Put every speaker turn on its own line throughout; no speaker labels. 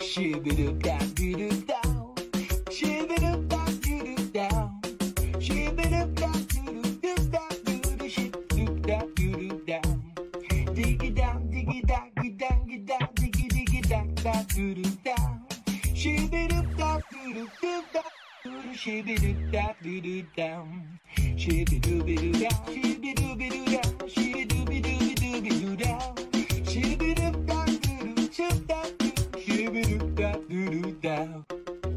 Shibidoo-dah, doo-doo-dow. Shibidoo-dah, doo-doo-dow. Shibidoo-dah, doo-doo-doo-dah, doo-doo, shibidoo-dah, doo-doo-dow. Diggy-dow, diggy-dow, gee-dow, gee-dow, diggy-diggy-dow-dow, doo-doo-dow. Shibidoo-dah, doo-doo-doo-dah, doo-doo, shibidoo-dah, doo-doo-dow. Shibidoo-bidoo-dow, shibidoo-bidoo-dow, shibidoo-bidoo-bidoo-bidoo-dow. Shibidoo-dah, doo-doo, shib-dah, doo, shibidoo-dah, doo-doo-dow.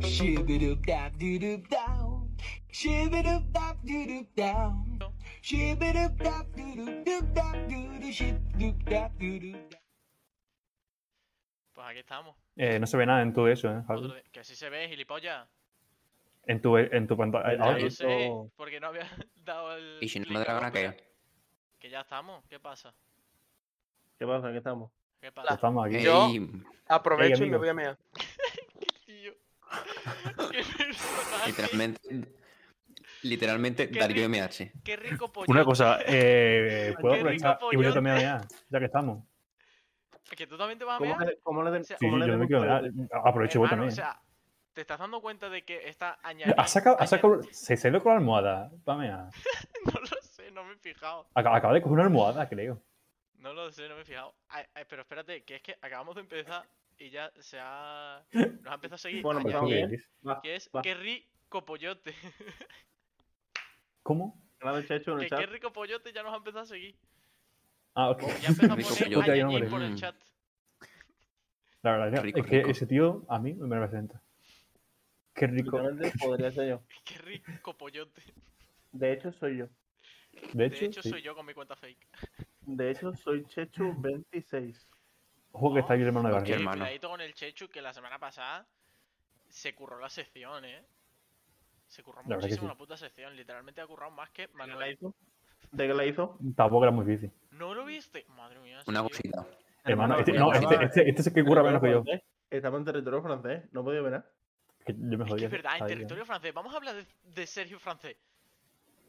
Shibidoop dap doo down. Shibidoop dap doo down. Shibidoop dap doo doop dap doo doo shibidoop dap doo doo.
Pues aquí estamos.
Eh, no se ve nada en tu de eso, ¿eh,
Otro
Javi?
de- Que sí se ve, gilipollas.
En tu, en tu pantalla.
Ya
Ah,
Ya lo
eso-
sé, porque no había dado el.
¿Y si no
clic
me
a
dragon
otra.
qué?
Que ya estamos, ¿qué pasa?
¿Qué pasa? ¿Qué estamos?
¿Qué
ya
pasa?
pues estamos aquí.
Ey,
Yo- Aprovecho y me
amigo.
voy a mear.
Tío. Qué personaje,
literalmente, literalmente
Qué
Darío
rico.
MH.
Qué rico pollo.
Una cosa, eh, puedo
Qué rico
aprovechar y voy yo
follón.
también a mear, ya que estamos.
Que tú también te vas a
¿Cómo
mear.
le, cómo le den-
Sí, sí,
Sí,
cómo
sí,
le
yo
den
me
un
quiero
poder?
mear. Ah, Aprovecho yo
Hermano,
también.
O sea, te estás dando cuenta de que está añadiendo.
Ha sacado, ha
añadi-
sacado, se, se ve con la almohada. Va a mear.
No lo sé, no me he fijado.
Acaba, acaba de coger una almohada, creo.
No lo sé, no me he fijado. Ay, ay, pero espérate, que es que acabamos de empezar y ya se ha. Nos ha empezado a seguir.
Bueno, pues,
añadiendo,
bien. Va,
que es
va.
qué rico pollote.
¿Cómo?
Claro, el Chechu en
que
el
qué
chat.
rico pollote ya nos ha empezado a seguir.
Ah, ok.
Ya empezó a
Rico
poner
pollote,
hay
añadir
nombre.
por el
Mm.
chat.
La verdad
Rico,
es que
rico.
ese tío a mí me representa. Qué rico.
Literalmente podría ser yo.
Qué rico pollote.
De hecho, soy yo.
De
De
hecho,
hecho,
sí.
soy yo con mi cuenta fake.
De hecho, soy Chechu26.
Ojo que está aquí el hermano de
Ok.
Que
Barrio.
hermano.
cuidadito con el Chechu que la semana pasada se curró la sección, eh. Se curró
La verdad que
muchísimo
sí.
la puta sección. Literalmente ha currado más que
¿De qué la
Manuel.
hizo? ¿De qué la hizo?
Tampoco era muy difícil.
¿No lo viste? Madre mía. ese
Una
tío.
cosita.
Hermano,
Hermano,
este,
mi
no,
hermano
este,
es-
este, este se que cura menos que yo.
Francés. Estaba en territorio francés. No podía ver nada.
Que yo me
Es que
jodía.
es verdad, en
sabía.
territorio francés. Vamos a hablar de, de Sergio Francés.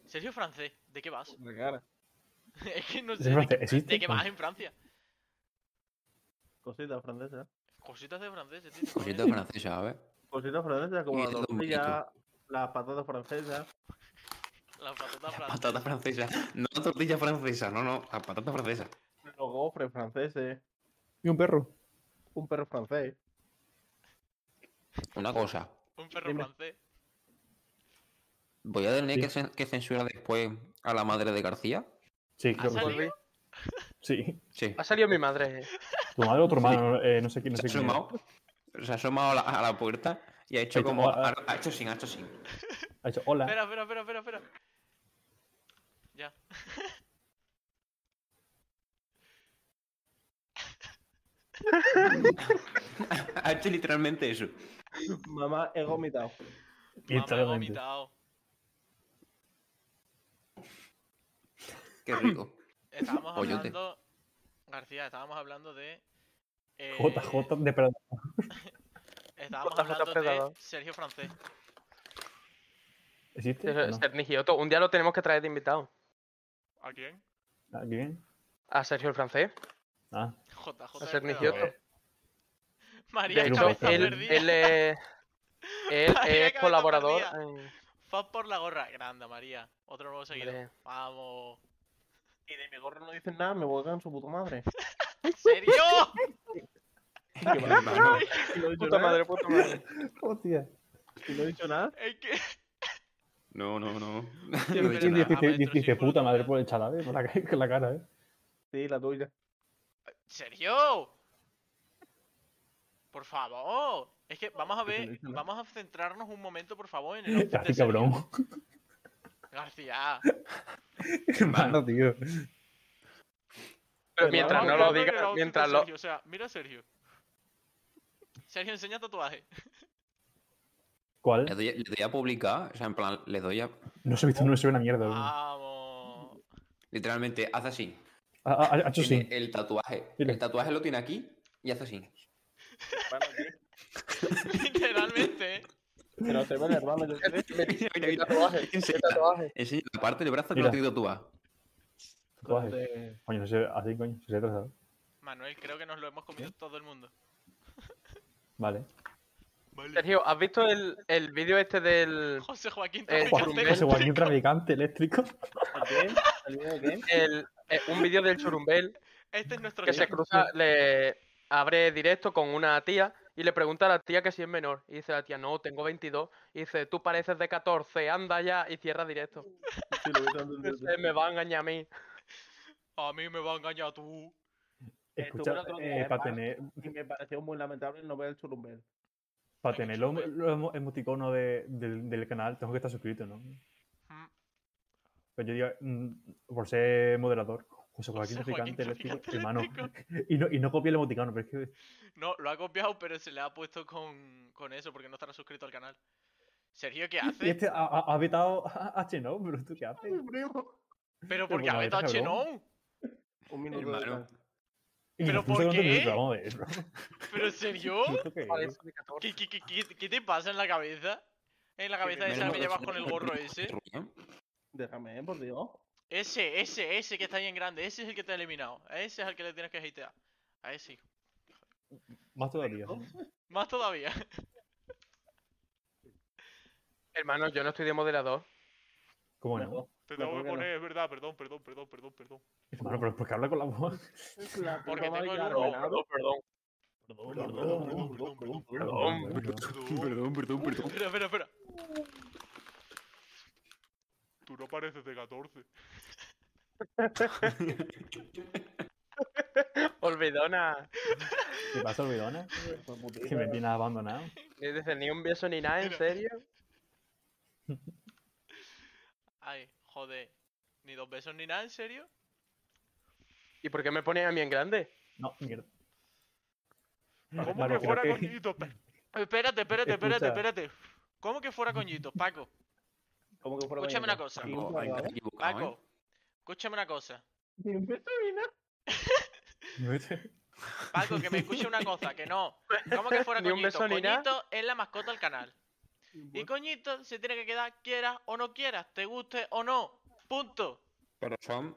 Sergio Francés, ¿de qué vas?
La cara.
es que no sé.
¿Sergio
¿De
Francés
qué,
existe?
de qué vas en Francia?
Cositas francesas.
Cositas de francés. tío, te
Cosita
pones-
francesa, a ver.
Cositas francesas como
Y
la
todo
tortilla, las patatas francesas.
Las patatas francesas.
Patata francesa. No la tortilla francesa, no, no. La patata francesa.
Los gofres franceses.
Y un perro.
Un perro francés.
Una cosa.
Un perro
Dime.
francés.
Voy a tener
Sí.
que, cen- que censurar después a la madre de García.
Sí,
¿Ha
creo que sí.
salido?
sí.
Sí.
Ha salido mi madre. eh.
Tu madre o tu hermano, eh, no sé quién. No
Se
sé
ha
quién era.
asomado. Se ha asomado a la, a la puerta y ha hecho
Ahí está,
como.
ah,
Ha, ha hecho sin, ha hecho sin.
Ha dicho, hola.
Espera, espera, espera, espera, espera. Ya.
Ha hecho literalmente eso.
Mamá, he vomitado.
Mamá he
Literalmente.
vomitado.
Qué rico.
Estábamos
Pollote.
hablando. García, estábamos hablando de. eh,
JJ de perdón.
Estábamos
JJ
hablando de
Predador.
Sergio Francés.
¿Existe?
Ser-
No.
Sergio Otto. Un día lo tenemos que traer de invitado.
¿A quién?
Ah, qué bien.
A Sergio el francés.
Ah,
JJ.
A
de
Sergio
Predador.
Otto.
María
De-
Cabeza
Él-
Perdida.
él es. Él
María
es
Cabeza
colaborador.
Perdida.
en-
Fan por la gorra. Grande, María. Otro nuevo seguidor.
Hombre.
Vamos.
Y de mi gorro no dicen nada, me vuelcan su puta madre.
¿En serio?
Qué bárbaro.
Y no he dicho
Puta
nada,
madre, puta madre.
Hostia.
y no he dicho nada.
es que.
No, no, no.
Sí,
No he dicho
pero-
¿Quién
nada.
ah, maestro,
dice,
sí,
dice
por
puta
otro
madre
lado.
por el chalade? Por la, ca- con la cara, ¿eh?
Sí, la tuya.
¿Serio? Por favor. Es que vamos a
Que se lo
ver,
dije, ¿no?
vamos a centrarnos un momento, por favor, en el outfit de
Casi
Sergio.
cabrón.
García.
Hermano, tío.
Pero
Pero
mientras
Vamos
vamos
no lo
a ver el
diga,
outfit de
mientras lo.
Sergio, O sea, mira a Sergio. Sergio, enseña tatuaje.
Le
¿Cuál?
doy, le doy a publicar, o sea, en plan, le doy a.
No se ha visto, no se ve una mierda. bro.
ah, Vamos.
Literalmente, hace así.
Ah, ah, Ha hecho
Tiene
sí.
El tatuaje.
Mira.
El tatuaje lo tiene aquí y hace así.
Literalmente. ¿eh?
Pero te ven, hermano, yo qué sé.
Mira, mira, mira.
Tatuaje,
Enseña,
tatuaje.
enseña la parte del brazo que
Mira.
no tiene tatuado.
Pero
Tatuaje.
te-
Coño, no sé, así, coño. Se ha atrasado.
Manuel, creo que nos lo hemos comido todo el mundo.
Vale.
Vale.
Sergio, ¿has visto el, el vídeo este del,
José Joaquín
Eh,
traficante
José
José Joaquín
eléctrico.
traficante
Eh,
eléctrico.
¿El qué? ¿El video de qué?
el- eh, un vídeo del churumbel
Este es nuestro
que se
chat.
cruza, le abre directo con una tía y le pregunta a la tía que si es menor. Y dice la tía, no, tengo 22. Y dice, tú pareces de 14, anda ya y cierra directo.
Sí, lo vi tanto en Twitter.
Dice, me va a engañar a mí.
A mí me va a engañar tú.
Eh,
Escucha,
tú me lo
eh,
tienes,
para
¿vale?
tener,
Y me pareció muy lamentable no ver el churumbel.
para
Ay,
tener
qué
los,
chulo.
los emo- emoticonos de- del, del canal, tengo que estar suscrito, ¿no?
Mm.
Pero yo digo, mm, por ser moderador, José Joaquín
José Joaquín
traficante eléctrico,
traficante
hermano. Y no, y no copié el emoticano, pero es que
No, lo ha copiado, pero se le ha puesto con, con eso porque no estará suscrito al canal. Sergio, ¿qué
Y
hace?
este ha, ha, ha vetado a H, ¿no? Pero tú qué haces.
Pero
Pero
porque ha
bueno,
vetado a
eres cabrón.
Chenon.
Un minuto de
Hermano.
descanso.
Y
¿Pero
nos puso
por
con
qué?
nosotros, vamos a ver, bro.
Pero Sergio,
¿Esto qué es?
Parece de 14.
¿qué, qué, qué, qué, qué te pasa en la cabeza? En la cabeza esa
Menos
que
mal
llevas
que
con el
somos
gorro
cuatro,
ese.
¿no?
Déjame, eh, por Dios.
Ese, ese, ese que está ahí en grande, ese es el que te ha eliminado. A ese es al que le tienes que hatear. A ese. hijo.
Más todavía. ¿no?
Más todavía.
Hermano, yo no estoy de moderador.
¿Cómo
Mejor.
no?
Te
No, tengo que porque no. poner,
es verdad, perdón, perdón, perdón, perdón, perdón.
Bueno, pero ¿por qué habla con la voz?
La
Porque
puta madre
tengo
que
el
ha
uno.
arruinado.
perdón.
Perdón, perdón,
perdón,
Perdón, perdón.
Perdón, perdón, perdón.
Espera, espera, espera. Tú no pareces de 14.
Olvidona.
¿Qué pasa, olvidona?
Hijo de putita.
Que me tienes abandonado.
Ni dice ni un beso ni nada, ¿en
Mira.
serio?
Ay, joder. Ni dos besos ni nada, ¿en serio?
¿Y por qué me pones a mí en grande?
No, mierda.
¿Cómo
Vale,
que
creo
fuera
Ah, que-
coñito? Pe- Espérate, espérate, espérate,
Escucha.
espérate. ¿Cómo que fuera coñito, Paco?
Como que fuera
Escúchame
mañana.
una cosa.
Y un
Paco, venga,
guardado.
te he equivocado, ¿eh?
Paco, escúchame una cosa.
Ni un beso ni nada.
Paco, que me escuche una cosa, que no. ¿Cómo que fuera
Ni un
coñito?
beso ni nada.
Coñito es la mascota del canal. Y coñito se tiene que quedar, quieras o no quieras, te guste o no. Punto.
Pero son.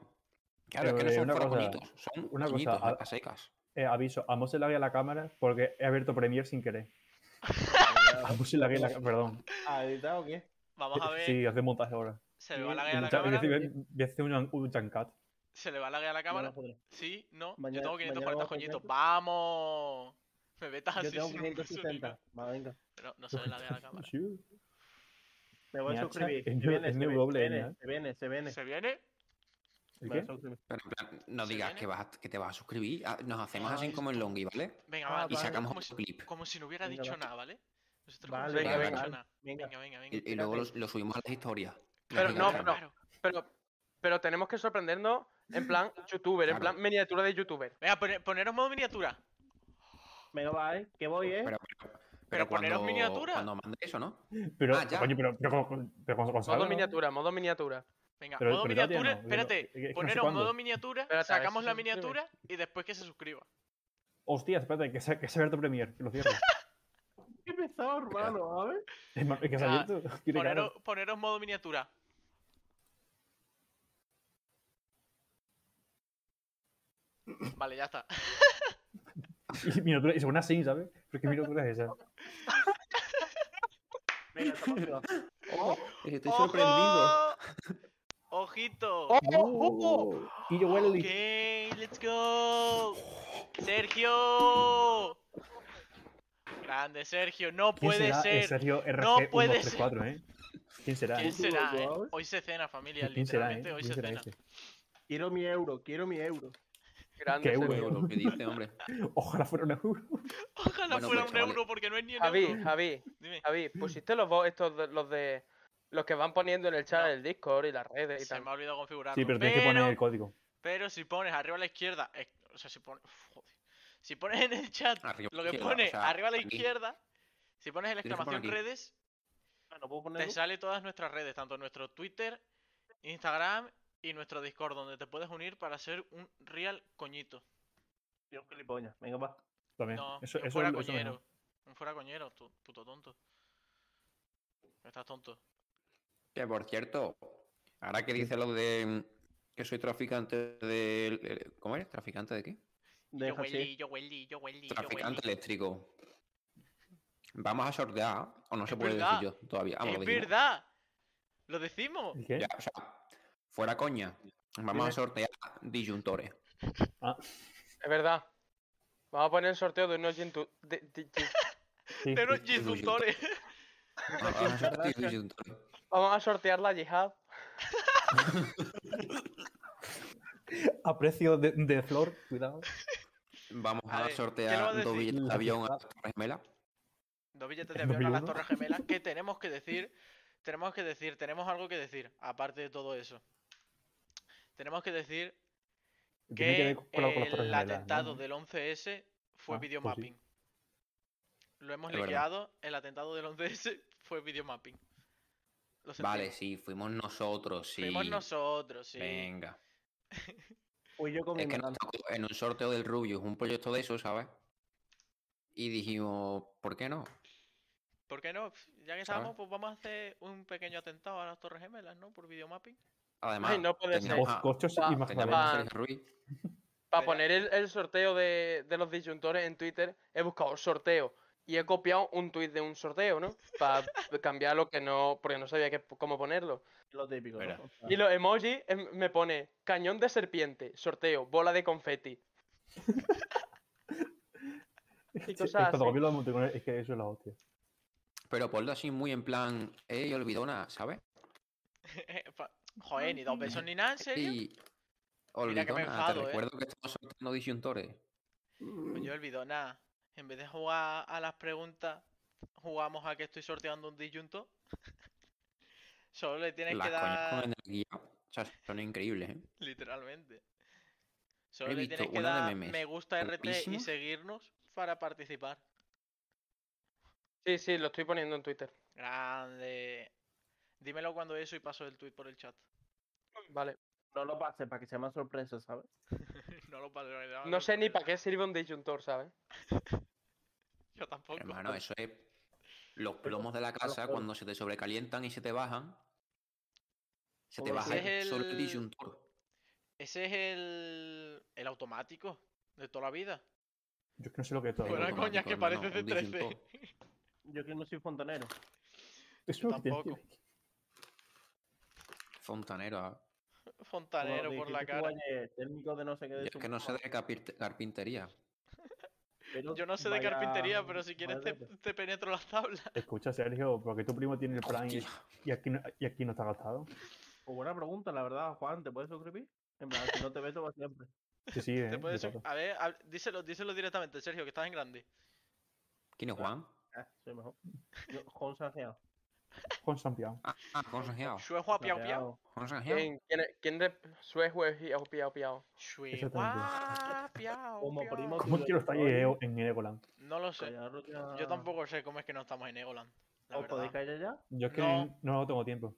Claro,
Pero,
es que no
eh,
son
una cosa-
farabonitos, son
una
una
cosa,
cosa,
a-
a secas.
Eh, aviso, a Mo se laguea la cámara porque he abierto Premiere sin querer. A Mo se laguea la cámara, perdón.
¿Ha editado o qué?
Vamos a ver.
Sí, hace montaje ahora.
Se le va a
Sí,
laguear
Voy
la
a
cámara.
hacer un, un chancat.
Se le va a laguear la
Ya
cámara.
no podré.
Sí, no. Yo
Mañana-
tengo
mañana
540
vamos a
coñitos.
hacer-
¡Vamos! Me vetas
pues, Yo
así
tengo
sin un beso ni
560.
nada.
Va, venga.
No, no se le laguea la cámara.
Sí.
Me voy a
Nacha,
suscribir.
es
Se
mi-
viene,
es
se
mi
viene,
doble
se
N,
viene,
¿eh?
Se viene, se viene.
¿Se viene?
¿El
Me voy a
qué?
suscribir.
Pero en plan, no
¿Se
digas
viene?
que, vas, que te vas a suscribir. ah, Nos hacemos
Ah,
así
eso.
como en Longi, ¿vale?
Venga,
Ah,
va,
vale,
Y
nosotros
sacamos
como
otro
si,
clip.
como si no hubiera
Venga,
dicho
va.
nada, ¿vale? Nosotros como
Vale,
si no
venga,
hubiera dicho
venga.
nada.
Venga.
Venga, venga, venga.
Y, y luego lo,
espérate.
lo subimos a las historias.
Pero
digas
no,
que
pero- Pero, pero tenemos que sorprendernos en plan youtuber, en
Claro.
plan miniatura de youtuber.
Venga, pone- poneros modo miniatura.
Venga, va, eh. Que voy, eh.
Pero, pero,
Pero poneros
cuando-
miniatura.
Cuando mande eso, ¿no?
Pero,
Ah, ya.
coño, pero, pero, con- pero con Gonzalo,
Modo
¿no?
miniatura, modo miniatura.
Venga,
Pero-
modo
pero todavía
miniatura.
no, pero- es
Espérate.
que no sé
Poneros
cuándo.
modo miniatura,
Espérate, a ver si
sacamos
se
la
suscribe.
miniatura y después que se suscriba.
Hostia, espérate, que se, que se ha abierto Premiere, que lo cierro.
Qué pesado, hermano, a ver.
Es más, es que se
Ah,
ha abierto. tiene cara.
Poneros, poneros modo miniatura. Vale, ya está.
Y miniatura, y según así, ¿sabes? Pero qué miniatura es esa.
Venga, hasta la próxima.
¡Oh! Estoy
¡Ojo!
sorprendido.
¡Ojito!
¡Oh! Y yo huele el
Ok, let's go. Sergio. Grande Sergio, no
¿Quién
puede
será? En
ser.
serio, RG
No puede ser.
1234, ¿eh? ¿Quién será? eh?
¿Quién será? eh?
Wow.
Hoy se cena, familia,
¿Quién será, eh?
literalmente hoy
¿Quién
se
será
cena.
ese?
Quiero mi euro, quiero mi euro.
Grande,
Qué
ese
bueno.
Pero
tío.
Pues, lo que dice, hombre.
Ojalá fuera un euro.
Ojalá
Bueno,
fuera
pues,
un
chavales.
euro porque no es ni un
Javi,
euro.
Javi,
Dime.
Javi, pusiste los bots estos, de- los de. Los que van poniendo en el chat
No.
del Discord y las redes y
Se
tal.
me ha olvidado configurarlo.
Sí, pero tienes que poner el código.
pero si pones arriba a la izquierda, eh, o sea, si pones, joder. si pones en el chat
Arriba
lo
a la
que
izquierda,
pone
Ah, o sea,
arriba a la
aquí.
izquierda, si pones en la
Tienes que poner
exclamación
aquí.
redes,
Ah, ¿No puedo poner
te sale todas nuestras redes, tanto nuestro Twitter, Instagram y nuestro Discord, donde te puedes unir para ser un real coñito.
Yo gilipollas. Venga, va.
También.
No,
Eh, eso,
un
eso,
fuera
eso
coñero.
mejor.
Un fuera coñero, tú, puto tonto. Estás tonto.
Que por cierto, ahora que dice lo de mm, que soy traficante de. eh, ¿Cómo eres? ¿Traficante de qué?
Deja
yo
así.
Welly, yo Welly, yo Welly, yo
Traficante
Welly.
eléctrico. Vamos a sortear, o no se
Es
puede
verdad.
decir yo todavía. Vamos,
¡Es
lo decimos.
verdad! ¡Lo decimos!
¿Y qué?
Ya, o sea, fuera coña. Vamos
Dime.
a sortear disyuntores.
Es verdad. Vamos a poner el sorteo de unos gin tu- de- de- gin-
Sí,
¡Pero
sí, sí, sí.
Jesutores!
Vamos a sortear disyuntores.
Vamos a sortear la yihad.
A precio de, de flor, cuidado.
Vamos
A
a
ver, ¿qué le va a
sortear dos
decir?
billetes de
La
avión a
pizza.
las Torres Gemelas.
Dos billetes de
¿En
avión a las
2001?
Torres Gemelas. ¿Qué tenemos que decir? Tenemos que decir, tenemos algo que decir, aparte de todo eso. Tenemos que decir
Tiene
que
ver con la- con
el
las Torres Gemelas, ¿no?
atentado del 11S fue
Ah, pues sí.
videomapping. Lo hemos
Es verdad.
liquidado, el atentado del 11S fue videomapping. Lo sentimos.
Vale, sí, fuimos nosotros, sí.
Fuimos nosotros, sí.
Venga.
Pues yo con mi
Es que nos
matanza.
tocó en un sorteo del Rubius, un proyecto de eso, ¿sabes? Y dijimos, ¿por qué no?
¿Por qué no? Ya que estábamos, pues vamos a hacer un pequeño atentado a las Torres Gemelas, ¿no? Por videomapping.
Además,
Ay, no puede ser.
teníamos
Cos-
Ah,
a-
Cochos
Va,
teníamos
imaginarios.
a
va.
Sergio Ruiz.
Para
Espera.
poner el, el sorteo de, de los disyuntores en Twitter, he buscado sorteo y he copiado un tweet de un sorteo, ¿no? Para cambiar lo que no. Porque no sabía qué- cómo ponerlo.
Lo típico. ¿no?
Espera.
O sea,
Y los emojis em- me pone cañón de serpiente, sorteo, bola de confeti.
Sí,
cosas
es que
así.
todavía los emoticones, es que eso es la hostia.
Pero ponlo así muy en plan, "Eh, ¡ey, olvidona! ¿Sabes?
Eh, Pa- Joder, ni dos besos ni nada, ¿en serio?
Y.
Mira que me
Olvidona, te
enfado, ¿eh?
recuerdo que estamos sorteando disyuntores.
Pues yo olvido nada. En vez de jugar a las preguntas, jugamos a que estoy sorteando un disyunto. Solo le tienes
Las
que
coñas
dar.
con energía. O sea, son increíbles, ¿eh?
Literalmente. Solo
He
le tienes
visto
que
una de
dar
memes
me gusta RT y
guapísimos.
seguirnos para participar.
Sí, sí, lo estoy poniendo en Twitter.
Grande. Dímelo cuando eso y paso el tweet por el chat.
Vale.
No lo pases para que sea más sorpresa, ¿sabes?
no lo paso. lo
No sé ni
paso.
para qué sirve un disyuntor, ¿sabes?
Yo tampoco.
Hermano, eso es. Los plomos de la casa,
peor.
cuando se te sobrecalientan y se te bajan, se te
Como
baja
ese
es
solo
el-
el disyuntor.
Ese es el. el automático de toda la vida.
Yo es que no sé lo que es todo.
Fuera
Bueno,
Eso
automático,
coña que
hermano,
parece
un
C13.
disyuntor.
Yo que no soy fontanero.
es
yo
lo que tiene-
tampoco.
Fontanero. ah.
Como
Fontanero por la
dijiste tú
cara.
ayer, técnico de no sé qué de
Yo es que no sé
submarino,
de carpinte- carpintería.
pero
Yo no sé de
vaya-
carpintería, pero si quieres te,
vaya-
te penetro las tablas.
Escucha, Sergio, porque tu primo tiene el plan y,
Hostia,
y aquí, no, y aquí no está gastado.
Pues buena pregunta, la verdad, Juan, ¿te puedes suscribir? En plan, si no te veto para siempre.
Sí, sí, eh,
Te puedes
de
sub-
todo.
A ver, hab- díselo, díselo directamente, Sergio, que estás en grande.
¿Quién es Juan?
Ah, soy mejor. Yo, Juan Sanjeao.
Con Santiago.
Ah, ah, Juan Sanjeao.
Suejua piao piao.
Sanjeao.
Juan Sanjeao.
¿Quién, quién, es- quién de Sue, jue, jiao, piao, piao?
Suejua Ah, piao
Como
piao.
primo
¿Cómo
tuyo,
quiero estar en
oye,
Eo- eh, en Egoland?
No lo sé.
callar, ya-
Yo tampoco sé cómo es que no estamos en Egoland. La
¿Os podéis
verdad.
callar ya?
Yo es que
No.
no, no tengo tiempo.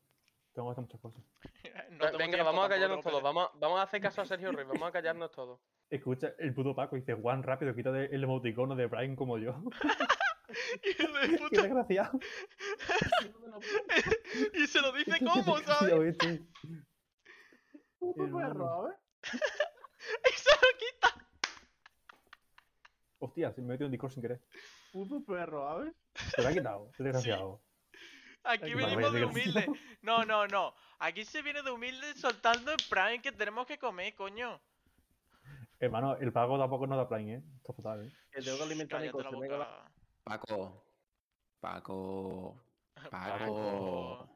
Tengo que hacer muchas cosas.
No
Ve-
tengo tiempo
Venga, vamos a
tampoco,
callarnos
López.
todos. Vamos, a- vamos a hacer caso a Sergio Ruiz. Vamos a callarnos todos.
Escucha, el puto Paco dice, Juan, rápido, quita de- el emoticono de Brian como yo.
Hijo de
¡Qué
puta.
desgraciado!
Y se lo dice
Qué
cómo, ¿sabes?
desgraciado este.
Puto
Hermano.
perro, ¿eh?
Y se lo quita.
Hostia, se me metió un Discord sin querer.
Puto perro, ¿sabes?
Se lo ha quitado, qué desgraciado.
Aquí
Ay,
venimos
madre,
de humilde.
desgraciado.
No, no, no. Aquí se viene de humilde soltando el prime que tenemos que comer, coño.
Hermano, el pago tampoco no da plan, ¿eh? Esto es fatal, ¿eh?
Que tengo que alimentar mi
Cállate la
coche. venga, va.
boca.
Paco. Paco.
Paco.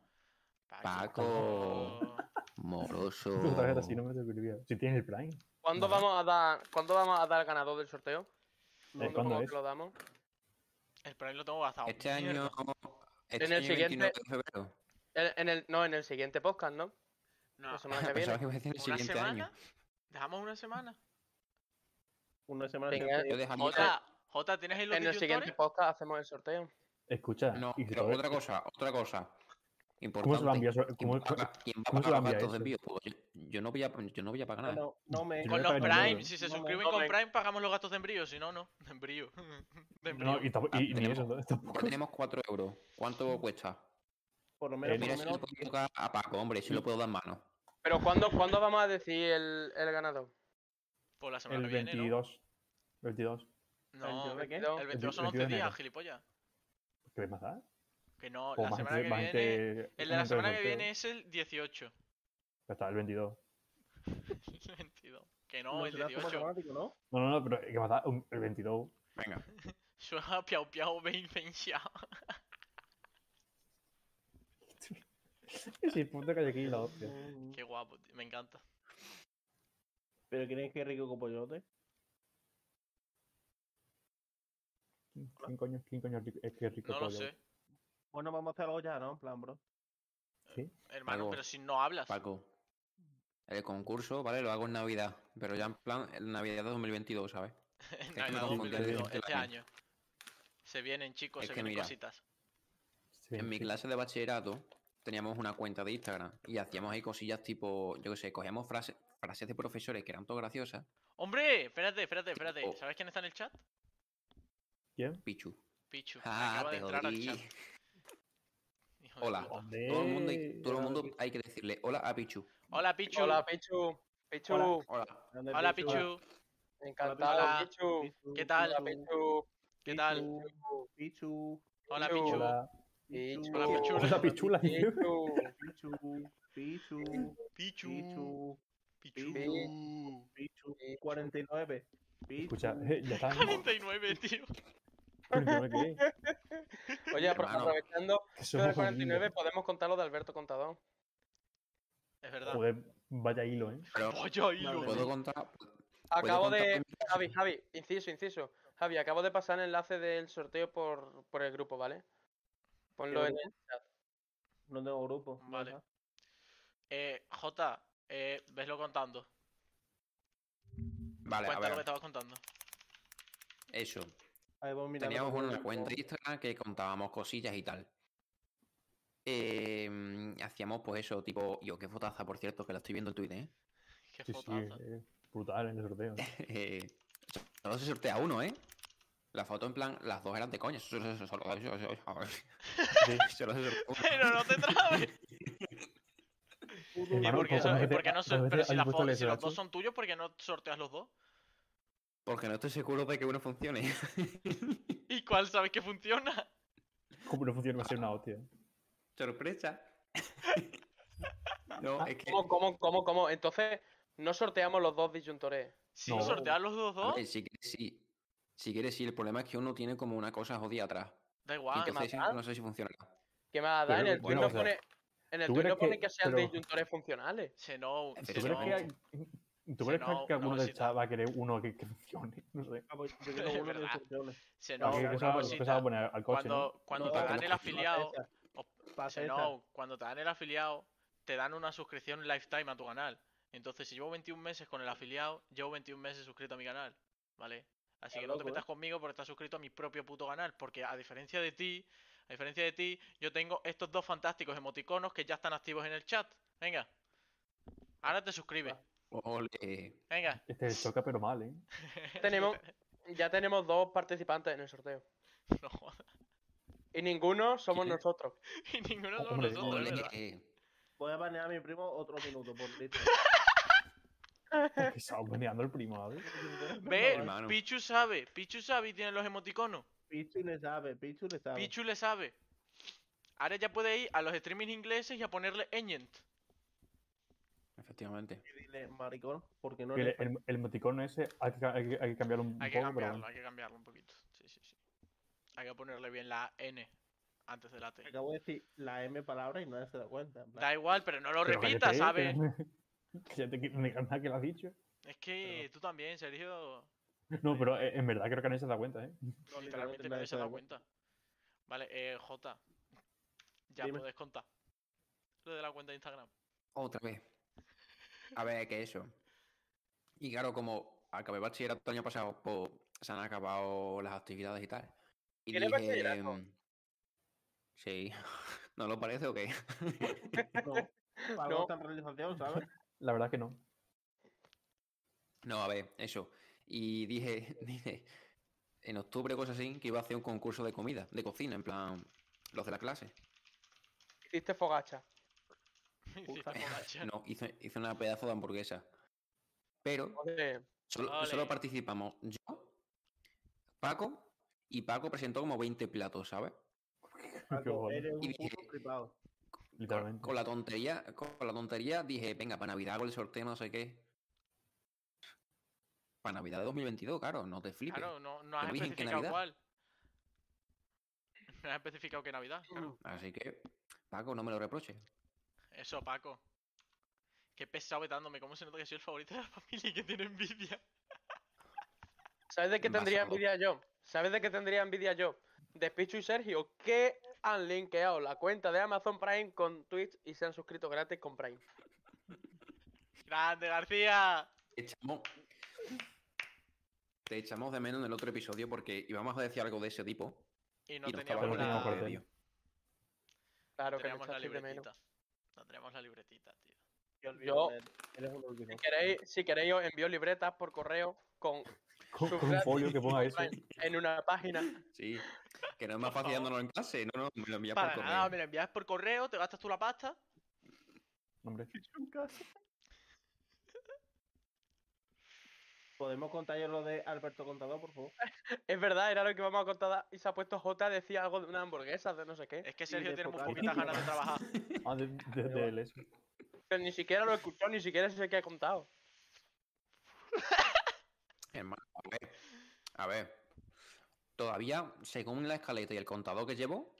Paco. Paco. Moroso.
Tu tarjeta así no me serviría. Si tienes el Prime.
¿Cuándo
Vale.
vamos a dar cuándo vamos a dar al ganador del sorteo? ¿Cuándo,
¿cuándo
cómo
es?
que lo damos?
El prime lo tengo gastado.
Este año.
Mierda.
Este
En el
año
siguiente-
29 de febrero.
En, en el, no, en el siguiente podcast, ¿no?
No.
La semana que viene.
Pensaba que iba a decir el
¿Una
siguiente
semana?
año.
¿Dejamos una semana?
Una semana
Venga,
siempre-
Yo dejaría.
Jota, Jota, ¿tienes ahí los
En el siguiente
disyuntores?
podcast hacemos el sorteo.
Escucha.
No,
y si
pero
todavía-
otra cosa, otra cosa.
¿Cómo se lo
Importante.
envías?
¿Quién
¿Cómo,
va a pagar- quién va a
cómo se
pagar
lo
los
envía
gastos
eso?
de envío? Pues yo, yo no voy a, yo no voy a pagar
No,
nada.
no, no me.
Yo
Con
me
los
parece muy
Prime,
bien.
si se
No me-
suscriben
no
con
me-
Prime, pagamos los gastos de embrío, si no, no. De embrío. De embrío.
no, y, tampoco- y- y ni
Tenemos-
eso. ¿no? Tampoco.
Ya tenemos 4 euros. ¿Cuánto cuesta?
Por lo menos,
Eh,
por
Mira,
lo
si le
menos.
puedo tocar a Paco, hombre, si lo puedo dar en mano.
Pero ¿cuándo, ¿cuándo vamos a decir el, el ganador?
Por Pues la semana
El
que viene, ¿no?
22. 22.
No,
¿El de qué?
el 22 son
El
11
22 de
días,
enero.
gilipollas.
¿Qué más da?
Que no,
O
la
más
semana que
gente-
viene.
más gente-
El de la
más gente
semana que
sorteo.
viene es el 18.
Ya está, el 22.
El 22. Que no, el
será como
18.
automático, ¿no?
No, no, no, pero ¿qué más da? Un- El 22.
Venga.
Suena piau piau ben ben xia.
Sí, puta que hay aquí la hostia.
Mm,
Qué guapo, tío, me encanta.
¿Pero quién es que es rico con pollote?
¿Quién coño, quién coño es rico- es que es rico
No lo
pollo?
sé,
Bueno, vamos a hacer algo ya, ¿no? En plan, bro.
hermano,
Paco,
pero si no hablas.
Paco. El concurso, ¿vale? Lo hago en Navidad. Pero ya en plan, en Navidad de 2022, ¿sabes?
En
que me
Navidad
confundí de
2022,
decirte
este
la
año. Se vienen, chicos,
Es
se
que
vienen
mira.
cositas.
Sí,
en mi
sí.
clase de bachillerato teníamos una cuenta de Instagram y hacíamos ahí cosillas tipo, yo qué sé, cogíamos frases, frases de profesores que eran todo graciosas.
¡Hombre! Espérate, espérate, espérate.
Oh.
¿Sabes quién está en el chat?
¿Quién?
Pichu.
Pichu.
Ah,
Acaba de
te
entrar al chat.
jodí.
hijo de
Hola.
puta.
Todo el mundo, hay-
Eh,
Hombre,
todo el
era
mundo
Pichu.
hay que decirle hola a Pichu.
Hola, Pichu.
Hola, Pichu. Pichu,
Hola.
Hola.
Ande,
Hola, Pichu.
encantado.
Hola.
Pichu.
Pichu,
¿Qué tal?
Hola, Pichu.
¿Qué tal?
Pichu, Pichu,
Hola,
Pichu.
Pichu.
Hola,
Pichu.
Hola, Pichula.
hola, pichula. tío.
Pichu.
Pichu, Pichu,
Pichu.
Pichu,
Pichu.
Pichu, 49. Pichu.
Escucha, eh, ya está. ¿no?
49, tío.
Cuéntame qué es.
Oye, apro-
Hermano.
aprovechando
Que
esto del
somos
49, podemos contar lo de Alberto Contador.
Es
niños.
verdad.
Joder, vaya hilo, ¿eh?
Pero
Pollo y
Madre
lo-
puedo contar.
Pues
Acabo
contar
de.
con mi casa?
Javi, Javi, inciso, inciso. Javi, acabo de pasar el enlace del sorteo por, por el grupo, ¿vale? Ponlo en el.
No tengo grupo. no
Vale.
está.
Eh, Jota, eh, veslo contando.
Vale, a
Cuenta lo que
ver,
estabas contando.
eso.
Ahí voy mirando
Teníamos
por el
una
grupo.
cuenta de Instagram que contábamos cosillas y tal. Eh, mm, hacíamos pues eso, tipo, yo qué fotaza, por cierto, que la estoy viendo en Twitter, ¿eh?
Qué
Sí, sí,
fotaza.
eh, brutal en el sorteo.
Eh, solo se sortea uno, ¿eh? La foto en plan, las dos eran de coña. Solo, solo- solo- solo- solo- solo- solo se sortea uno.
Pero no te trabes. ¿Y
Hermano,
por qué,
¿cuántas
no- y
veces-
por qué no
cuántas
sor- Pero
veces
si,
has
la
puesto
fo-
el
si los
SH?
dos son tuyos, ¿por qué no sorteas los dos?
Porque no estoy seguro de que uno funcione.
¿Y cuál sabes que funciona?
¿Cómo no funciona? Va a ser una hostia.
Sorpresa. No, es que.
¿Cómo, cómo, cómo, cómo? Entonces, no sorteamos los dos disyuntores.
Si
No.
sorteas los dos,
a
dos,
ver, si quieres, sí. Si quieres, sí. El problema es que uno tiene como una cosa jodida atrás.
da
Y
igual.
Entonces,
matar.
no sé si funcionará.
¿Qué más da? En
Pero,
el tweet
bueno,
no
o sea,
pone. En el
¿tú
tweet
crees
no pone
que-
que sean
pero-
disyuntores funcionales.
Se no,
¿Tú
se
¿Tú
Sí,
crees,
no.
que,
hay-
hay-
Sí,
¿tú crees que-
no,
que alguno
una
del
cosita.
chat va a querer uno que, que funcione? No sé.
Ah, pues yo
Es
quiero uno de
verdad.
excepciones.
Se
¿Para
no,
qué
una
cosa
una
vas
cosita.
a poner al coche? ¿no?
Cuando, cuando
No,
te
para que
dan
no
el
pase
afiliado,
Pasa
o-
esa, pasa
se
esa.
no, cuando te dan el afiliado, te dan una suscripción lifetime a tu canal. Entonces, si llevo 21 meses con el afiliado, llevo 21 meses suscrito a mi canal, ¿vale? Así
Estás
que no te
loco, ¿eh?
metas conmigo porque estás suscrito a mi propio puto canal, porque a diferencia de ti, a diferencia de ti, yo tengo estos dos fantásticos emoticonos que ya están activos en el chat. Venga. Ahora te suscribes.
Ole.
Venga.
Este choca, pero mal, ¿eh?
Tenemos, ya tenemos dos participantes en el sorteo.
No jodas.
Y ninguno somos
¿Quién?
nosotros.
Y ninguno somos
Hombre,
nosotros,
Ole. eh.
es ¿verdad?
Voy a banear a mi primo otro minuto, por listo.
Es que estaba baneando el primo, ¿vale?
Ve,
Hermano.
Pichu sabe, Pichu sabe y tiene los emoticonos.
Pichu le sabe, Pichu le sabe.
Pichu le sabe. Ahora ya puede ir a los streamings ingleses y a ponerle Engent.
Efectivamente.
Y dile, maricón, porque no
Que
le
El, el, el emoticono ese hay que, hay que- hay que cambiarlo un, un
Hay que
poco,
cambiarlo,
pero
hay que cambiarlo un poquito. Sí, sí, sí. Hay que ponerle bien la N antes de la T.
acabo de decir la M palabra y nadie se da cuenta. en plan,
Da igual, pero no lo
pero
repitas,
cállate,
¿sabes?
que- Cállate, que me encanta que lo has dicho.
Es que tú también, Sergio.
No, pero eh, en verdad creo que nadie se da cuenta, ¿eh?
no,
Literalmente
literalmente
nadie se da
da
cuenta. Vale, eh, J. Ya
Dime.
puedes contar. Lo de la cuenta de Instagram.
Otra vez. A ver, ¿qué es eso? Y claro, como acabé bachillerato el año pasado, pues se han acabado las actividades y tal. Y
¿Tienes bachillerato?
em, Sí. ¿No lo parece o qué?
cuenta. No, para algo
No.
está en realización, ¿sabes?
La verdad que no.
No, a ver, eso. Y dije, dije, en octubre, cosas así, que iba a hacer un concurso de comida, de cocina, en plan, los de la clase.
Hiciste fogacha.
Hiciste fogacha.
No, hice, hice una pedazo de hamburguesa. Pero
Joder,
Solo, solo
Ole.
participamos yo, Paco, y Paco presentó como 20 platos, ¿sabes?
Paco,
bueno.
Ah, eres un
Y-
puto flipado.
Con,
Literalmente.
con la tontería, con la tontería dije, venga, para Navidad hago el sorteo, no sé qué. Para Navidad de 2022, claro, no te flipes.
Claro, no, no has
Pero dicen que
especificado
Navidad.
cuál. No has especificado que Navidad, claro.
Así que, Paco, no me lo reproches.
Eso, Paco. Qué pesado vetándome. ¿Cómo se nota que soy el favorito de la familia y que tiene envidia?
¿Sabes de qué tendría
Basado.
envidia yo? ¿Sabes de qué tendría envidia yo? De Pichu y Sergio, que han linkeado la cuenta de Amazon Prime con Twitch y se han suscrito gratis con Prime.
¡Grande, García!
Te echamos, te echamos de menos en el otro episodio porque íbamos a decir algo de ese tipo.
Y no
y no estaba
teníamos
con el mismo
la,
corte.
medio.
no
Claro que no
teníamos la
echas de menos.
libretita. No tenemos la libretita, tío.
Te olvido
Yo-
de él. Eres un último.
Si queréis, si queréis, os envío libretas por correo con,
Con,
sus
con un
gratis
folio que ponga
con
eso.
Prime en una página.
Sí, que no es más fácil dándonos en clase, no, no, me lo envías por
Para
correo.
nada, me lo envías por correo, te gastas tú la pasta.
Hombre,
¿Podemos contar yo lo de Alberto Contador, por favor?
Es verdad, era lo que vamos a contar y se ha puesto J, decía algo de una hamburguesa, de no sé qué.
Es que
Y
Sergio
de
tiene muy
focar-
poquitas ganas de trabajar.
ah, de- de- de él, eso.
Pero ni siquiera lo he escuchado, ni siquiera sé qué ha contado.
Hermano, a ver, a ver. Todavía, según la escaleta y el contador que llevo,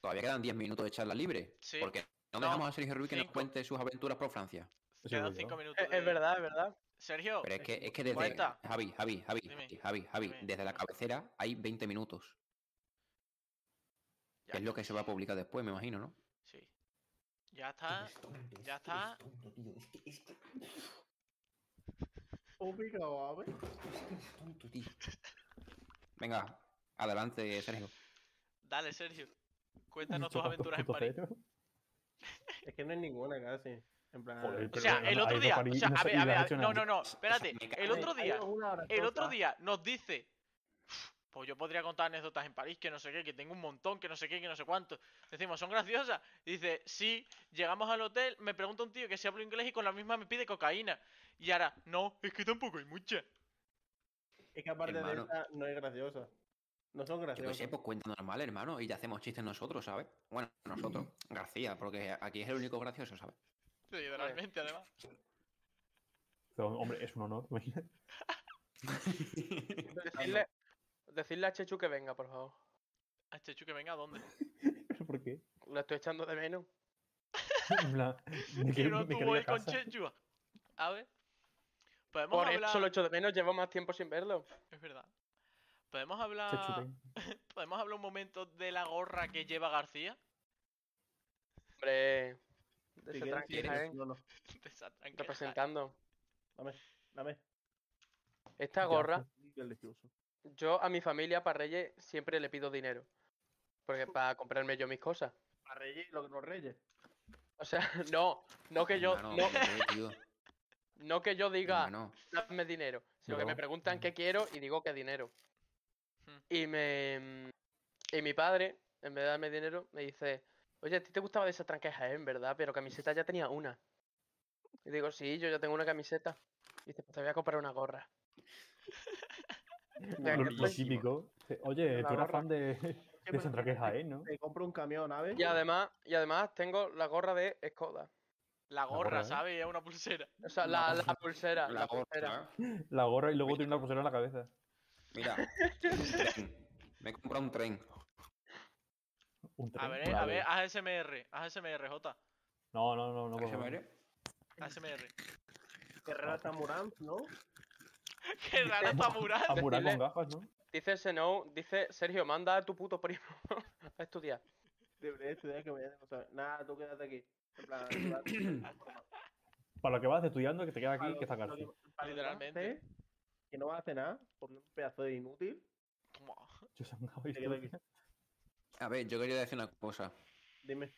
todavía quedan 10 minutos de charla libre.
Sí.
Porque no
No,
dejamos a Sergio Ruiz que nos
cinco.
cuente sus aventuras por Francia.
Eso
Quedan
es
cinco
verdad.
minutos.
Es, es
de-
verdad, es verdad.
Sergio,
Pero es que, es que desde.
Cuenta.
Javi, Javi, Javi,
Dime,
Javi, Javi, Javi,
dime.
desde la cabecera hay 20 minutos.
ya
que es lo
está.
que se va a publicar después, me imagino, ¿no?
Sí. Ya está. Ya está.
Ubicado, a ver.
Venga, adelante, Sergio.
Dale, Sergio. Cuéntanos tus
Chocopas
aventuras en
2.0.
París.
Es que no hay ninguna casi. En plan.
Joder,
O
pero
sea,
no, no,
el
ha
otro
ido a
día. O
París y
sea,
no
a
se-
ver,
y no
a
ha
ver, a
hecho
ver,
nada.
no, no, no.
sea,
Espérate.
me cago
El otro
Hay- hay
día.
una hora
El otro
corta.
día nos dice. "Uf, Pues yo podría contar anécdotas en París, que no sé qué, que tengo un montón, que no sé qué, que no sé cuánto. Decimos, son graciosas. Dice, sí, llegamos al hotel, me pregunta un tío que si hablo inglés y con la misma me pide cocaína. Y ahora, no, es que tampoco hay mucha.
Es que aparte de
Hermano.
esa, no es graciosa. No son
Yo qué sé,
graciosas.
pues cuenta normal, hermano, y ya hacemos chistes nosotros, ¿sabes? Bueno, nosotros, García, porque aquí es el único gracioso, ¿sabes?
Literalmente, además.
Pero, hombre, es un honor. imagínate.
Decirle, decirle a Chechu que venga, por favor.
A este chu que venga, ¿a dónde?
¿Pero ¿Por qué?
Lo estoy echando de menos.
En plan, me
Que
quiero,
no
me
tuvo
quiero ir
voy
a
con
casa.
Chechu. A ver. Podemos
Por
hablar.
eso lo echo de menos, llevo más tiempo sin verlo.
Es verdad. Podemos hablar.
Chechu, ven.
¿Podemos hablar un momento de la gorra que lleva García?
Hombre, de
Si
ese
quieres,
tranqui
quieres,
Jaén,
No, no.
De esa tranquila.
representando.
Dame.
Esta
Ya,
gorra,
Delicioso.
yo a mi familia para Reyes siempre le pido dinero. Porque para comprarme yo mis cosas.
Para reyes, lo que nos reyes.
O sea, no, no que yo,
Hermano,
no,
¿por qué, tío?
no que yo diga,
Hermano.
dame dinero. Sino que me
No.
preguntan qué quiero y digo que dinero.
Hmm.
Y me. Y mi padre, en vez de darme dinero, me dice: Oye, a ti te gustaba de esa tranca de Jaén, ¿verdad? Pero camiseta ya tenía una. Y digo: Sí, yo ya tengo una camiseta. Y dice: Pues te voy a comprar una gorra. O sea,
Lo,
que
lo
fue-
típico. Oye,
La
tú eras
gorra.
fan de, de Sandra que es Jaén, ¿no?
Te compro un camión, ¿sabes?
y además, y además tengo la gorra de Skoda.
La gorra,
gorra, ¿eh?
¿sabes? Y Es una pulsera.
O sea,
La
la, la pulsera. La,
La
pulsera.
gorra. ¿eh?
La gorra y luego tiene una pulsera en la cabeza.
Mira, un tren. Me he comprado un tren.
Un tren.
A ver, eh,
una
a ver,
vez.
haz SMR. Haz SMR, J.
No, no, no, no. por favor.
ASMR.
ASMR.
Guerrera Tamurán, ¿no?
Qué raro está Murat.
A murar con
Decirle-
gafas, ¿no?
Dice Seno, dice Sergio, manda a tu puto primo a estudiar.
Debería estudiar que me den cosas. Nada, tú quédate aquí. En plan, tú vas-
Para lo que vas estudiando, que te queda aquí,
Para
que está
lo- lo
cárcel.
que- para lo que vas a
Literalmente.
hacer, Que no vas a hacer nada, por un pedazo de inútil.
Toma.
Yo se me
te quedas aquí.
A ver, yo quería decir una cosa.
Dime.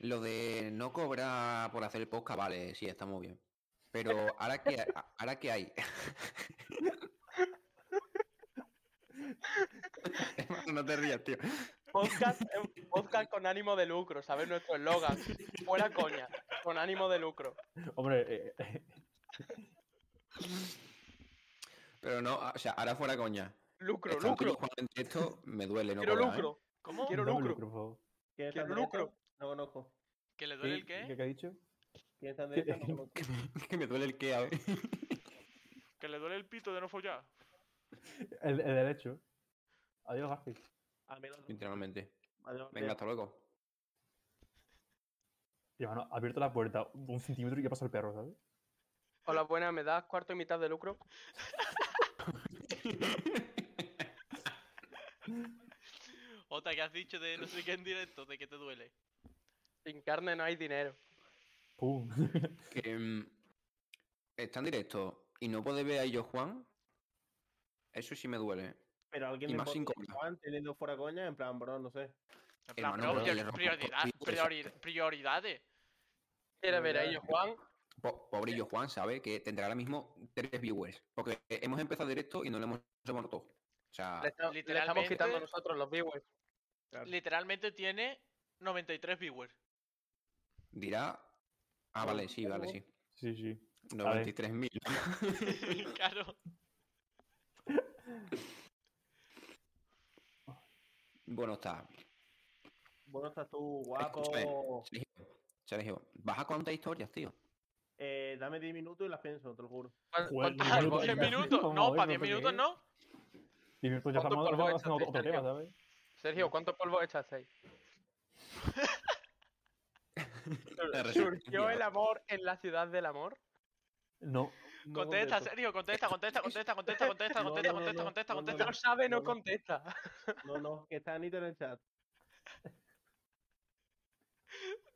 Lo de no cobrar por hacer el podcast, vale, sí, está muy bien. Pero ahora que, a- ahora que hay. Hermano, no te rías, tío.
Podcast, es un podcast con ánimo de lucro, ¿sabes? Nuestro eslogan. Fuera coña, con ánimo de lucro.
Hombre, eh, eh,
Pero ah, no, a- o sea, ahora fuera coña.
Lucro,
Estar
lucro,
jugando en directo me duele, no
quiero
cobrar, ¿eh?
lucro.
¿Cómo?
Quiero
Dame
lucro.
por favor.
¿Quién está
Quiero
en derecha?
lucro.
No conozco.
¿Que le duele el
¿Qué,
qué?
qué ha dicho?
¿Quién está en derecha? No conozco.
Que me, que me duele el que a ver.
¿Que le duele el pito de no follar?
El, el derecho. Adiós, Garfield.
A mí el otro.
Literalmente.
Adiós,
Venga,
adiós.
hasta luego.
Y bueno, ha abierto la puerta un centímetro y que pasa el perro, ¿sabes?
Hola, buena, ¿me das cuarto y mitad de lucro?
Otra que has dicho de no sé qué en directo, de que te duele.
Sin carne no hay dinero.
¡Pum!
que, mm, está en directo y no puede ver a yo Juan. Eso sí me duele.
Pero alguien
Y
me
más sin
pone
cobrar.
Juan teniendo fuera coña, en plan, bro, no sé.
En plan,
Hermano,
bro,
pero
prior-
le rompo-
prioridad-
piensa.
priori- prioridades.
¿Quieres ver ahí,
Verdad.
Juan?
Po- pobre yo Juan, sabe que tendrá ahora mismo tres viewers. Porque hemos empezado directo y no le hemos muerto. O sea,
Le, esta- le estamos quitando
Literalmente-
a nosotros los viewers.
Literalmente tiene 93 viewers.
dirá. Ah, vale, sí, vale, sí.
Sí, sí. A ver.
93.000.
claro.
Bueno, está.
Bueno, estás tú, guapo.
Escúchame. Sergio, Sergio, vas a contar historias, tío.
Eh, dame 10 minutos y las pienso, te lo juro.
¿Cuán-
Joder,
cuántos
diez
Ah,
minutos,
árboles?
10
ya.
minutos.
Vamos a
No,
ver,
para
no
10
sé
minutos
qué.
no.
Y mi- pues ya
¿Cuánto
estamos
polvo
hablando
echaste,
haciendo otro tema,
Sergio?
¿sabes?
Sergio, ¿cuántos polvos echasteis? ¿Surgió el amor en la ciudad del amor?
No.
No
Contesta,
contesto.
Sergio, contesta, contesta, contesta, contesta, contesta,
No, no,
contesta,
no,
contesta, contesta,
no, no, no,
contesta.
No sabe, no
no, no.
contesta.
No, no, que está Anita en el chat.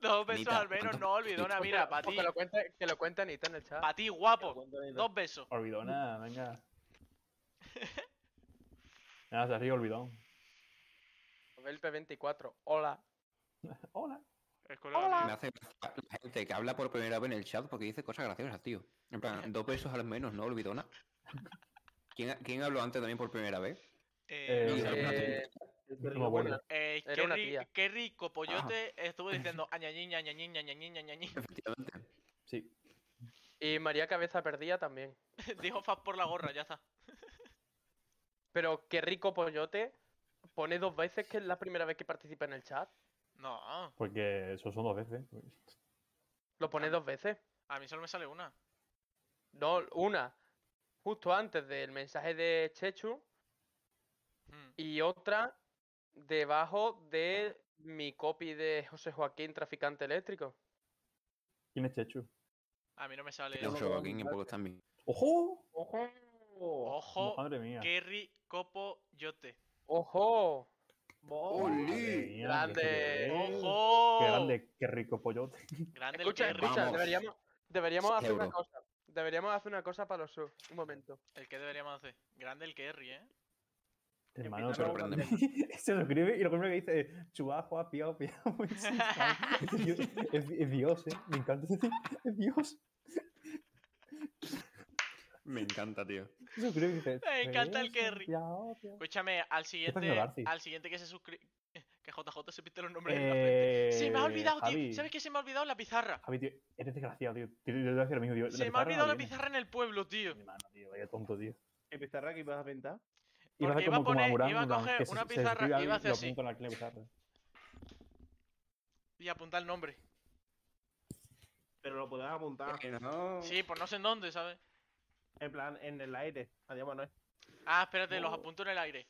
Dos besos
Anita,
al menos,
¿cuántos
no olvidona, mira, para
O
ti,
Que lo cuente, que lo cuente Anita en el chat.
para ti,
Te lo
guapo.
cuento, Anita.
Dos besos.
Olvidona, venga. Nada, se ríe olvidón.
El P24. Hola.
Hola.
Es colega mío.
Me hace gracia la gente que habla por primera vez en el chat porque dice cosas graciosas, tío. En plan, dos pesos al menos, no olvido nada. ¿Quién, ha- quién habló antes también por primera vez?
Eh,
No,
Eh,
no, no,
Eh,
Este
No me acuerdo.
eh,
era
qué,
una
ri-
tía.
qué rico, pues pollote. Estuvo diciendo añañín, añañín, añañín, añañín.
Efectivamente.
Sí.
y María Cabeza Perdida también.
Dijo Fab por la gorra, ya está.
Pero qué rico pollote. Pone dos veces que es la primera vez que participa en el chat.
No,
Porque eso son dos veces.
Lo pone dos veces.
a mí solo me sale una.
No, una. Justo antes del mensaje de Chechu.
Mm.
Y otra debajo de mi copy de José Joaquín, traficante eléctrico.
¿Quién es Chechu?
A mí no me sale
Yo
eso.
soy Joaquín, en poco también.
¡Ojo!
¡Ojo!
Ojo,
Madre mía.
qué rico, pollote.
¡Ojo!
¡Bol!
Madre mía,
Grande.
qué rico.
Ojo.
Eh, Qué grande, qué rico pollote.
Grande el
Escucha,
que rico.
escucha,
Vamos.
deberíamos, deberíamos hacer una
Euro.
cosa. Deberíamos hacer una cosa para los subs. Un momento.
El que deberíamos hacer. Grande el Kerry, ¿eh?
Hermano,
Te sorprende.
se suscribe y lo primero que dice es Chubajua, piao, piao. Es, Dios- es- es Dios, eh. Me encanta ese tío. Es Dios.
Me encanta, tío.
Se suscribe y dice.
Me encanta el
"Beso,
Kerry".
piao, piao.
Escúchame, al
está
siguiente,
haciendo Garci?
al siguiente que se suscribe. Que JJ se pinte los nombres en la frente. Se me ha
Eh,
olvidado,
Javi.
tío. ¿Sabes qué se me ha olvidado? La pizarra.
Javi, tío, eres desgraciado, tío. Tío, Yo te voy a decir lo mismo, tío.
Se me ha olvidado la
viene.
pizarra en el pueblo, tío.
Mi mano, tío, vaya tonto, tío.
¿Qué pizarra que ibas a pintar?
Ibas
Porque
a
iba a
como, como
poner-
Murán,
iba a
en plan,
coger
que se-
una
se
pizarra
suscribe
y
alguien
iba a
y
hacer
lo
así.
apunta en la- en la pizarra.
Y apuntar el nombre.
Pero lo podías apuntar,
Sí, pues no sé en dónde, ¿sabes?
en plan, en el aire. Adiós, Manuel.
Ah, espérate, los apunto en el aire.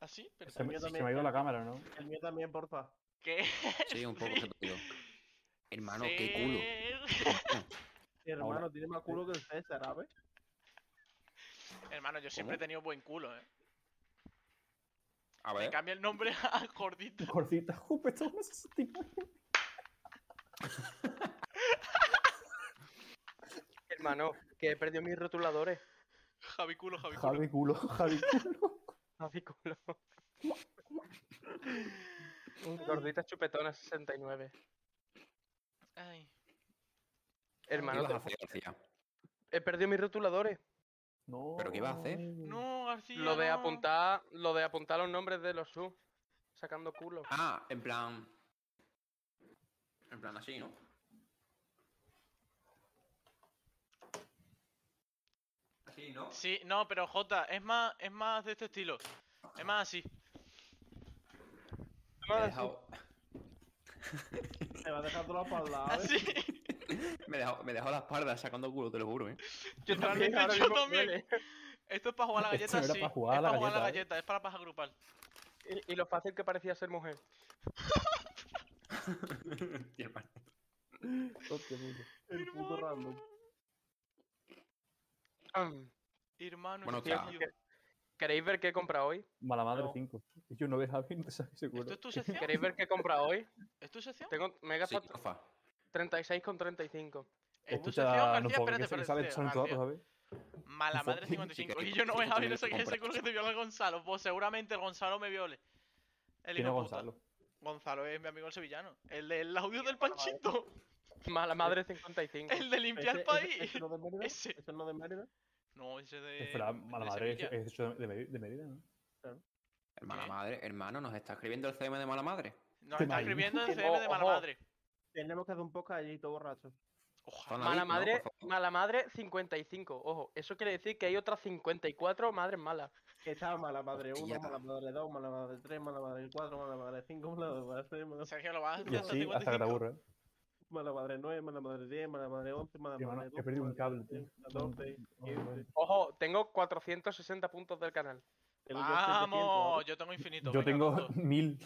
¿Así? Pero
Se me,
Yo
se
también-
me ha ido la cámara, ¿no?
El mío también, porfa.
¿Qué?
Sí, un poco se te olvidó. Hermano, qué culo.
Ser-
Hermano, tiene más culo que el César, ¿sabes?
Hermano, yo siempre he
¿Cómo?
tenido buen culo, ¿eh?
A
Le
ver,
cambia el nombre a gordito.
Gordita, jupe, esto no es tipo.
Hermano, que he perdido mis rotuladores.
Javi culo, Javi culo.
Javi culo, Javi culo.
Avículo. Gordita chupetona 69.
Ay.
¿qué
Hermano,
ibas a
te-
hacer, García?
he perdido mis rotuladores.
No.
¿Pero qué iba a hacer?
No, García.
Lo de
no.
apuntar, lo de apuntar los nombres de los subs. Sacando culo.
Ah, en plan. En plan así, ¿no? Así, ¿no?
Sí, no, pero Jota, es más, es más de este estilo. Es más así.
Me he
Ahora sí,
dejado,
Te va a dejar todo para el lado, ¿eh?
Así.
me he dejado, me he dejado la espalda sacando culo, te lo juro, ¿eh?
Yo
Realmente
ahora
yo
mismo
también.
duele.
Esto es para jugar a la
Esto
galleta,
era
sí.
para jugar a
es
la
para jugar a la
galleta, ¿eh?
galleta, es para paja grupal.
Y, y lo fácil que parecía ser mujer.
Y el pan.
Hostia, puto. El puto
Hermano.
random.
Am.
Hermano,
Bueno,
bueno,
claro.
¿Qué- ¿Queréis ver qué he comprado hoy?
Mala madre
No.
5. Yo no ves a no te sabes
¿Esto
seguro.
es tu sección?
¿Queréis ver qué he comprado hoy?
¿Es tu sección?
Tengo, me he
Sí,
gastado
porfa.
36,35.
¿Es tu
te
sección,
da-
García?
no puedo
Espérate,
creer que se sabe,
espérate.
son todos,
García.
¿sabes?
Mala
Info-
madre
sí que-
55.
sí
Y
que-
yo no
sí
voy
que
a abrir
tiene
ese
que
que
comprar.
seguro que te viola el Gonzalo. Pues seguramente el Gonzalo me viole. El
Tiene
hijo de puta.
Gonzalo.
Gonzalo es mi amigo el sevillano. El del audio del panchito.
Mala madre 55.
El de limpiar el
Ese- ese-
país.
ese no de Mérida?
Ese.
¿Ese no de Mérida?
No, ese de.
Espera,
Eh,
mala
de
madre eh,
Sevilla.
es hecho de Meri- de Mérida, ¿no?
Hermana
¿Qué?
madre, hermano, nos está escribiendo el CM de mala madre.
Nos está
Te imagino.
escribiendo el
Ojo,
CM de mala
ojo.
madre.
Tenemos que hacer un podcast allí, todo borracho.
Ojalá.
Zona
Mala
VIP, ¿no?
madre,
Por favor.
mala madre 55. Ojo, eso quiere decir que hay otras 54 madres malas.
Que estaba mala madre 1,
Hostia.
mala madre 2, mala madre 3, mala madre 4, mala madre 5, mala madre 6, mala,
Sergio, lo vas a
Y
hacer hasta
así hasta que te
55.
aburra. ¿eh?
mala madre 9, mala madre 10, mala madre 11, mala
Mi hermano,
madre 12.
he perdido un cable, tío.
Ojo, tengo 460 puntos del canal.
Vamos, yo tengo infinito.
Yo
venga,
tengo
tonto.
mil.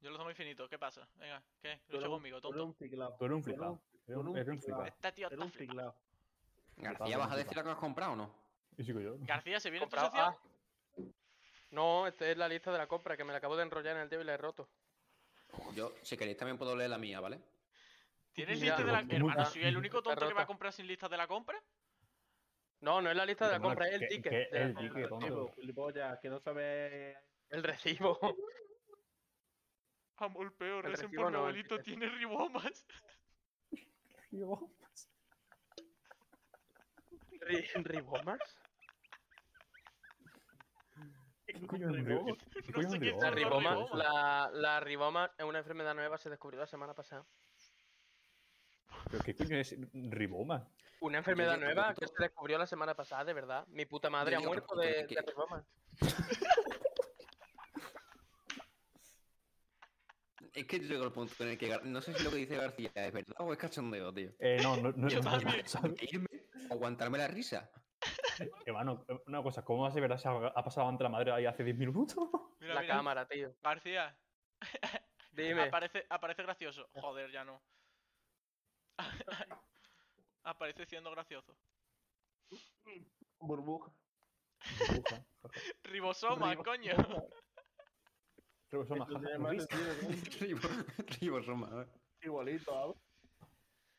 Yo lo tengo infinito. ¿Qué pasa? Venga, ¿qué? Lucha conmigo,
Tú eres
tonto.
un ciclado.
Tú eres un
Tú eres
flipado. Eres
tú
un,
eres
eres un
un flipado.
flipado.
Este tío
Eres
está
un
flipado.
ciclado.
García, ¿vas a decir lo que has comprado o no?
Y sigo yo.
García, ¿se viene tu
Comprado-
sección?
ah. No, esta es la lista de la compra que me la acabo de enrollar en el dedo y la he roto.
Yo, si queréis, también puedo leer la mía, ¿vale?
¿Tienes
ah, Ya,
lista de la
muy
Hermano,
raro.
soy el único
Está
tonto que va a
rota.
comprar sin lista de la compra.
No, no es la lista de la
Hermano,
compra, es el
¿qué-
ticket.
qué
de la
es el
compra.
ticket? tonto.
Tipo, gilipollas, que no sabes.
El recibo.
Amor, peor,
El
recen
recibo
por mi
no, el
abuelito,
ticket.
tiene ribomas.
Ri- ¿Ribomas?
¿Qué coño es un río? ¿Qué
No
coño es
sé
un
qué
río?
es
La
Una
riboma,
riboma.
la, la riboma es una enfermedad nueva, se descubrió la semana pasada.
¿Pero qué coño es riboma?
Una enfermedad
digo que
nueva
puto-
que se descubrió la semana pasada, de verdad. Mi puta madre ha
digo que
muerto
puto
de,
que-
de riboma.
Es que yo llego al punto en el que. Gar- No sé si lo que dice García es verdad o es cachondeo, tío.
Eh, no, no, no,
Yo
no,
también.
¿sabes?
Irme, aguantarme la risa.
Hermano, una cosa, ¿cómo hace verdad se ha ha pasado ante la madre ahí hace 10 minutos?
Mira,
la
mira.
cámara, tío.
García,
Dime.
aparece, aparece gracioso. Joder, ya no. aparece siendo gracioso.
Burbuja.
Burbuja.
Ribosoma, coño.
Creo que son
Eso
más
tiene más
jajas.
sentido, ¿no?
Ribo- ¿eh? Ribosoma. a ver.
Igualito, ¿sabes?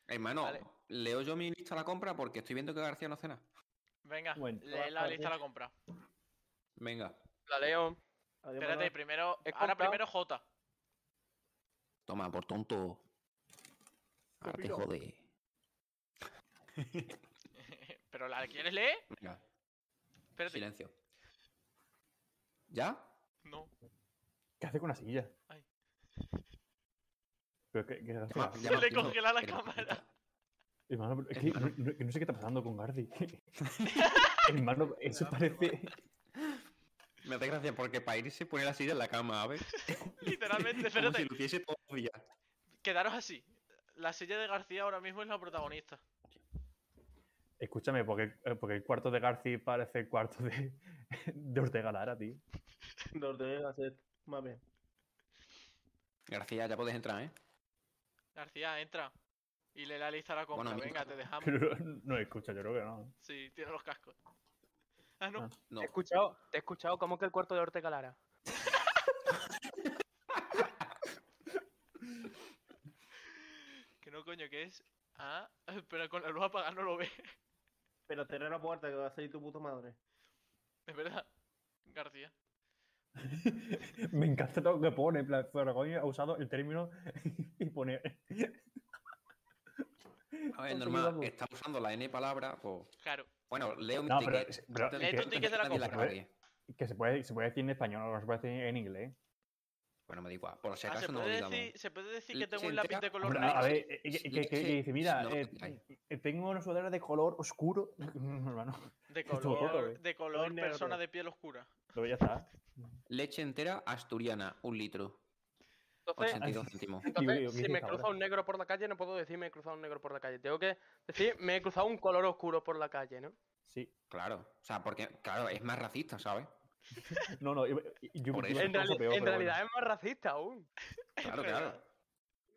Hermano,
Vale.
leo yo mi lista de la compra porque estoy viendo que García no hace nada.
Venga,
Bueno.
lee la lista a la compra.
Venga,
La leo.
Adiós,
Espérate,
Manuel.
primero.
He
Ahora
comprado-
primero J.
toma, por tonto. Ahora te jode.
¿Pero la quieres leer?
Venga,
Espérate.
silencio. ¿Ya?
No.
¿Qué hace con la silla?
Ay.
Pero que, que hace con la
Toma,
silla?
ya
Se
me
le
entiendo.
congela la
Eres una
cámara.
puta.
Hermano, pero es que no,
Hermano.
no- que no sé qué está pasando con Gardi. hermano, eso parece.
Me hace gracia porque para irse pone la silla en la cama, a ver.
Literalmente,
Como si
espérate.
lo hiciese todos los días.
Quedaros así. La silla de García ahora mismo es la protagonista.
Escúchame, porque, eh, porque el cuarto de Garci parece el cuarto de, de Ortega Lara, tío.
Los de hacer. Más bien.
García, ya puedes entrar, ¿eh?
García, entra. Y lee la lista a la compra.
Bueno, mi-
Venga, te dejamos.
Pero no, no escucha, yo creo que no.
Sí, tiene los cascos. Ah, no.
Ah.
No.
Te he escuchado, te he escuchado. ¿Cómo que el cuarto de Ortega Lara?
Que no, coño, que es. Ah, pero con la luz apagada no lo ve.
Pero cerré la puerta que va a salir tu puta madre.
Es verdad. García.
Me encanta lo que pone. en plan, Ferragoño ha usado el término y pone.
A ver,
Entonces,
normal,
vamos.
está usando la N palabra, pues.
Claro.
Bueno, leo mi
No, pero-
ticket.
pero-
Antes de
Lee tu
que
ticket de la ¿eh?
nadie
compra.
cague.
Que se puede, se puede decir en español, no se puede decir en inglés.
Bueno, me da igual. Por si
Ah,
acaso
se
no lo
puede,
digamos.
decir, se puede decir que
Leche
tengo un lápiz
entera,
de color
hombre,
negro.
a ver, eh, eh,
Si
que, que- que
leche,
dice, mira,
si no,
eh,
no hay.
eh, tengo una sudadera de color oscuro. No, hermano,
De
todo roto,
color,
eh.
de color
negro.
persona de piel oscura.
pero ya está.
Leche entera asturiana, un litro.
Entonces,
82 céntimos.
entonces,
digo, ¿qué
si me
dices ahora?
cruza un negro por la calle, no puedo decir me he cruzado un negro por la calle. Tengo que decir me he cruzado un color oscuro por la calle, ¿no?
Sí.
Claro. O sea, porque, claro, es más racista, ¿sabes?
No, no, iba- y- yo
Por
me
eso.
En, reali- en realidad es más racista aún.
Claro, claro.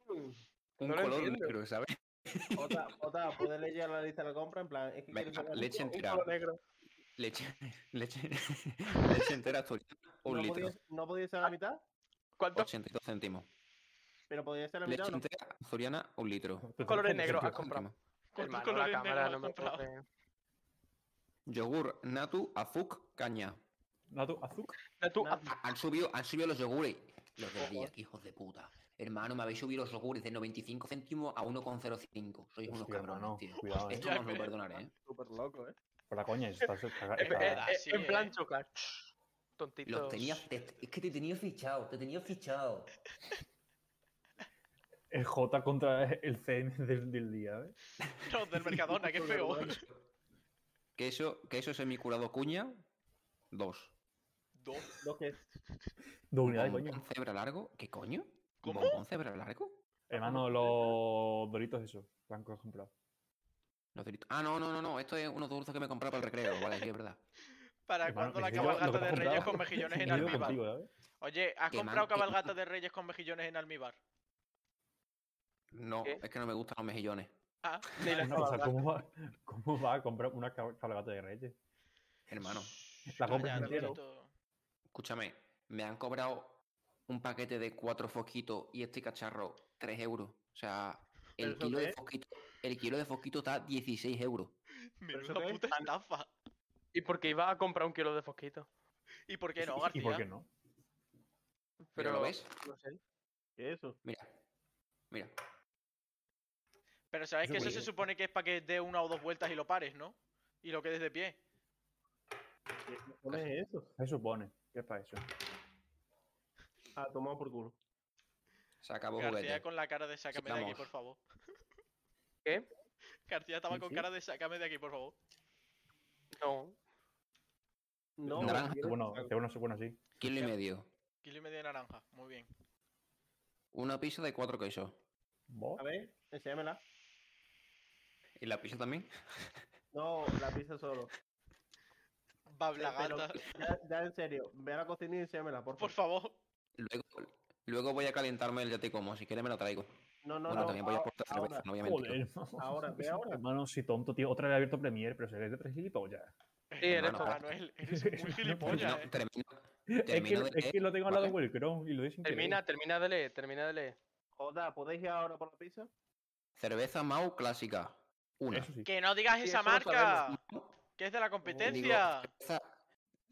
Un
No lo
color
entiendo.
negro, ¿sabes?
Jota, Jota, ¿puedes leer la lista de la compra? En plan, es que
Venga,
quieres sacar
leche
un-
entera.
un solo negro.
Leche, leche, leche entera asturiana, un
¿No
litro,
podías- ¿No podía ser la mitad?
¿Cuántos
82 céntimos.
Pero podía ser la mitad.
Leche
o no?
entera asturiana, un litro.
colores negros has
82
comprado?
céntimos.
¿Cuántos
Hermano, la
colores negros
cámara
has
no me
comprado?
puede-
Yogur, natu, azuc, caña.
Nato, azúcar.
Ya tú,
Nada.
ah,
Han subido, han subido los yogures. Los del día, hijos de puta. Hermano, me habéis subido los yogures de 95 céntimos a 1,05. Sois unos
Hostia,
cabrones,
hermano,
tío.
cuidado, eh.
Esto
Ya
no os lo
ves.
perdonaré, ¿eh?
Súper loco, ¿eh?
Por la coña, estás, estás-
en-
verdad,
en-
estás-
eh, sí,
en
eh.
plan chocar. Tontito.
Los tenía, te- es que te tenía fichado, te tenía fichado.
el J contra el CN del, del día, ¿eh?
Los del Mercadona, qué feo.
Queso, queso semicurado cuña, dos.
Dos.
Lo que
Dos unidades, coño.
¿Bombón cebra largo? ¿Qué coño?
¿Cómo?
¿Bombón cebra largo?
Hermano, los doritos esos, blancos que has comprado.
Los doritos- Ah, no, no, no, no. Esto es unos dulces que me compré para el recreo. Vale, sí, es verdad.
Para
Hermano,
cuando
me
la
he ido- lo que
cabalgata
te
de
has
Reyes
comprado,
con mejillones
Me
en
he ido
almíbar.
contigo, ¿sabes?
Oye, ¿has
Que man-
comprado
que-
cabalgata de Reyes con mejillones en almíbar?
No,
¿Qué?
es que no me gustan los mejillones.
Ah,
Ni la
Una cosa, ¿cómo va, ¿cómo va a comprar una cab- cabalgata de reyes?
Hermano,
La
calla,
compras entera.
Roberto.
escúchame. Me han cobrado un paquete de cuatro fosquitos y este cacharro, tres euros. O sea,
¿Pero eso
el kilo
qué
de
es?
fosquito, el kilo de fosquito está 16 euros.
Menuda
eso qué es?
puta estafa.
¿Y porque iba a comprar un kilo de fosquito?
¿Y por qué no,
¿Y
García?
por qué no?
¿Pero lo ves?
No sé.
¿Qué es eso?
Mira, mira.
Pero sabes
Eso
que eso
muy
se
bien.
supone que es para que dé una o dos vueltas y lo pares, ¿no? Y lo quedes de pie.
¿Qué- ¿Cómo es eso?
Se supone que es para eso.
Ah, tomado por culo.
Se acabó
García
Pues juguete.
con la cara de sácame de aquí,
Sigamos.
por favor.
¿Qué?
García estaba
Sí,
con
sí.
cara de sácame de aquí, por favor.
No.
No,
Naranja.
prefiero-
Bueno, que uno se pone así.
Kilo y medio.
Kilo y medio de naranja. Muy bien.
Una pizza de cuatro quesos.
¿Vos?
A ver, enséñamela.
¿Y la pizza también?
No, la pizza solo.
Bablagata.
eh, Ya, ya en serio, ve a la cocina y enséñamela, por
Por
favor.
favor.
Luego, luego voy a calentarme el ya te como. Si quieres me lo traigo.
No, no,
bueno,
no.
también voy a
ahora-
aportar cerveza,
ahora.
no voy a mentir.
Ah, Joder, hermano.
Ahora, ve ahora.
Hermano, si tonto, tío. Otra vez he abierto Premiere, pero se ve de tres gilipollas.
Sí, eres
Hermano,
tú.
ahora-
Manuel, eres muy gilipollas,
Termino-
eh.
termino-
Es que,
Termino de
es que
leer,
lo tengo al lado
¿vale?
Welcro y lo dicen
Termina, termina de leer, termina de leer.
Joda, ¿podéis ir ahora por la pizza?
Cerveza Mau clásica. Una.
Eso sí.
Que no digas
Sí,
esa
eso lo
marca.
sabemos.
Que es de la
Digo,
competencia.
cerveza.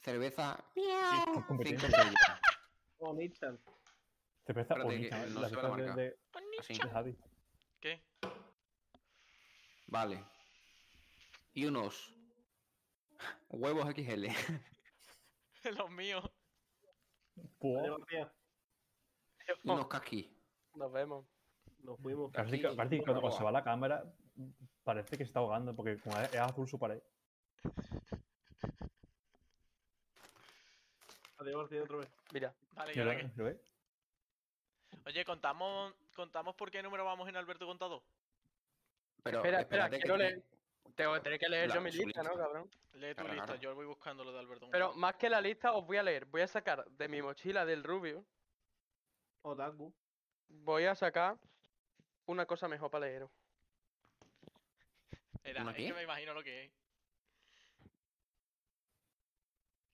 Cerveza.
estás compitiendo.
Cinco estrellas.
O Nissan.
Te presta
Espérate, que
bonita.
no
la
se ve la
de-
marca.
de,
Así.
de Javi.
¿Qué?
Vale. Y unos huevos XL.
Los míos.
Buah,
Vale, Matías,
Y unos casquis.
Nos vemos.
Nos fuimos.
Parece que,
casquillos,
parece que
una
cuando, cuando se
boa.
va la cámara, parece que se está ahogando, porque como es es azul su pared.
Adiós, Martín, otra vez.
Mira,
Vale, ¿y
Mira,
ahora qué?
¿lo ves?
Oye, contamos, contamos por qué número vamos en Alberto Contador.
Pero
Espera, espera,
espérate
quiero
que
leer. tengo que tener que leer
La-
yo mi
su
lista, ¿no,
lista.
cabrón?
Lee tu
Claro,
lista,
claro.
yo voy buscando lo de Alberto
Pero
Contador.
más que la lista, os voy a leer. Voy a sacar de mi mochila del Rubio,
Otaku.
voy a sacar una cosa mejor para leer.
Era,
¿una
es que
qué?
me imagino lo que es.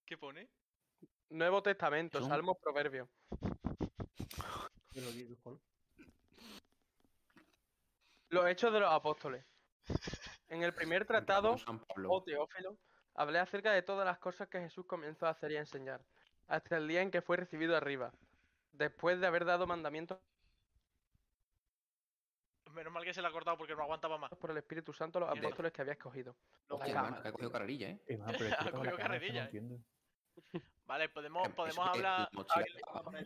¿Qué pone?
Nuevo Testamento,
Es un-
Salmos, Proverbios.
Pero qué cojones.
Los Hechos de los Apóstoles. En el primer tratado,
Con San Pablo.
o Oh, Teófilo, hablé acerca de todas las cosas que Jesús comenzó a hacer y a enseñar, hasta el día en que fue recibido arriba, después de haber dado mandamientos
Menos mal que se la ha cortado porque no aguantaba más.
por el Espíritu Santo a los
Mierda.
apóstoles que había escogido.
Hostia,
la
hermano, que ha cogido carrerilla, ¿eh?
Hermano, pero es que
Ha
con la
cogido
cámara es que
carrerilla,
no
eh.
entiendo.
Vale, podemos,
Em,
podemos
eso que la
hablar.
mochila
Ábrele.
estaba abajo.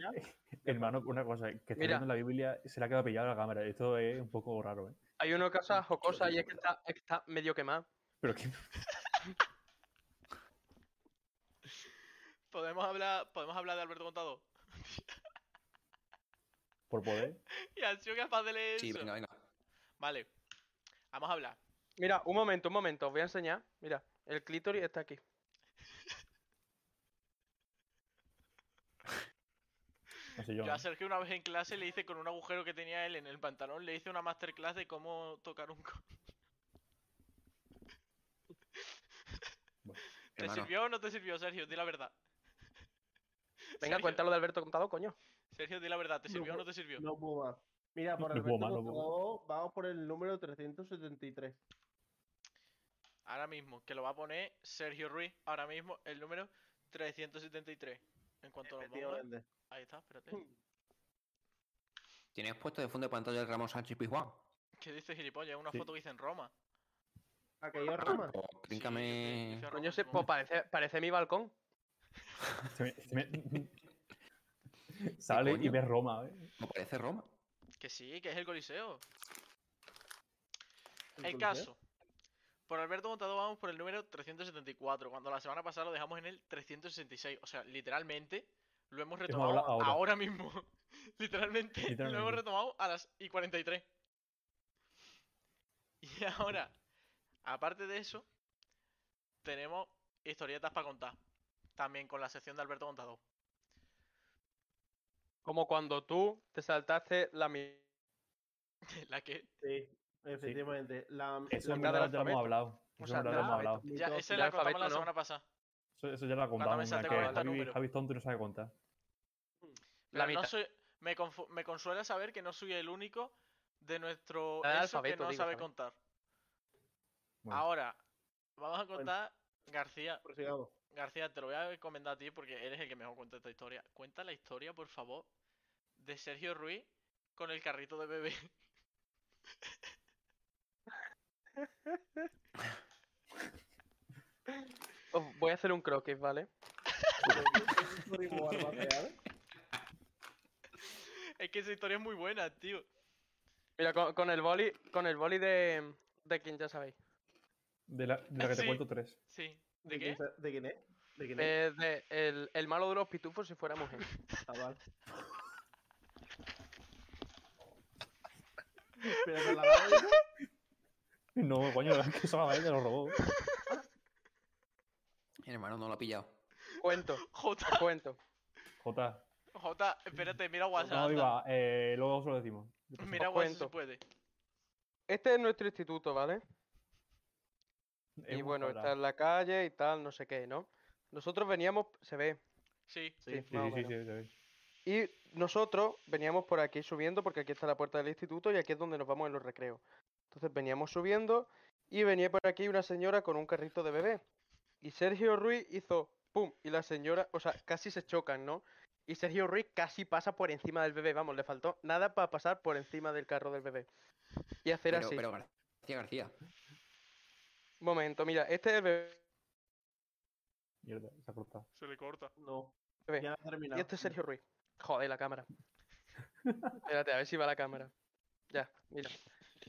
Hermano, una cosa, que está
Mira.
viendo la Biblia se le ha quedado pillada la cámara. Esto es un poco raro, ¿eh?
Hay una cosa jocosa y
digo,
es que está, es que está medio quemada.
Pero que
Podemos hablar. Podemos hablar de Alberto Contador.
por poder.
Y han sido capaz de leer
Sí,
eso.
venga, venga.
Vale. Vamos a hablar.
Mira, un momento, un momento, os voy a enseñar. Mira, el clítoris está aquí.
No sé yo.
Yo a
¿no?
Sergio una vez en clase le hice con un agujero que tenía él en el pantalón, le hice una masterclass de cómo tocar un co- ¿Te
Hermano,
sirvió o no te sirvió, Sergio? Di la verdad.
Venga,
Sergio,
cuéntalo de Alberto Contado, coño.
Sergio, di la verdad, ¿te
No
sirvió o no
puedo-
te sirvió?
No puedo más. Mira, por
No
el
puedo más, no puedo más.
vamos por el número 373.
Ahora mismo, que lo va a poner Sergio Ruiz, ahora mismo, el número 373. En cuanto lo ponga,
Efectivamente.
ahí está, espérate.
¿Tienes puesto de fondo de pantalla el Ramón Sánchez Pizjuán?
¿Qué dice gilipollas? Una
Sí.
foto que dice en Roma.
Aquello rama.
Pues,
Ah, Sí, yo estoy- yo
tríncame-
estoy
Coño,
arrogante,
se,
como-
pues parece, parece mi balcón.
Se me- se me- Sale y
coño?
ve Roma, ¿eh?
¿No parece Roma?
Que sí, que es el Coliseo.
El
El
Coliseo.
caso. Por Alberto Montado vamos por el número 374, cuando la semana pasada lo dejamos en el 366. O sea, literalmente lo hemos retomado
habla-
ahora.
ahora.
mismo. literalmente, lo hemos
Literalmente.
retomado a las y 43. Y ahora, aparte de eso, tenemos historietas para contar. También con la sección de Alberto Montado.
Como cuando tú te saltaste la mi-
La que...
Sí, efectivamente. La,
Eso
la
en
mitad
verdad
del
ya lo hemos
alfabeto.
hablado.
O
Eso
sea,
en verdad lo hemos
alfabeto.
hablado.
Ya,
Mito-
esa la
alfabeto,
contamos la
¿no?
semana pasada.
Eso, eso ya lo contamos.
salté
en
con
plan
el
Que Javi,
número.
Javi tonto no sabe contar.
la
Pero no
mitad.
soy- me, confu- me consuela saber que no soy el único de nuestro
La del
eso que
alfabeto,
no
digo,
sabe
¿sabes?
contar.
Bueno.
Ahora, vamos a contar García.
Prosigamos.
García, te lo voy a recomendar a ti porque eres el que mejor cuenta esta historia. Cuenta la historia, por favor, de Sergio Ruiz con el carrito de bebé.
Os voy a hacer un croquis, ¿vale?
Por igual, va a pegar.
es que esa historia es muy buena, tío.
Mira, con, con el boli, con el boli de, de quien ya sabéis.
De la, de la que
Sí.
te cuento tres.
Sí. ¿De
¿De quién
qué?
se- de quién es? ¿De quién es?
Eh, de el, el malo de los pitufos si fuera mujer.
Ah, vale. Pero con la mano dice,
No, coño, es que solamente lo robó.
Hermano, no lo ha pillado.
Cuento,
J,
os cuento.
Jota.
J, espérate, mira WhatsApp.
No,
anda.
iba, eh, luego se lo decimos.
Mira
Os
WhatsApp si
cuento.
puede.
Este es nuestro instituto, ¿vale?
Es
y
un
bueno,
Jota.
está en la calle y tal, no sé qué, ¿no? Nosotros veníamos, se ve,
Sí.
sí,
Sí,
más o
sí, sí,
menos.
sí, sí, sí.
Y nosotros veníamos por aquí subiendo, porque aquí está la puerta del instituto y aquí es donde nos vamos en los recreos. Entonces veníamos subiendo y venía por aquí una señora con un carrito de bebé. Y Sergio Ruiz hizo ¡pum! Y la señora, o sea, casi se chocan, ¿no? Y Sergio Ruiz casi pasa por encima del bebé, vamos, le faltó nada para pasar por encima del carro del bebé. Y hacer
Pero,
así.
pero García García.
Momento, mira, este es el bebé.
Mierda, se ha cortado.
eh, Se le corta.
No,
bebé.
ya ha terminado.
Y este es Sergio Ruiz. Joder, la cámara. Espérate, a ver si va la cámara. Ya, mira.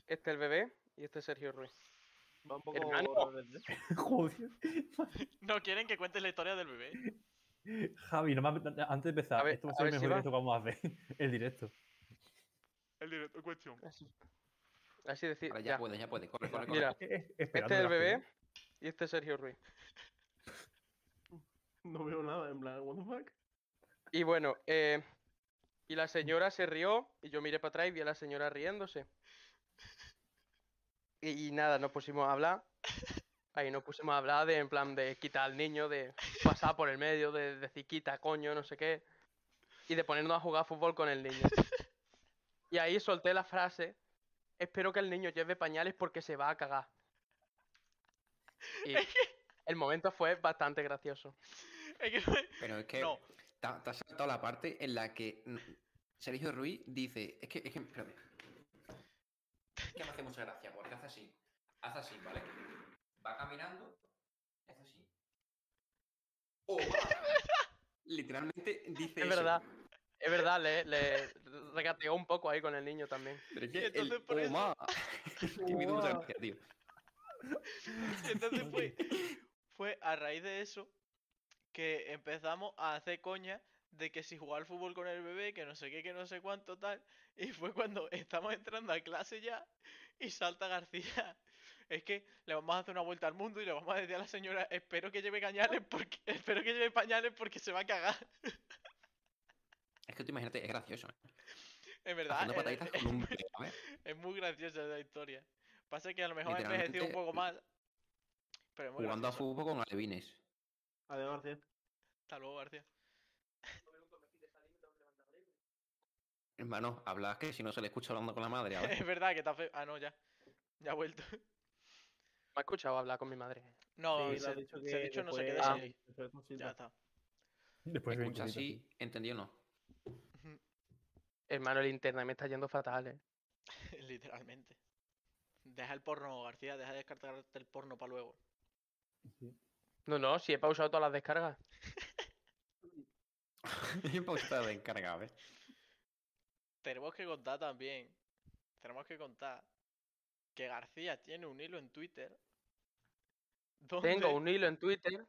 Este es el bebé y este es Sergio Ruiz.
Va un poco
Hermano.
rebelde.
Joder.
No quieren que cuentes la historia del bebé.
Javi, no me ha- antes de empezar,
A ver-
esto va a
a
ser el
ver si
mejor
va.
directo que vamos a hacer. El directo.
El directo en cuestión.
Así, así decir.
Ahora ya,
Ya.
puede, ya puede. Corre, corre, corre.
Mira,
Eh,
este
esperando
es el
la
bebé
gente.
y este es Sergio Ruiz.
No veo nada, en plan, what the fuck.
Y bueno, eh, y la señora se rió y yo miré para atrás y vi a la señora riéndose. Y, y nada, nos pusimos a hablar. Ahí nos pusimos a hablar de en plan de quitar al niño, de pasar por el medio, de decir quita, coño, no sé qué. Y de ponernos a jugar fútbol con el niño. Y ahí solté la frase, espero que el niño lleve pañales porque se va a cagar. Y el momento fue bastante gracioso.
Es que fue-
Pero es que
No.
te, ha- te has saltado la parte en la que mm, Sergio Ruiz dice. Es que, es que, espérate. Es que me hace mucha gracia, porque hace así. Hace así, ¿vale? Va caminando, hace así. O va- Literalmente dice.
Es
eso.
verdad. Es verdad, le, le regateó un poco ahí con el niño también.
Pero es
Y
que el oh,
entonces por eso-
Oma- es que me hizo mucha
Oma.
gracia, tío.
Y entonces fue, fue a raíz de eso que empezamos a hacer coña de que si jugar al fútbol con el bebé, que no sé qué, que no sé cuánto tal. Y fue cuando estamos entrando a clase ya y salta García. Es que le vamos a hacer una vuelta al mundo y le vamos a decir a la señora, espero que lleve cañales porque espero que lleve pañales porque se va a cagar.
Es que tú imagínate, es gracioso. ¿eh?
En verdad, Eh,
Haciendo
es-
pataditas
es-
con un bebé, ¿sabes?
es muy graciosa la historia. Pasa que a lo mejor ha
Literalmente,
envejecido un poco
l-
mal. Pero es muy
Jugando a
graciosa.
fútbol con alevines.
Adiós, García.
Hasta luego, García.
Hermano, hablas que si no se le escucha hablando con la madre. ahora.
Es verdad que está feo. Ah, no, ya. Ya ha vuelto.
Me ha escuchado hablar con mi madre.
No,
Sí, le
se,
ha dicho
se
que
ha dicho no se
después-
quede
Ah,
sin-
después consulta.
Ya está.
Después de 20
Escucha
minutos.
así, entendió o no.
Hermano, el internet me está yendo fatal, eh.
Literalmente. Deja el porno, García. Deja de descartarte el porno para luego.
Sí.
No, no, si he pausado todas las descargas.
Y un poquito de encargado, ¿eh? ¿ves?
Tenemos que contar también. Tenemos que contar que García tiene un hilo en Twitter.
Tengo
donde-
un hilo en Twitter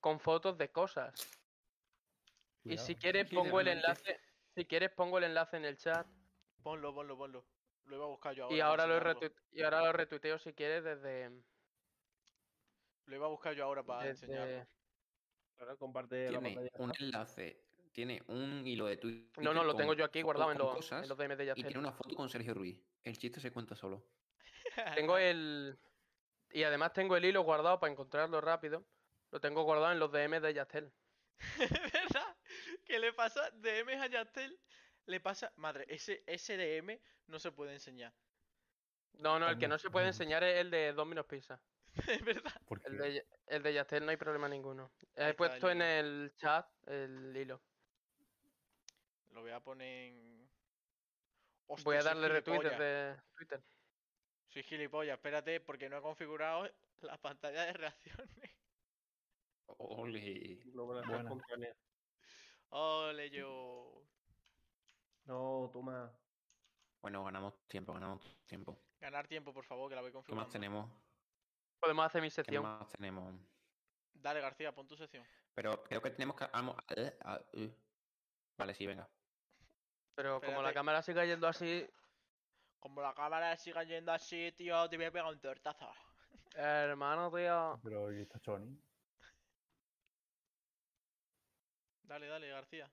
con fotos de cosas. Y si
Cuidado.
quieres pongo el
Literalmente.
enlace, si quieres pongo el enlace en el chat
Ponlo, ponlo, ponlo. Lo iba a buscar yo ahora.
y
para
ahora lo
enseñarlo.
retuit- y ahora lo retuiteo si quieres desde,
Lo iba a buscar yo ahora para enseñarlo.
desde...
Ahora comparte la
Tiene
pantalla.
un enlace, tiene un hilo de Twitter.
No, no, lo tengo
con
yo aquí
fotos
guardado en
con
los,
cosas
en los DMs de
Y
Yacel.
tiene una foto con Sergio Ruiz. El chiste se cuenta solo.
Tengo el y además tengo el hilo guardado para encontrarlo rápido. Lo tengo guardado en los DMs de Yacel.
¿Verdad? ¿Qué le pasa? DMs a Yastel. Le pasa. Madre, ese, ese DM no se puede enseñar.
No, no, el que
También,
no se puede
también.
enseñar es el de Domino's Pizza.
Es verdad.
¿Por qué?
El de, el de Yastel no hay problema ninguno.
Ahí
He
está
puesto
el
en
hilo.
el chat el hilo.
Lo voy a poner en.
Voy
Hostia,
a
soy
darle retweet
gilipollas.
desde Twitter.
Soy gilipollas, espérate, porque no he configurado la pantalla de reacciones.
Ole.
No, bueno,
Buena.
con planes.
Ole yo.
No, toma.
Bueno, ganamos tiempo, ganamos tiempo.
Ganar tiempo, por favor, que la voy
¿Qué más
configurando.
tenemos?
Podemos hacer mi
¿Qué
sección.
más tenemos?
Dale, García, pon tu sección.
Pero creo que tenemos que... vamos, eh, ah, eh. Vale, sí, venga.
Pero como la
Espérate.
cámara siga yendo así,
Como la cámara siga yendo así, tío, te voy a pegar un tortazo.
hermano, tío.
Pero ¿y está Choni?
Dale, dale, García.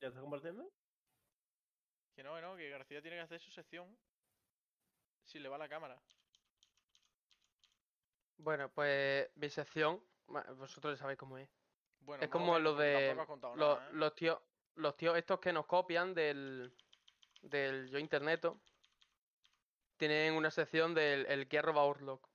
¿Ya está compartiendo?
Que no, que no, que García tiene que hacer su sección. Si le va la cámara.
Bueno, pues mi sección, ma- vosotros ya sabéis cómo es.
Bueno,
Es
más o
como
menos,
lo
porque
de
tampoco has contado
Lo-
nada, ¿eh?
los tíos, los tíos estos que nos copian del, del yo interneto, tienen una sección del el que roba Outlook.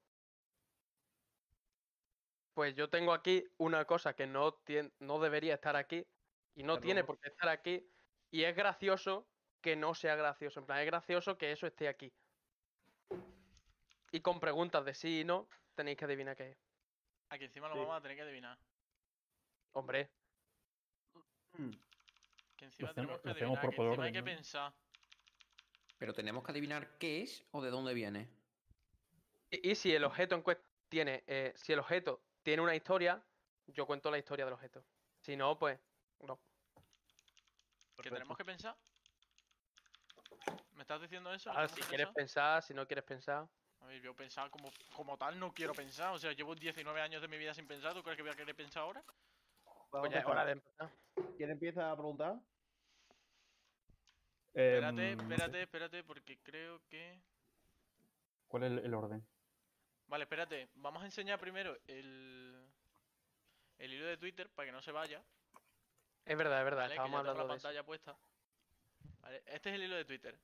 Pues yo tengo aquí una cosa que no tien- no debería estar aquí y no
Desde
tiene
luego.
por qué estar aquí y es gracioso que no sea gracioso, en plan es gracioso que eso esté aquí. Y con preguntas de sí y no tenéis que adivinar qué es.
Aquí encima lo
Sí.
vamos a tener que adivinar.
Hombre,
Que encima
hacemos-
tenemos que
lo hacemos
adivinar.
por-
que
por
encima hay
orden,
que
¿no?
pensar.
Pero tenemos que adivinar qué es o de dónde viene.
Y, y si el objeto en cuest- tiene, eh, si el objeto tiene una historia, yo cuento la historia del objeto. Si no, pues no.
Que tenemos que pensar. ¿Me estás diciendo eso? ¿Que
Ahora,
tenemos
Ah, si
que
quieres
pensar?
pensar, si no quieres pensar.
A ver, yo pensaba como, como tal, no quiero pensar. O sea, llevo 19 años de mi vida sin pensar. ¿Tú crees que voy a querer pensar ahora?
Vamos
Pues ya
a
es hora de
empezar.
empezar.
¿Quién empieza a preguntar?
Espérate,
Em,
espérate, espérate, porque creo que.
¿Cuál es el, el orden?
Vale, espérate. Vamos a enseñar primero el. El hilo de Twitter para que no se vaya.
Es verdad, es verdad,
Vale, que
estábamos
ya tengo
hablando
la
de eso.
pantalla puesta. Vale, este es el hilo de Twitter.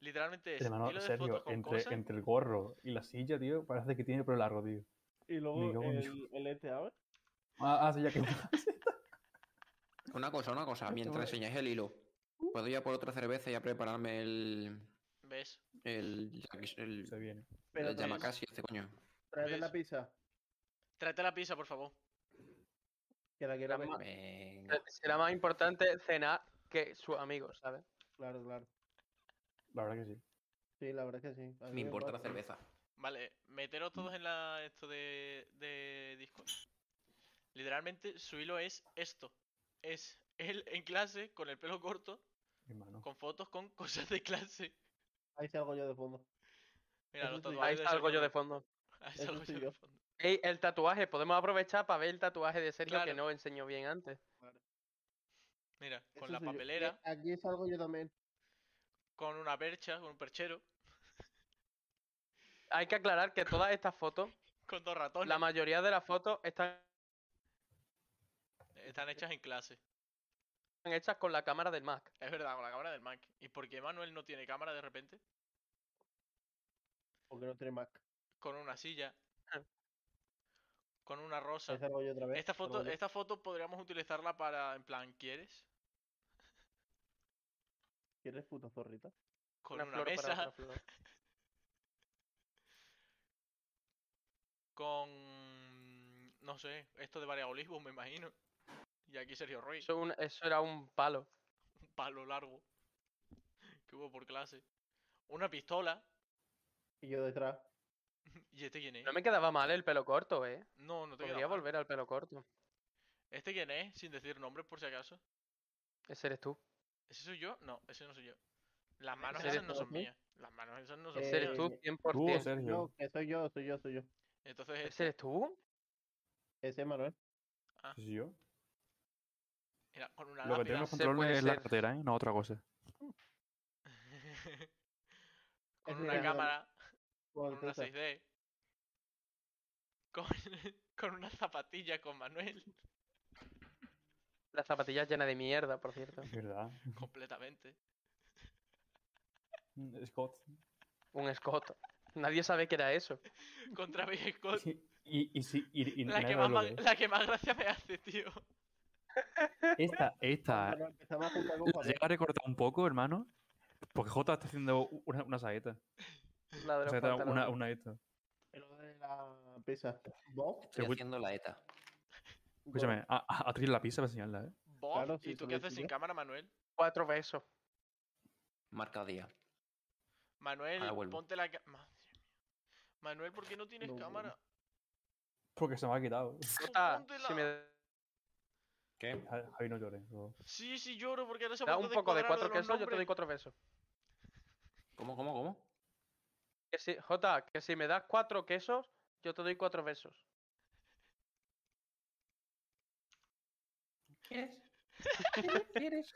Literalmente es
Hermano,
hilo de fotos
Sergio,
con
entre,
cosas.
entre el gorro y la silla, tío, parece que tiene el pelo largo, tío.
Y
Me
luego
cago en
el, el este, a ver.
Ah, ah sí, ya que.
Una cosa, una cosa. Mientras enseñáis el hilo, puedo ir a por otra cerveza y a prepararme el.
¿Ves?
El. El.
Se viene.
El,
Pero
el Yamakasi, este coño.
tráete la
¿Ves?
pizza.
Tráete la pizza, por favor.
Que la quiero
La
ver.
ma-
Venga.
Será más importante cenar que sus amigos, ¿sabes?
Claro, claro.
La verdad que sí.
Sí, la verdad es que sí. A mí
Me importa la
pasa.
cerveza.
Vale, meteros todos
Mm.
en la esto de, de Discord. Literalmente su hilo es esto. es él en clase con el pelo corto,
hermano.
con fotos con cosas de clase.
Ahí salgo yo de fondo.
Mira,
Eso
los
sí.
tatuajes.
Ahí
de
salgo yo de
Sergio
fondo.
Ramos. Ahí
Eso
salgo
sí,
yo de
yo.
fondo.
Ey, el tatuaje, podemos aprovechar para ver el tatuaje de Sergio que
Claro.
no enseñó bien antes.
Mira, con
Eso
la
soy yo.
papelera,
Eh, Aquí salgo yo también.
con una percha, con un perchero,
Hay que aclarar que todas estas fotos,
con dos ratones.
la mayoría de las fotos están
Están hechas en clase.
hechas con la cámara del Mac.
Es verdad, con la cámara del Mac. ¿Y por qué Manuel no tiene cámara de repente?
Porque no tiene Mac.
Con una silla.
Ah.
Con una rosa.
Ahí salgo yo otra vez.
Esta
salgo
foto,
yo.
esta foto podríamos utilizarla para, en plan, ¿quieres?
¿Quieres puta zorrita?
Con una,
flor para
mesa,
otra flor.
con... No sé, esto de varios olivos, me imagino. Y aquí Sergio Ruiz,
Eso, un- eso era un palo.
un palo largo. Que hubo por clase. Una pistola.
Y yo detrás.
¿Y este quién es?
No me quedaba mal el pelo corto, ¿eh?
No, no te
Podría
queda mal.
volver al pelo corto.
¿Este quién es? Sin decir nombres, por si acaso.
Ese eres tú.
¿Ese soy yo? No, ese no soy yo. Las manos
¿Ese eres
esas no
tú,
son
sí?
mías. Las manos esas no son
Ese eres
mías.
tú,
Eh,
100%.
Sergio.
No, que soy yo, soy yo, soy yo.
Entonces,
¿Ese eres tú?
Ese es Manuel.
¿Sí soy yo?
Ah, mira, con una
Lo que
lápida.
tenemos
se
control
puede
es la
ser.
cartera, ¿eh? No otra cosa.
con
Ese
una
era-
cámara.
Con
Con una
César.
6D. Con, con una zapatilla con Manuel.
Las zapatillas llenas de mierda, por cierto.
Es verdad.
Completamente.
Mm, Scott.
Un escoto. Nadie sabe qué era eso.
Con Travis Scott.
Y, y, sí, y, y
Oh. La
nadie
que,
sabe
más,
lo que
ma- la que más gracia me hace, tío.
es. Esta, esta.
Cuando nos empezamos a juntar con
la
Javier.
llega a recortar un poco, hermano. Porque Jota está haciendo u- una, una saeta.
La de los
saeta una,
pantalones.
una esta.
El otro de la pizza. ¿Vos?
Estoy
Escu-
haciendo la ETA.
Escúchame, a, a, a Tris la pizza para enseñarla, ¿eh?
Bob,
Claro,
¿y
sí,
tú
se
qué
lo
haces sin
decía.
cámara, Manuel?
Cuatro besos.
Marca día.
Manuel,
Ah,
Ahora vuelvo.
ponte la cámara. Manuel, ¿por qué no tienes
No,
cámara?
Porque se me ha quitado.
Jota,
Póntela.
Ah, si me
¿Qué?
Ja- Javi, no llores. no.
Sí, sí, lloro porque ahora se ha
da
vuelto
un poco de
descuadrar
cuatro
los
quesos, yo te doy
nombres.
cuatro besos.
¿Cómo, cómo, cómo?
Que si, Jota, que si me das cuatro quesos, yo te doy cuatro besos.
¿Quieres? ¿Quieres? ¿Quieres?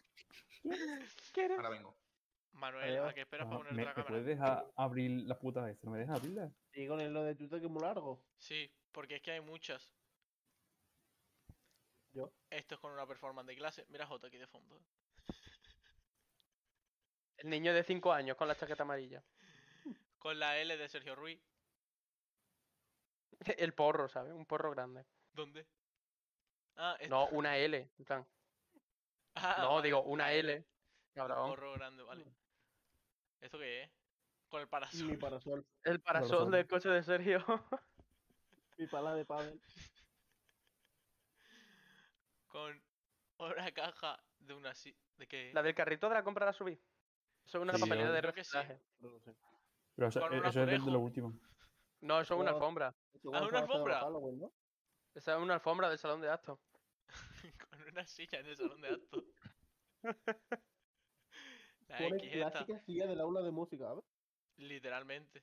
¿Quieres?
Ahora vengo.
Manuel, ¿a
Adiós.
qué esperas
Ajá,
para ponerte
Ah, ¿Me,
la
me
cámara?
puedes dejar abrir las putas estas? ¿No me dejas abrirlas?
Y con el lo de Twitter que es muy largo.
Sí, porque es que hay muchas.
Yo.
Esto es con una performance de clase. Mira a Jota aquí de fondo.
El niño de cinco años con la chaqueta amarilla.
Con la L de Sergio Ruiz.
El porro, ¿sabes? Un porro grande.
¿Dónde? Ah, es...
No, una L. en plan.
Ah,
No,
vale,
digo, una L. Cabrón.
Gorro grande, vale.
Mm.
¿Esto qué es? Con el
Y
parasol.
mi parasol.
El parasol
Parasol.
del coche de Sergio.
Mi pala de pádel.
Con una caja de una si... ¿De qué?
la del carrito de la compra la subí. Eso es una
Sí, yo
papelera de
creo que sí.
reciclaje.
No sé.
Pero eso,
Con un
eh, eso es de- de
azulejo.
lo último.
No, eso es una
Oh.
alfombra.
Esto
Ah,
cuando
una
estaba haciendo
alfombra.
Halloween, ¿no?
Esa es una alfombra del salón de actos.
Con una silla en el salón de actos. la
Pone
X esta.
clásica silla del aula de música, ¿sabes?
Literalmente.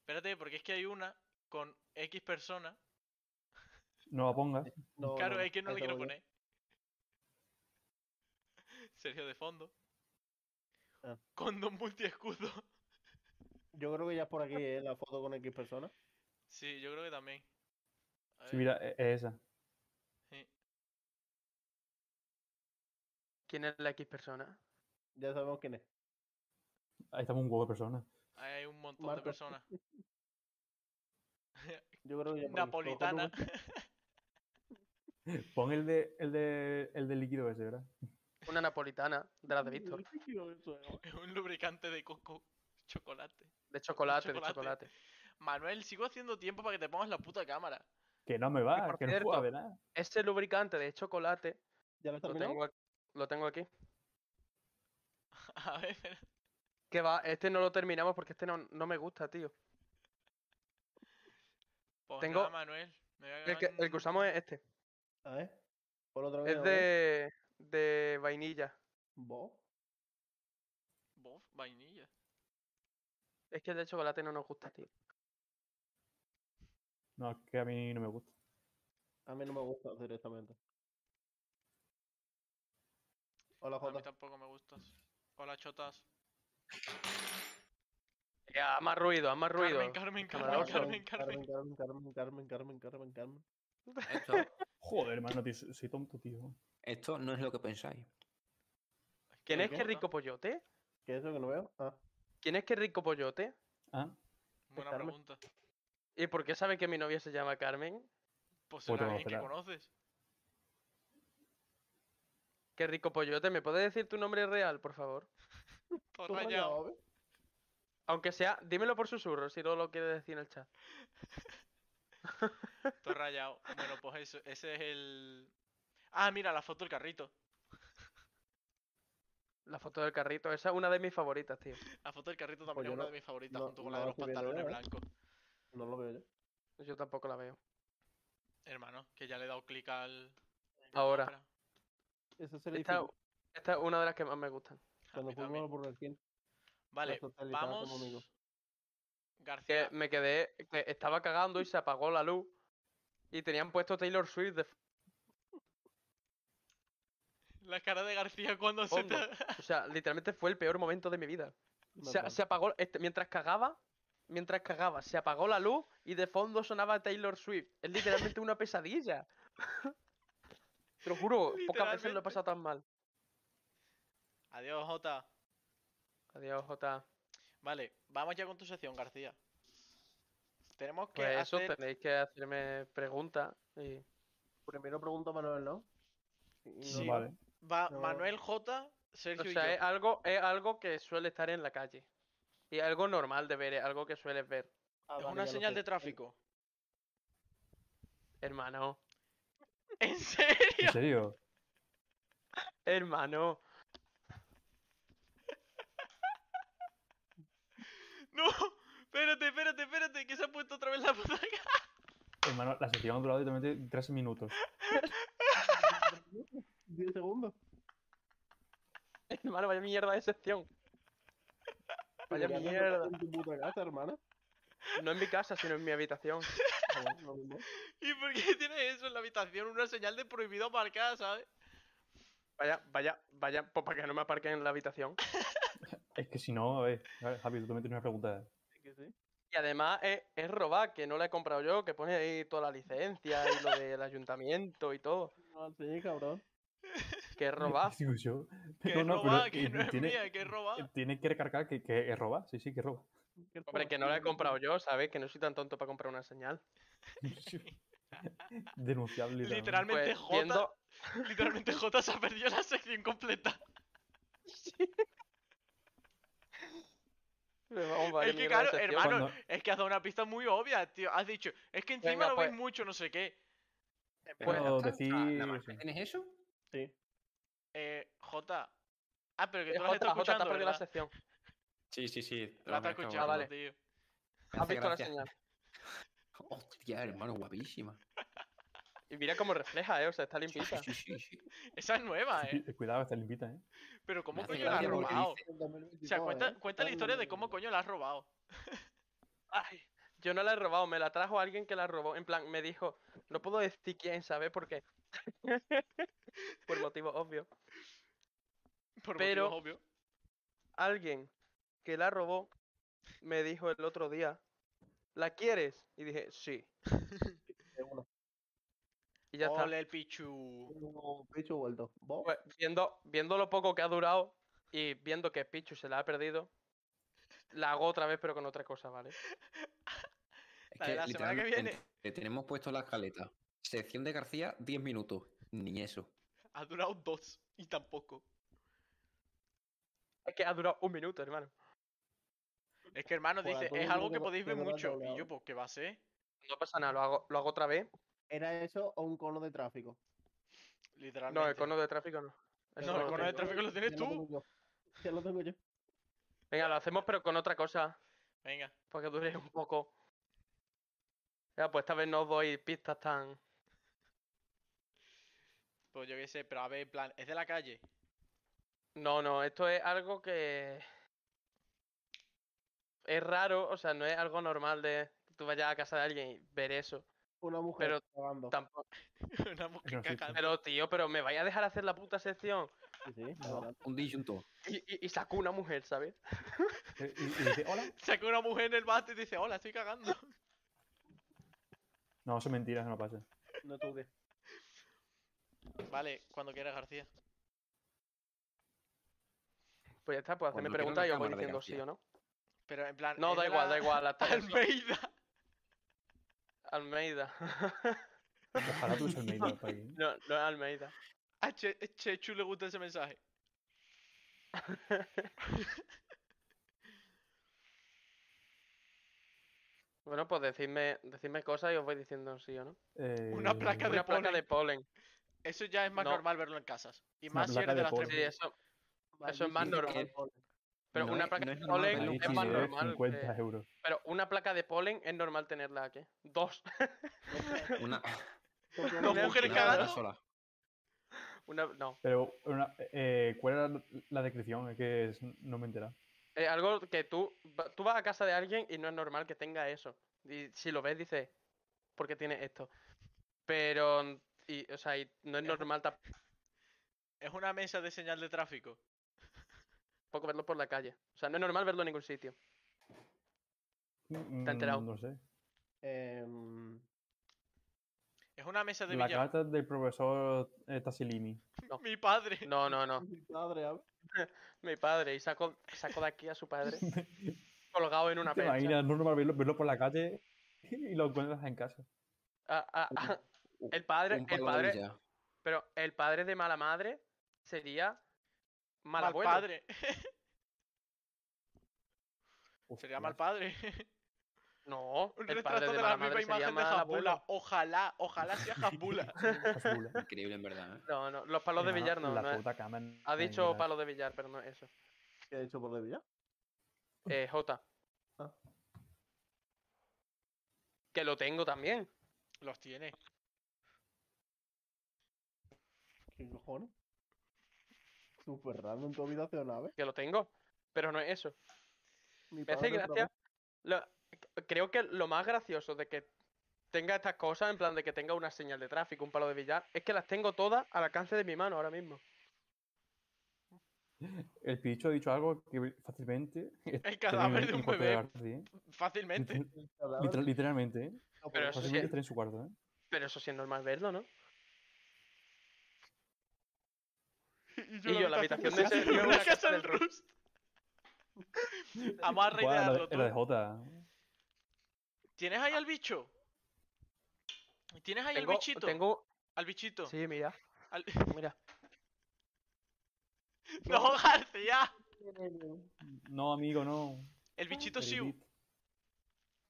Espérate, porque es que hay una con X personas.
No la pongas.
No,
claro,
Oh, no,
es que no
ahí
le quiero
salgo yo.
poner. Sergio de fondo.
Ah.
Con dos multiescudos.
Yo creo que ya es por aquí ¿eh? la foto con X personas.
Sí, yo creo que también. A
Sí,
ver,
mira, e- es esa.
sí.
¿Quién es la X persona?
Ya sabemos quién es.
Ahí estamos un huevo de personas.
Ahí hay un montón de
Marco.
personas.
Yo creo que ya por aquí. Cojo tu
Napolitana.
Pon el de, el de, el de líquido ese, ¿verdad?
Una napolitana, de las de
Yo
Víctor.
sí quiero eso, ¿eh?
Es un lubricante de coco. Chocolate.
De chocolate, de
chocolate.
chocolate.
Manuel, sigo haciendo tiempo para que te pongas la puta cámara.
Que no me va,
por
que no puedo
cierto-
ver nada.
Ese Este lubricante de chocolate
¿Ya lo has
lo
terminado?
tengo, aquí, lo tengo aquí.
A ver, espera.
Que va, este no lo terminamos porque este no, no me gusta, tío.
Pues
Tengo-
nada, Manuel. me voy a
El que,
ganar
el que
un-
usamos es este.
A ver. Por otra vez.
Es de, de vainilla.
¿Vos?
Bof, vainilla.
Es que el de chocolate no nos gusta, tío.
No, es que a mí no me gusta.
A mí no me gusta directamente. Hola,
A mí
Jota.
tampoco me gustas. Hola, chotas.
Eh, Haz más ruido, haz más ruido.
Carmen, Carmen, Carmen,
Camaroso.
Carmen, Carmen.
Carmen, Carmen, Carmen, Carmen, Carmen, Carmen, Carmen.
Esto,
Joder, hermano, tío, soy soy tonto, tío.
esto no es lo que pensáis.
¿Quién es
Carmen,
que
Carmen.
rico pollote?
¿Qué es eso que no veo? Ah,
¿Quién es que rico pollote?
Ah,
Buena
Carmen?
pregunta.
¿Y por qué sabe que mi novia se llama Carmen?
Pues
Pues
será
no,
alguien que
será.
conoces.
Qué rico pollote, ¿me puedes decir tu nombre real, por favor?
Todo
¿tú
rayado.
rayado, ve?
Aunque sea, dímelo por susurro, si no lo quieres decir en el chat.
Todo rayado. Bueno, pues eso, ese es el. Ah, mira, la foto del carrito.
La foto del carrito, esa es una de mis favoritas, tío.
La foto del carrito
Pues
también
yo
es una
no-
de mis favoritas,
no-
junto con la
no
de
la
los
estoy viendo
pantalones
ahora, ¿eh?
blancos.
No lo veo yo.
Yo tampoco la veo.
Hermano, que ya le he dado clic al.
Ahora.
Espera.
Eso se le dice
Esta, esta es una de las que más me gustan.
A
cuando
mí
fuimos
también.
a Burger King.
Vale,
socializaba con
vamos.
mi amigo.
Que
García.
me quedé, que estaba cagando y se apagó la luz. Y tenían puesto Taylor Swift de
La cara de García cuando se
fondo.
te.
O sea, literalmente fue el peor momento de mi vida. Se,
Normal.
se apagó, este- mientras cagaba, mientras cagaba, se apagó la luz y de fondo sonaba Taylor Swift. Es literalmente una pesadilla. Te lo juro, pocas veces lo
Literalmente.
he pasado tan mal.
Adiós, Jota.
Adiós, Jota.
Vale, vamos ya con tu sección, García. Tenemos que
Pues eso,
hacer.
tenéis que hacerme preguntas. Y...
Primero pregunto a Manuel, ¿no? Y-
Sí.
no,
Vale.
Va
No.
Manuel J,
O
Sergio
sea, eh, ah,
y
es
yo. Ah,
algo, es algo que suele estar en la calle. Y algo normal de ver, es algo que sueles ver.
Ah,
Es
vale, ya
una
lo
señal
sé.
de tráfico.
Hermano,
¿En serio?
¿En serio?
hermano.
No, espérate, espérate, espérate, que se ha puesto otra vez la puta cara.
Hermano, la sección ha durado literalmente tres minutos.
10 segundos.
Hermano, vaya mierda de sección. Vaya
Pero ya te
mierda.
metes En tu puta casa, hermana.
No en mi casa, sino en mi habitación.
Joder, lo mismo.
¿Y por qué tiene eso en la habitación? Una señal de prohibido marcada, ¿sabes?
Vaya, vaya, vaya, pues para que no me aparquen en la habitación.
Es que si no, a ver, a ver, Javi, tú también tienes una pregunta.
Sí que sí.
Y además es, es robar, que no la he comprado yo, que pone ahí toda la licencia y lo del ayuntamiento y todo.
No, sí, cabrón.
Que es robar.
Digo yo.
Que
No,
es
no, pero
roba, que
eh,
no es
tiene,
mía, que es roba.
eh, tiene que recargar que, que es roba, sí, sí, que roba.
Qué
Hombre, que no la he comprado yo, ¿sabes? Que no soy tan tonto para comprar una señal.
Denunciable. literalmente.
Literalmente
Pues
J,
viendo,
literalmente J se ha perdido la sección completa.
vamos, vaya
es que
mierda de
claro,
sección.
hermano,
Cuando- eh,
es que has dado una pista muy obvia, tío. Has dicho, es que encima
Venga,
lo
pues.
veis mucho, no sé qué.
Pues,
Bueno,
ya está. O sea, ¿la
decir-
marca ¿Tienes eso?
Sí.
Eh, J. Ah, pero que
Eh,
tú la estás
Jota, Jota, te has
escuchando,
perdido la
¿verdad?
sección.
Sí, sí, sí.
La estás escuchando,
vale.
tío.
Has visto la señal.
Hostia, hermano, guapísima.
Y mira cómo refleja, ¿eh? O sea, está
Sí,
limpita.
sí, sí, sí.
Esa es nueva, ¿eh?
Sí, Cuidado, hasta le invita, ¿eh?
Pero ¿cómo
Me hace
coño la has
gracia porque
robado?
dice-
O sea, cuenta, cuenta
¿eh?
la historia de cómo coño la has robado.
Ay, yo no la he robado, me la trajo alguien que la robó. En plan, me dijo, no puedo decir quién, ¿sabes? por qué? Por motivos obvios.
Por
Pero-
motivos obvios.
Alguien que la robó me dijo el otro día, ¿la quieres? Y dije, sí. Y ya
Ole
está.
el Pichu.
Tengo pecho vuelto. ¿Vos?
Pues, viendo, viendo lo poco que ha durado y viendo que Pichu se la ha perdido, la hago otra vez, pero con otra cosa, ¿vale?
Es
La de la semana que
literalmente,
viene.
le tenemos puesto la escaleta. Sección de García, 10 minutos. Ni eso.
Ha durado dos y tampoco.
Es que ha durado un minuto, hermano.
Es que hermano
Joder,
dice,
todo el
es
mundo
algo
que
que
va-
podéis
que
ver
me lo ha
mucho. Y
doblado.
yo, pues, ¿qué va a ser?
No pasa nada, lo hago, lo hago otra vez.
¿Era eso o un cono de tráfico?
Literalmente.
No, el cono de tráfico no. Eso
No,
no
el
lo
cono de
tengo.
tráfico lo tienes
Ya lo
tú.
tengo yo. Ya lo tengo yo.
Venga, lo hacemos, pero con otra cosa.
Venga.
Para que dure un poco. Ya, pues esta vez no os doy pistas tan.
Pues yo qué sé, pero a ver, en plan, es de la calle.
No, no, esto es algo que es raro, o sea, no es algo normal de que tú vayas a casa de alguien y ver eso.
Una mujer
Pero-
cagando.
Tampoco.
Una mujer
Eso sí, sí.
cagando.
Pero tío, pero me vais a dejar hacer la puta sección
Sí, sí,
No.
adelante.
Un disyunto.
y, y, y saco una mujer, ¿sabes?
Y, y- y dice, hola.
Saca una mujer en el bate y dice, hola, estoy cagando.
No, eso es mentira, eso no pasa.
No estudies.
Vale, cuando quieras, García.
Pues ya está, pues hacerme
Cuando quiera
preguntas
una
y yo voy
cámara de
diciendo
García.
sí o no.
Pero en plan.
No,
es
da
de
igual,
la
da igual, hasta
Almeida.
Almeida.
Ojalá tuviese el mail para ir.
no, no es Almeida.
A Che- Chechu le gusta ese mensaje.
Bueno, pues decidme, decidme cosas y os voy diciendo sí o no.
Una placa
Eh,
Una placa de polen.
Eso ya es más
No.
normal verlo en casas. Y
Una
más si
placa
eres de
de
las tres.
polvo.
Sí,
mil.
eso, eso es más normal. Pero
No
una
es-
placa
no
de
es normal, ¿eh?
polen
pero
Ahí
es
es más
sí,
normal.
normal. eh.
50
que-
E euros.
Pero una placa de polen es normal tenerla aquí. Dos.
¿eh? Una,
Dos mujeres cagando.
una palabra sola.
Una, no.
Pero, una, eh, ¿cuál era la- la descripción? Es que es- no me entera.
Es algo que tú, va- tú vas a casa de alguien y no es normal que tenga eso. Y si lo ves, dices, ¿por qué tiene esto? Pero, n- y, o sea, y no es
Es un-
normal
Es una mesa de señal de tráfico.
tampoco verlo por la calle. O sea, no es normal verlo en ningún sitio.
Mm,
enterado?
No sé.
Em,
Es una mesa de
La
billar.
carta del profesor eh, Tassilini.
no.
Mi padre.
No, no, no.
mi padre, a ver.
Mi padre. Y saco, saco de aquí a su padre colgado en una
¿Te
percha.
imaginas? No es normal verlo, verlo por la calle y lo encuentras en casa.
Ah, ah, ah, El padre,
Un
el
palo de
padre,
orilla.
pero el padre de mala madre sería mal
Mal
abuelo.
padre. Sería
Hostias.
mal padre.
No,
Un
el padre
retrato
de,
de
mala
la misma
madre sería
imagen de
mal abuelo.
Jabula. Ojalá, ojalá sea Jabula.
Azul.
Increíble, en verdad. ¿eh?
No, no, los palos de
Hermano,
billar no.
La
no es-
puta ¿eh? cama en-
Ha
en
dicho
Milán.
palos de billar, pero no es eso.
¿Qué ha hecho por de Villa?
Eh, J.
Ah.
Que lo tengo también.
Los tiene.
¿Qué cojones? Súper random tu habitación, a ver.
Que lo tengo. Pero no es eso.
Mi
Me hace
padre otra
gracia.
vez.
lo- c- creo que lo más gracioso de que tenga estas cosas, en plan de que tenga una señal de tráfico, un palo de billar, es que las tengo todas al alcance de mi mano ahora mismo.
El picho ha dicho algo que fácilmente. está
El
en
cadáver
el-
de
en
un
el cuarto de
bebé.
García, ¿eh?
Fácilmente.
Literal-
A ver,
literal- literalmente, ¿eh?
no,
pero eso sí
Fácilmente
es-
está en su cuarto, ¿eh?
Pero eso sí es normal verlo, ¿no?
yo
Y yo, la habitación de ese tío,
Una
una
casa
casa
del
del Rust.
Rust. Vamos a
Guau, la de-
reidearlo,
la de
tú.
Jota.
¿Tienes ahí al bicho? ¿Tienes ahí
Tengo,
al bichito?
tengo.
Al bichito.
Sí, mira.
Al-
Mira.
No, García.
No, amigo, no.
El bichito Siu.
Edith.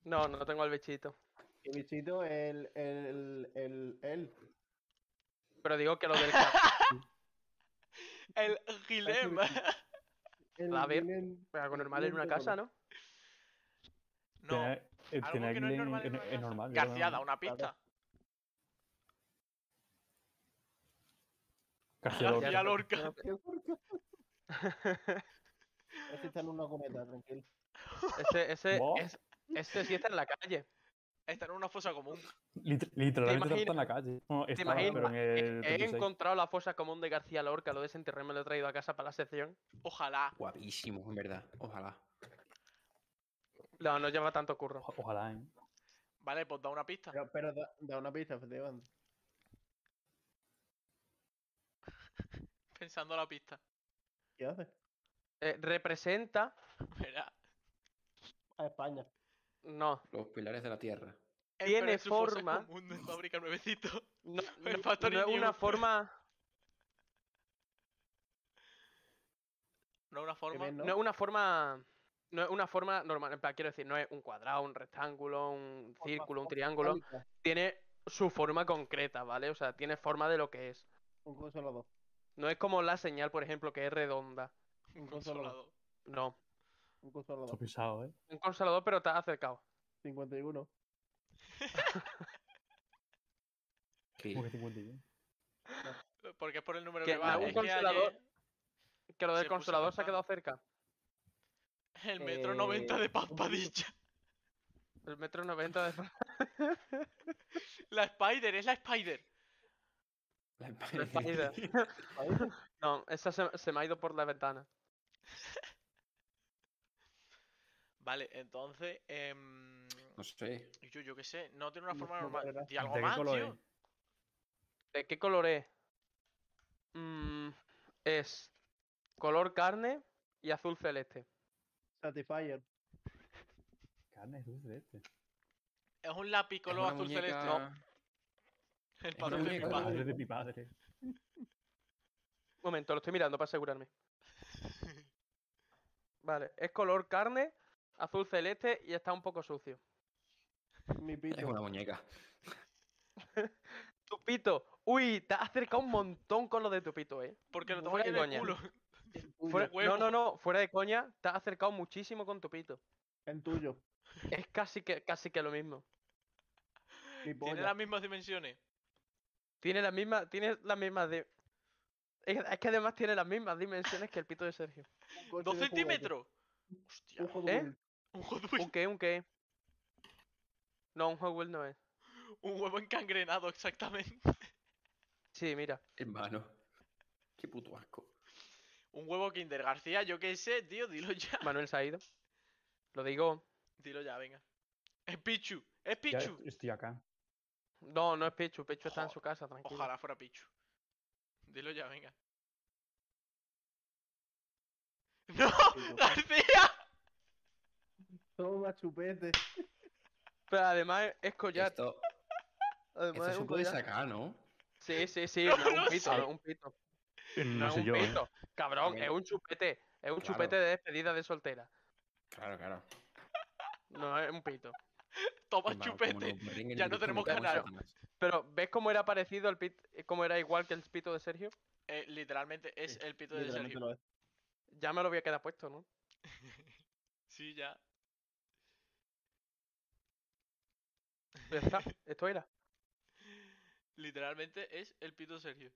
No, no tengo al bichito.
El bichito, el, el, el, el.
Pero digo que lo del ca-
El Guilem.
el
A ver.
Guilén-
algo normal en una
Guilén de
casa,
Bono.
No.
¿no?
Tener- eh,
algo
tener
que no es
Glenn
normal en
en-
una
es
casa.
normal, yo
García,
creo,
da
¿no?
una pista.
García
García
Lorca.
Lorca.
Pero-
¿Qué por qué? Ese está en una cometa, tranquilo.
Ese, ese,
¿Vos?
es- ese sí está en la calle.
Está en una fosa común.
Lit- Literalmente
imaginas?
está en la calle. No,
¿Te
estaba,
imaginas?
pero en el
He
36.
encontrado la fosa común de García Lorca, lo desenterré, me lo he traído a casa para la sección.
Ojalá.
Guapísimo, en verdad. Ojalá.
No, no lleva tanto curro.
O- Ojalá, ¿eh?
Vale, pues da una pista.
Pero, pero da, da una pista, efectivamente.
Pensando la pista.
¿Qué hace?
Eh, representa.
Verá.
A España.
No,
Los pilares de la tierra.
Eh,
Tiene
pero es su fosa
forma.
común de fábrica nuevecito.
no,
El
no-
Factory
no es
New.
una forma.
No una
Qué
forma.
bien,
No es una forma. No es una forma normal. En plan, quiero decir, no es un cuadrado, un rectángulo, un
Forma-
círculo, un
forma
triángulo.
metálica.
Tiene su forma concreta, ¿vale? O sea, tiene forma de lo que es.
Un consolador.
No es como la señal, por ejemplo, que es redonda.
Un
Un consolador.
consolador.
No.
Un
Esto
consolador.
es pisado, ¿eh?
Un consolador, pero está acercado.
51.
Sí.
Como que 51.
Porque es por el número
Que
que, va.
algún
Es que
consolador-
ayer
Que lo
Se
del
puso
consolador pues, se ha
pesado.
quedado cerca.
el metro
Eh,
90 de Paz
un
Padilla.
El metro 90 de
La Spider, es la Spider.
La
de Spider. no, esa se, se me ha ido por la ventana.
Vale, entonces. em,
No sé.
yo, yo qué sé, no tiene una
No-
forma
no
normal.
cuadra.
Di algo
¿De qué
más,
color
tío.
es?
¿De qué color es? Mm, es color carne y azul celeste.
Satisfyer.
Carne dulce este.
Es un lápiz color azul celeste. El
es una
patrón de mi
muñeca.
padre.
Padre de mi padre.
Un momento, lo estoy mirando para asegurarme. Vale, es color carne, azul celeste y está un poco sucio.
Mi
Es
pito.
una muñeca.
Tupito, uy, te has acercado un montón con lo de Tupito, eh.
Porque lo tengo
Fuera
aquí en
de
el
coña.
culo.
Fuera-
huevo.
no, no, no, fuera de coña, te has acercado muchísimo con Tupito.
El tuyo.
Es casi que, casi que lo mismo.
Mi
Tiene
polla.
las mismas dimensiones.
Tiene la misma, tiene las mismas de. Es es que además tiene las mismas dimensiones que el pito de Sergio.
Un
¡Dos
coche de juguete.
centímetros! Hostia,
Un Hot
¿Eh?
Wheel.
un Hot Wheels.
¿Un qué? ¿Un qué? No, un Hot Wheels no es.
Un huevo encangrenado, exactamente.
Sí, mira.
Hermano. Qué puto asco.
Un huevo Kinder García, yo qué sé, tío, dilo ya.
Manuel se ha ido. Lo digo.
Dilo ya, venga. Es Pichu, es
Ya
Pichu.
est- estoy acá.
No, no es Pichu. Pichu está en
Jo-
su casa, tranquilo.
Ojalá fuera Pichu. Dilo ya, venga. ¡No! ¡García!
Toma, chupete.
Pero además es- es collar.
Esto,
Pues Además
esto
es
se
un
puede
collar.
sacar, ¿no?
Sí, sí, sí.
No
No, es
lo
un pito,
sé.
no es un pito.
Eh,
No, es un pito. Cabrón, es un chupete. Es
Claro.
un chupete de despedida de soltera.
Claro, claro.
No es un pito.
Toma
Hermano, como
chupete.
nos berringuen
Ya
en
no
directo,
tenemos
me cago en
canal.
Satanás.
Pero, ¿ves cómo era parecido al pito? ¿Cómo era igual que el pito de Sergio?
Eh, literalmente es el pito de
Literalmente
Sergio.
lo es.
Ya me lo voy a quedar puesto, ¿no?
Sí, ya.
Ya está. Esto era.
Literalmente es el pito de Sergio.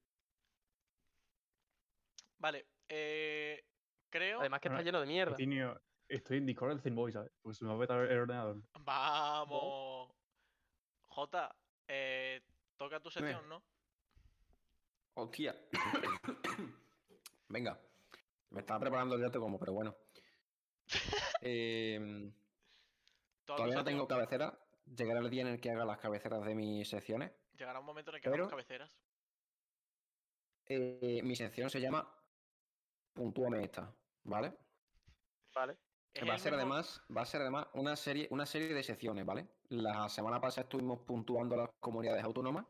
Vale, eh, creo.
Además que está
Ahora,
lleno de mierda.
Tinio, estoy en Discord del Zinboy, ¿sabes? Pues me va a petar el ordenador.
Vamos. Jota, eh, toca tu
Dime.
sección, ¿no?
Hostia. Venga. Me estaba preparando el dato como, pero bueno. Em,
Toca tu
todavía no
sección.
tengo cabecera. Llegará el día en el que haga las cabeceras de mis secciones.
Llegará un momento en el que hagamos
Pero-
cabeceras.
Eh, mi sección se llama Puntúame esta, ¿vale?
Vale.
Es
va a
el
ser
mismo-
además, va a ser además una serie, una serie de secciones, ¿vale? La semana pasada estuvimos puntuando a las comunidades autónomas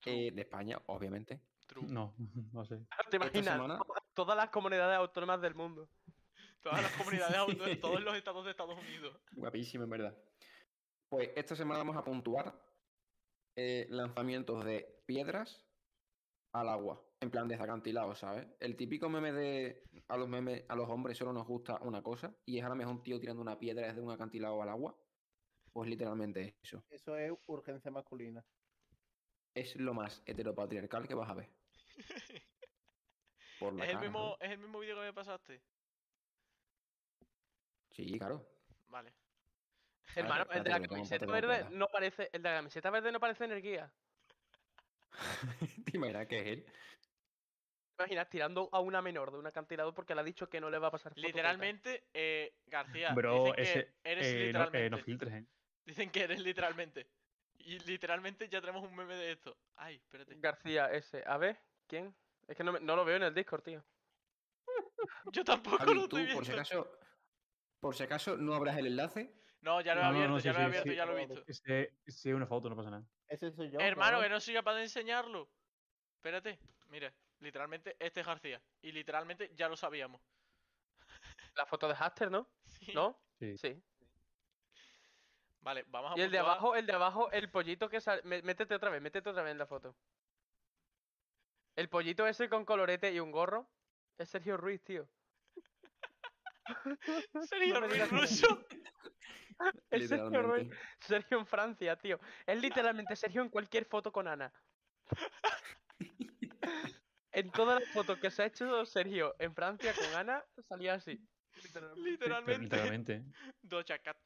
True,
eh, de España, obviamente.
true.
No, no sé.
¿Te
Esta
imaginas?
semana-
Toda- Todas las comunidades autónomas del mundo.
Todas las comunidades autónomas, todos los estados de Estados Unidos.
Guapísimo, en verdad. Pues esta semana vamos a puntuar eh, lanzamientos de piedras al agua, en plan desde acantilado, ¿sabes? El típico meme de a los memes, a los hombres solo nos gusta una cosa, y es ahora mismo un tío tirando una piedra desde un acantilado al agua. Pues literalmente eso.
Eso es urgencia masculina.
Es lo más heteropatriarcal que vas a ver. Por la
Es el,
cara, ¿no?
mismo, es el mismo vídeo que me pasaste.
Sí, claro.
Vale.
Hermano, el
espérate,
de la
que lo tengo un
camiseta
poco que
verde
guardar.
no parece. El de la camiseta verde no parece energía.
¿Te imaginas que es él?
¿Te imaginas tirando a una menor de un acantilado porque le ha dicho que no le va a pasar foto nunca?
Literalmente, eh, García,
Bro,
dicen que
ese.
eres
eh, no,
literalmente.
eh, no filtres, ¿eh?
Dicen que eres literalmente. Y literalmente ya tenemos un meme de esto. Ay, espérate.
García ese. A ver, ¿quién? Es que no, me- no lo veo en el Discord, tío.
Yo tampoco
Javi,
lo
tú,
estoy viendo.
por si acaso, por si acaso, no abras el enlace.
No, ya lo he
No, no,
abierto,
no,
ya
sí,
lo he
sí,
abierto,
sí.
ya lo he visto.
Ese, si es una foto, no pasa nada.
Ese soy yo.
Hermano, que
cabrón.
no soy capaz de enseñarlo. Espérate, mira, literalmente este es García. Y literalmente ya lo sabíamos.
La foto de Haster, ¿no?
Sí.
¿No?
Sí.
Sí.
Vale, vamos a
Y el de
puntuar.
abajo, el de abajo, el pollito que sale. me- Métete otra vez, métete otra vez en la foto. El pollito ese con colorete y un gorro es Sergio Ruiz, tío.
Sergio
No me
Ruiz
digas que-
Russo.
Es Sergio Ruiz.
Literalmente.
Sergio en Francia, tío. Es literalmente Sergio en cualquier foto con Ana. En todas las fotos que se ha hecho Sergio en Francia con Ana, salía así. literalmente.
Literalmente.
Literalmente.
Doja Cat.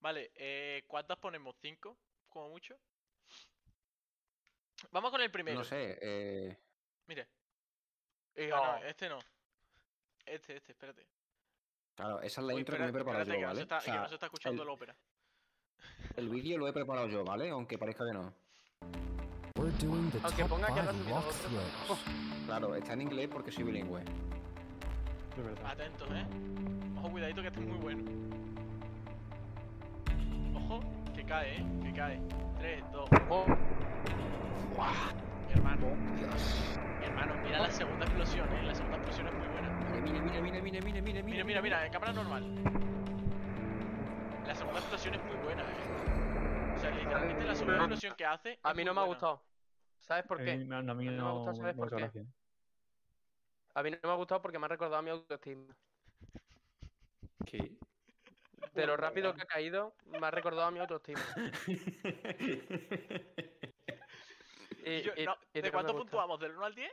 Vale, eh, ¿cuántas ponemos? ¿Cinco? Como mucho. Vamos con el primero.
No sé, eh,
Mire. Eh, ah, no,
No.
este no. Este, este, espérate.
claro, esa es la
Uy,
intro que me he
espera-
preparado
espérate, que
yo,
no
¿vale?
se está,
O
que
sea,
no se está escuchando
el-
la ópera.
el vídeo lo he preparado yo, ¿vale? Aunque parezca que no.
We're doing the
Aunque
top
ponga que lo ha
five
subido otro.
walkthroughs.
Claro, está en inglés porque soy bilingüe.
Es verdad.
Atentos, eh. Ojo, cuidadito que este es muy bueno. Ojo, que cae, eh. Que cae. 3, 2,
Oh,
hermano. Hermano, mira la segunda explosión, eh. La segunda explosión es muy buena.
Mira, mira, mira, mira, mira, mira,
Mira, mira, mira, en cámara normal. La segunda explosión es muy buena, eh. O sea, literalmente la segunda explosión que hace. es
a mí
muy
no me ha
buena.
gustado. ¿Sabes por
A mí
qué?
me- no, a mí
Porque no me ha
no-
gustado, ¿sabes
no me
por
ha hecho
qué?
gracia.
A mí no me ha gustado porque me ha recordado a mi autoestima.
¿Qué?
De lo rápido que ha caído, me ha recordado a mi autoestima. Y-
Y yo-
y-
no, ¿De
y eh, no me
cuánto
gusta.
puntuamos? ¿Del 1 al 10?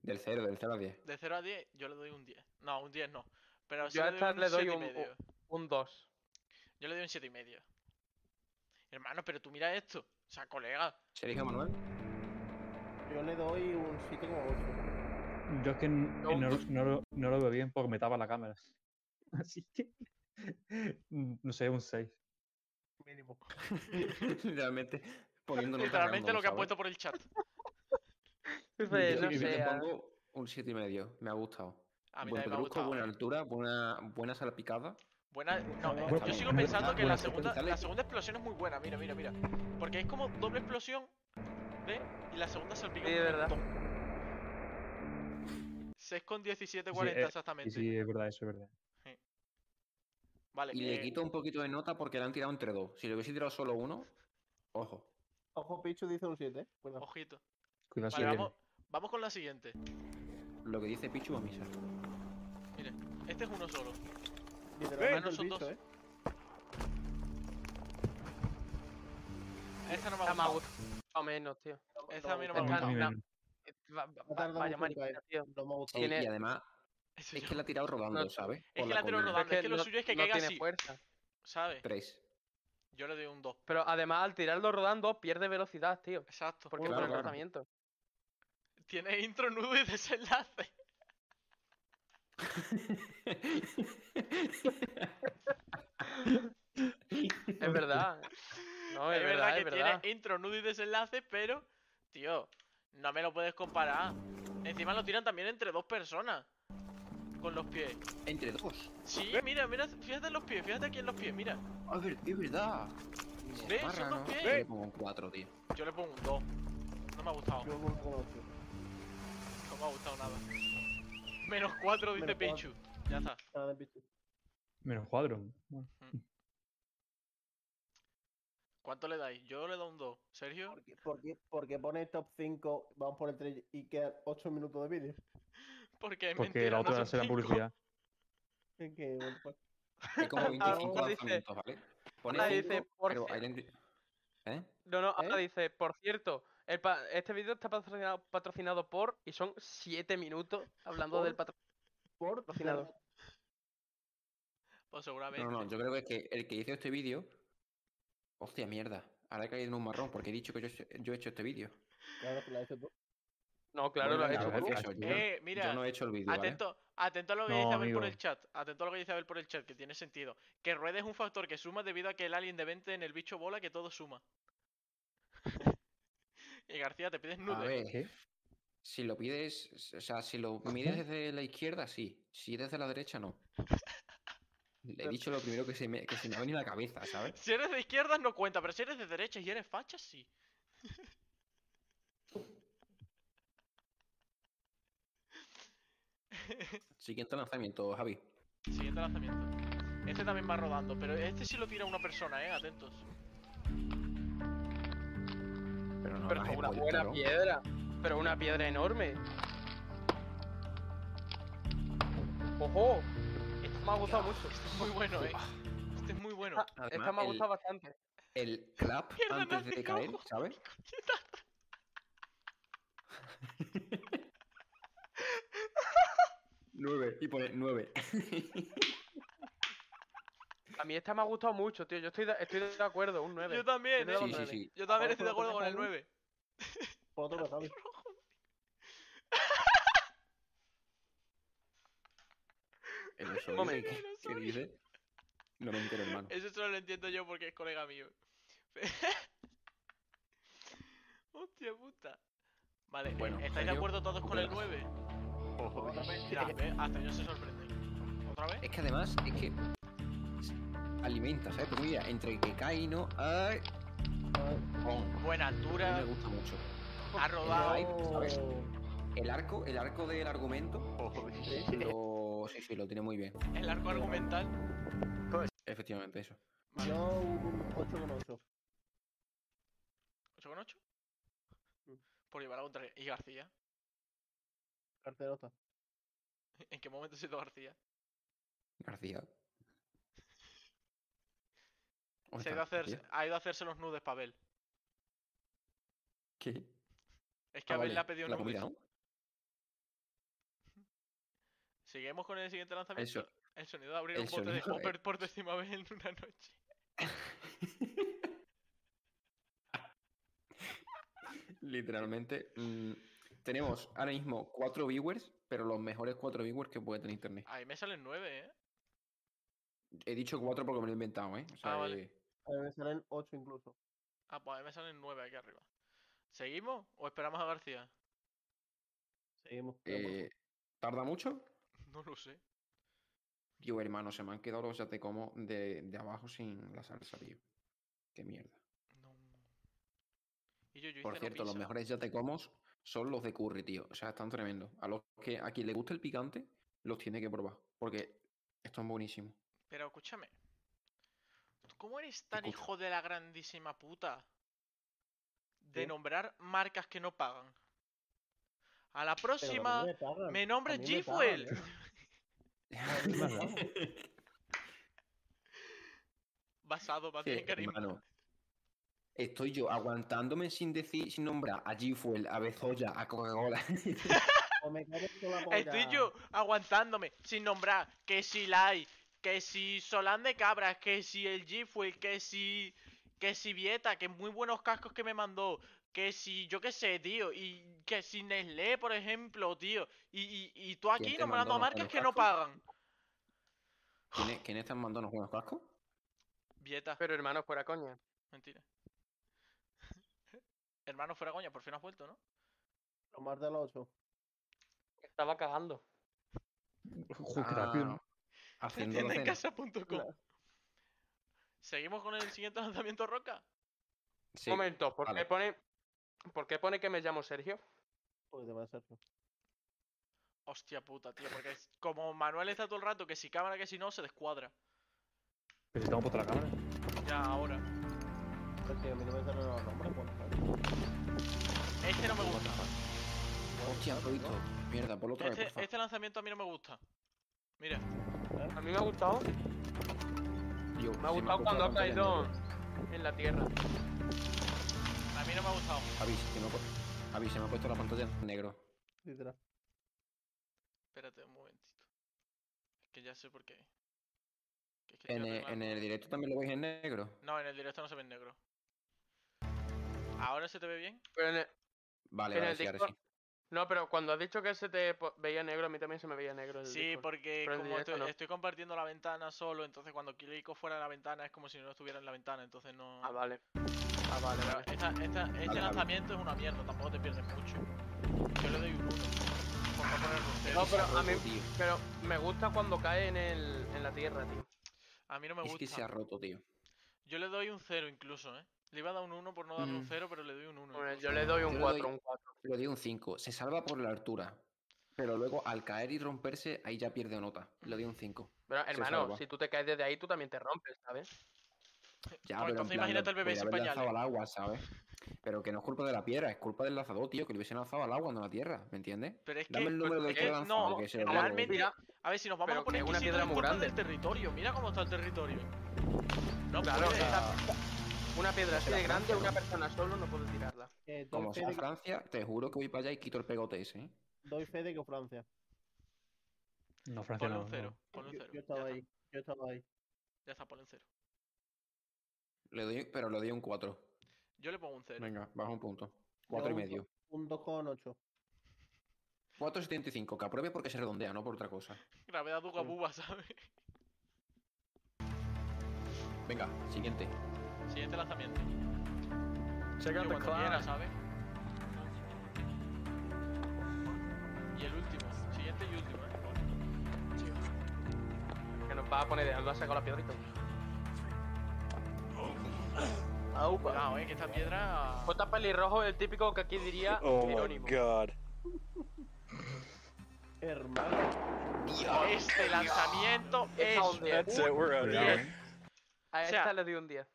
Del 0, del 0 a 10.
De 0 a 10, yo le doy un 10. No, un 10 no. Pero sí
Yo a
le doy
esta
un
le doy
7,5.
un- un- Un 2.
Yo le doy un 7,5. Hermano, pero tú mira esto. O sea, colega.
Sergio Manuel.
Yo le doy un 7,8.
Yo es que n- eh,
No.
no, lo- no lo- no lo veo bien porque me tapa la cámara. Así que. mm, No sé, un 6.
Mínimo.
Literalmente poniéndonos
Literalmente lo que han puesto por el chat.
Dice, Pues, no
yo le
sé, a-
pongo un 7 y medio. Me ha gustado.
A mí también me
Buen
ha
pedrusco,
gustado. eh.
buena altura, buena, buena salpicada.
Buena, no, eh,
Bueno,
yo sigo
bueno,
pensando que
bueno,
la
sí,
segunda,
sale.
la segunda explosión es muy buena, mira, mira, mira. Porque es como doble explosión, ¿ves? Y la segunda salpica
Sí,
un
es verdad.
montón. 6 con 17,
Sí,
40
eh, Y
exactamente.
sí, es verdad, eso es verdad.
Vale,
Y le
eh,
quito un poquito de nota porque le han tirado entre dos. Si le hubiese tirado solo uno, ojo.
Ojo, Pichu dice un 7. ¿eh? Cuidado.
ojito.
Cuidado si
Vale,
viene.
vamos, vamos con la siguiente.
Lo que dice Pichu a misa.
Este es uno solo.
Literalmente
no
el
son dos.
bicho, ¿eh?
Esta no me
esta
ha
me ha
gustado.
gustado menos, tío.
Esta a mí no me ha
Esta
Esta
no.
gustado.
no-
Bueno.
va- va-
Ha tardado
Vaya
mucho en caer.
mariquita, tío.
No me ha gustado.
Eh,
Tiene-
Y además,
Eso
es
yo-
que la ha tirado rodando,
No,
¿sabes?
es
Por
que la ha tirado
comida.
rodando. es que lo
no-
suyo es que
no
caiga
tiene
así.
fuerza.
¿Sabes?
Tres.
Yo le doy un 2.
Pero además, al tirarlo rodando, pierde velocidad, tío.
Exacto.
Porque
Claro,
por el
claro.
lanzamiento.
Tiene intro, nudo y desenlace.
Es verdad. No,
es, verdad, que
es verdad.
tiene intro, nudo y desenlace, pero, tío, no me lo puedes comparar. Encima lo tiran también entre dos personas. Con los pies.
Entre dos.
Sí, mira, mira, fíjate en los pies, fíjate aquí en los pies, mira.
A ver, es verdad.
Ve, son
Parra,
dos
¿no?
pies.
Yo le pongo un cuatro, tío.
Yo le pongo un 2. No me ha gustado,
Yo un 8.
no me ha gustado nada. Menos 4 dice
Menos
Pichu. Ya está.
Nada de Pichu.
Menos cuadro. Bueno,
¿Cuánto le dais? Yo le doy un 2. Sergio,
¿Por qué, por qué- por qué pone top 5, vamos por el 3 y quedan 8 minutos de vídeo?
porque es
porque
mentira,
la
no
otra
son
hace la
cinco.
publicidad.
Es que, bueno, pues,
Hay como 25
mejor dice-
lanzamientos, ¿vale? Pone
Ahora
cinco,
dice, por
pero
cier-
hay dentro- ¿Eh?
No, no, ahora
¿Eh?
dice, por cierto, el pa- este vídeo está patrocinado, patrocinado por y son 7 minutos hablando del
por
patrocinador.
Pues seguramente.
No, no, yo creo que, es que el que hizo este vídeo. Hostia, mierda. Ahora he caído en un marrón porque he dicho que yo, he hecho- yo he hecho este vídeo.
Claro, que la has hecho tú.
No, claro,
Bueno,
lo has
venga,
hecho.
tú.
confieso, yo-
Eh, mira,
yo no he hecho el vídeo. ¿vale?
Atento, atento a lo que
No,
dice Abel por
amigo.
el chat. Atento a lo que dice Abel por el chat, que tiene sentido. Que ruede es un factor que suma debido a que el alien de 20 en el bicho bola que todo suma. y García, te pides
A
nude.
ver, si lo pides, o sea, si lo mides desde la izquierda, sí. Si desde la derecha, no. Le he dicho lo primero que se me, que se me ha venido a la cabeza, ¿sabes?
Si eres de izquierdas no cuenta, pero si eres de derechas y eres facha, sí.
Siguiente lanzamiento, Javi.
Siguiente lanzamiento. Este también va rodando, pero este sí lo tira una persona, eh, atentos.
Pero no
Pero
hagas
una
spoiler,
buena
claro.
piedra. Pero una piedra enorme. ¡Ojo! Esto me ha gustado mucho.
Este es muy bueno, eh. Este es muy bueno.
Esta,
Además,
esta me ha
el-
gustado bastante.
El clap
Mierda, no
antes
has
de
picado,
caer,
joder,
¿sabes?
coñeta.
Nueve. Y pone nueve.
A mí esta me ha gustado mucho, tío. Yo estoy de, estoy de acuerdo, un 9.
Yo también,
Yo le
¿eh?
daba
sí, sí,
nueve.
sí.
Yo también
Ahora
estoy de
solo
acuerdo con
toca
el
uno.
9.
Por otro lado,
El oso.
Momento.
¿Qué, qué dice? No me entero, hermano.
Eso solo lo entiendo yo porque es colega mío. Hostia puta. Vale, eh,
Bueno,
¿estáis de
Sergio,
acuerdo todos con el
juegas.
9? Ya, ¿ves? Hasta yo se sorprende. ¿Otra vez?
Es que además, es que alimenta, ¿sabes? Porque mira, entre que cae y no. ¡Ay! Bon,
Buena
a mí
altura,
me gusta mucho.
ha robado.
Ay, ¿sabes? El arco, el arco del argumento. eh, Lo... Sí, sí, lo tiene muy bien.
El arco argumental.
Efectivamente, eso.
Vale.
yo un 8,8.
8,8. Por llevar a otra. ¿Y García?
Carterota.
¿En qué momento se sido García?
García.
Se ha
Ostras,
ido a hacerse,
García.
ha ido a hacerse los nudes, Pavel.
¿Qué?
Es que
Ah,
Abel
vale,
le ha pedido
la
nudes.
comida, ¿no?
Seguimos con el siguiente lanzamiento.
Eso.
El sonido de abrir un
El
bote de
sonido eh. de-
Hopper por décima vez en una noche.
Literalmente. mm, tenemos ahora mismo cuatro viewers, pero los mejores cuatro viewers que puede tener internet.
Ahí me salen nueve, ¿eh?
He dicho cuatro porque me lo he inventado, ¿eh? O sea,
Ah, vale.
eh,
A mí me salen 8 incluso.
Ah, pues ahí me salen nueve aquí arriba. ¿Seguimos o esperamos a García?
Seguimos. esperemos.
eh, ¿Tarda mucho?
No lo sé.
Yo, hermano, se me han quedado los ya te como de, de abajo sin la salsa, tío. Qué mierda.
No. Y yo, yo hice
Por
no
cierto, los
pizza.
mejores ya te comos son los de curry, tío. O sea, están tremendos. A los que a quien le gusta el picante, los tiene que probar. Porque están buenísimos.
Pero escúchame. ¿Tú ¿Cómo eres tan
Escucha.
hijo de la grandísima puta? De
¿Qué?
nombrar marcas que no pagan. A la
Pero que
próxima
a mí me pagan,
me
a
nombres
mí me pagan,
G-Fuel.
¿eh? A mí me pagan.
Basado, más
Sí,
bien en carisma.
hermano. Estoy yo aguantándome sin decir, sin nombrar a G-Fuel, a Bezoya, a Coca-Cola.
O me cago en toda la
Estoy
polla.
yo aguantándome sin nombrar que si Lai, que si Solán de Cabras, que si el G-Fuel, que si. que si Vieta, que muy buenos cascos que me mandó, que si yo qué sé, tío, y que si Nestlé, por ejemplo, tío, y, y, y tú aquí
te
nombrando
mandó
a
los
marcas
buenos
que no
cascos?
pagan.
¿Quién, es- quién está mandando unos buenos cascos?
Vieta,
Pero hermano, fuera coña.
mentira. Hermano, fuera coña, por fin has vuelto, ¿no?
Lo más de los 8.
Estaba cagando.
Joder, qué rápido, ¿no?
Ah, haciendo
este
la cena.
Tiendacasa.com. Seguimos con el siguiente lanzamiento, Roca.
Sí.
Momento, ¿por
vale.
qué pone. ¿Por qué pone que me llamo Sergio?
Porque te va a ser.
Hostia puta, tío, porque es- como Manuel está todo el rato que si cámara que si no, se descuadra.
Pero si estamos por la cámara.
Ya ahora.
Porque a mí no me salen los nombres. Bueno, vale.
Este no me gusta.
Hostia, lo he visto. Mierda, por otra vez,
Este,
por favor.
este lanzamiento a mí no me gusta. Mira,
A mí me ha gustado.
Yo,
este Me ha
se
gustado cuando ha
la pantalla
caído
negra.
en la tierra.
a mí no me ha gustado.
Javi, se me ha pu- Javi, se me ha puesto la pantalla en negro.
Literal.
Espérate un momentito. Es que ya sé por qué. Que es que
En
estoy
el, en
arreglando-
el directo también lo veis en negro.
No, en el directo no se ve en negro. ¿Ahora se te ve bien?
Pero en el-
Vale,
en
vale,
el
sí, ahora
Discord-
sí.
No, pero cuando has dicho que se te po- veía negro, a mí también se me veía negro. el
Sí,
Discord.
porque
pero en
como
directo
estoy,
no.
estoy compartiendo la ventana solo, entonces cuando clico fuera de la ventana es como si no estuviera en la ventana, entonces no...
Ah, vale. Ah, vale,
Pero
vale.
esta- esta- este
vale.
lanzamiento es una mierda, tampoco te pierdes mucho. Yo le doy un 1. Por no poner ustedes.
No, pero a
roto,
mí.
tío.
Pero me gusta cuando cae en, el, en la tierra, tío.
A mí no me
Es que se
gusta.
ha roto, tío.
Yo le doy un 0 incluso, ¿eh? Le iba a dar un 1 por no darle un
Mm.
0, pero le doy un 1.
Bueno, yo le doy
Yo
un
le doy-
4, un 4.
Lo di un 5. Se salva por la altura. Pero luego al caer y romperse, ahí ya pierde nota. Lo di un 5.
Pero hermano,
salva.
si tú te caes desde ahí, tú también te rompes, ¿sabes?
Ya,
Pues
pero
entonces
en plan,
imagínate al bebé
podía
sin
haber lanzado
pañales.
al agua, ¿sabes? Pero que no es culpa de la piedra, es culpa del lanzador, tío, que lo hubiesen lanzado al agua, no a la tierra, ¿me entiendes?
Pero es
Dame
que...
el
pues
número de
es
que
que
lanzado,
no,
que se
pero
lo digo,
realmente-
tío.
Mira,
A ver, si nos vamos
Pero
a poner
que una
exquisitos,
piedra
es
muy
culpa
grande.
del territorio. Mira cómo está el territorio. No
claro,
puede.
esa- una piedra así
será
de grande,
Francia,
una
¿no?
persona solo no puede tirarla.
Que Eh, doy,
Como
fe
sea
de que,
Francia, te juro que voy para allá y quito el pegote ese. ¿eh?
doy fe de que Francia.
No, Francia
Ponle
no.
un cero,
no.
ponle un
Yo-
cero.
Yo,
Ya
estaba
está,
ahí, yo estaba ahí.
ya está, ponle un cero.
Le doy, pero le doy un 4.
Yo le pongo un cero.
Venga, baja un punto. 4 y
un
medio.
Un 2,8.
4,75. Que apruebe porque se redondea, no por otra cosa.
Gravedad duga buba, ¿sabes?
Venga, siguiente.
Siguiente lanzamiento.
Check
Yo
out the
cuando quiera,
cloud.
¿sabes? Y el último, siguiente y último, ¿eh?
Que nos va a poner dejando a sacar la piedrita. Aupa.
Cuidado, eh, que esta piedra.
J pelirrojo, el típico que aquí diría Jerónimo.
Oh god.
Hermano.
Este lanzamiento es.
Esta un 10.
That's it, we're out of
Yeah.
here.
A
o
esta
sea,
le di un 10.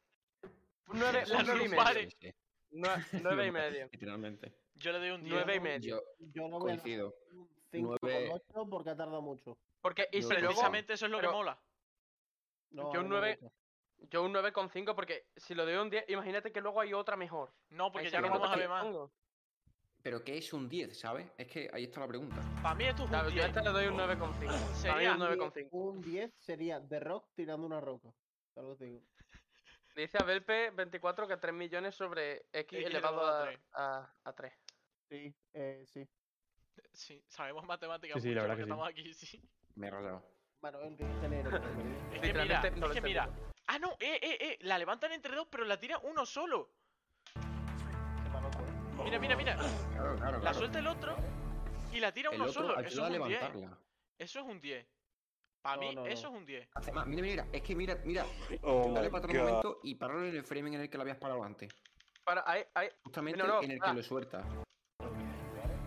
9,
La
y
zumba
medio.
de-
Sí, sí,
9 y medio.
Literalmente.
Yo le doy un 10.
9 y medio.
Yo
Yo no voy a
coincido.
un
Nueve-
5,8 porque ha tardado mucho.
Porque, y
Yo
si luego,
Precisamente eso es lo que
pero-
mola.
No,
Yo
a
un
mí no me
nueve-
gusta.
yo un 9,5 porque si lo doy un 10, imagínate que luego hay otra mejor.
No, porque
Ahí
ya
sí
no
que
vamos a
te
ver más.
pongo.
Pero ¿qué es un 10, sabes? Es que ahí está la pregunta.
Para mí esto es
Claro,
un
yo a
10.
esta le doy un 9,5. Para mí
Sería-
un 9,5.
Un 10 sería The Rock tirando una roca. Te lo digo.
Dice Abelpe24 que 3 millones sobre X
X
elevado
elevado a
a,
tres.
a, a 3.
Sí, eh, sí.
Sí, sabemos matemáticas
Sí, sí, la
mucho
verdad que
porque estamos aquí, sí.
Me he rayado.
Bueno, el que ingeniero. pero bueno.
Es que mira,
Literalmente no lo
es que mira.
entendemos.
Ah, no, eh, eh, eh. La levantan entre dos, pero la tira uno solo.
Qué maloco, eh.
Mira, mira, mira.
Claro, claro,
La
claro.
suelta el otro y la tira
El
uno
otro
solo. Eso
ayuda a
es un 10.
levantarla.
Eso es un 10. Para
No,
mí,
no, no.
eso es un 10.
Hace más. Mira, mira, es que mira, mira.
Oh my
Dale para atrás un
god.
momento y páralo en el framing en el que la habías parado antes.
Para, ahí, ahí,
Justamente
no,
en el
ah.
que lo suelta.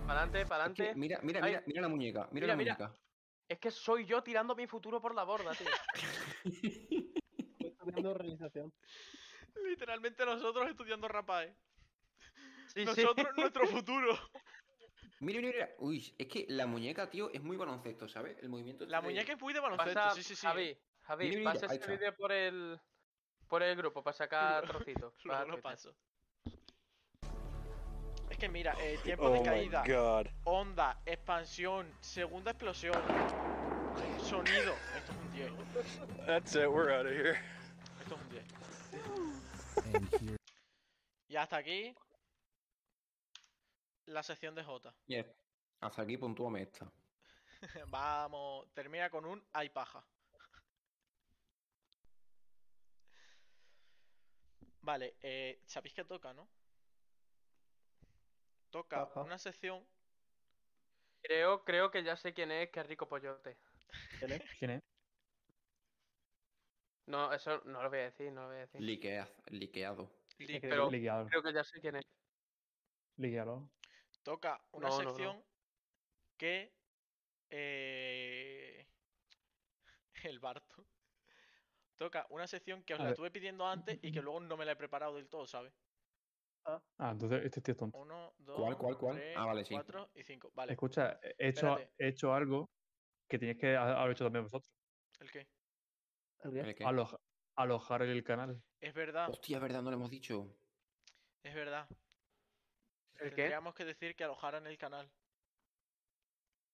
para adelante, para
Es que
adelante.
mira, mira,
Ay.
mira, mira la muñeca. Mira,
Mira,
la
mira.
muñeca.
Es que soy yo tirando mi futuro por la borda, tío.
Estoy estudiando realización.
Literalmente nosotros estudiando rapaes.
Sí, sí.
Nosotros, nuestro futuro.
Mira, mira, mira. Uy, es que la muñeca, tío, es muy baloncesto, ¿sabes? El movimiento.
La
este de-
muñeca es muy de baloncesto,
Pasa,
sí, sí, sí.
Javi, Javi,
Mira, mira,
pasa
ahí
ese
está.
vídeo por el, por el grupo para sacar trocitos. para
Ah,
Luego lo
Twitter.
paso. Es que mira, eh, tiempo
Oh
de
my
caída,
god.
onda, expansión, segunda explosión, sonido. Esto es un 10.
That's it, we're out of here.
Esto es un 10.
And here
Y hasta aquí la sección de J.
Bien. Hasta aquí puntúame esta.
Vamos, termina con un ay paja. Vale, eh, sabéis que toca, ¿no? Toca
Ajá.
una sección.
Creo, creo que ya sé quién es, qué rico pollote.
¿Quién es?
No, eso no lo voy a decir, no lo voy a decir.
Liqueaz- liqueado.
li-
Pero
Liqueado.
creo que ya sé quién es.
Liqueado.
Toca una
No, no, no.
sección que. eh, El Barto. Toca una sección que os
A
la
ver.
estuve pidiendo antes y que luego no me la he preparado del todo, ¿sabes?
Ah, entonces este tío es tonto.
Uno, dos,
¿Cuál, cuál, cuál?
tres,
Ah, vale, sí.
cuatro y cinco. Vale,
Escucha, he hecho,
espérate.
he hecho algo que tenéis que ha- haber hecho también vosotros.
¿el qué?
El que-
¿El qué?
Alo- alojar el canal.
Es verdad,
Hostia, es verdad, no lo hemos dicho.
es verdad.
¿El qué?
Tendríamos que decir que alojaran el canal.
Es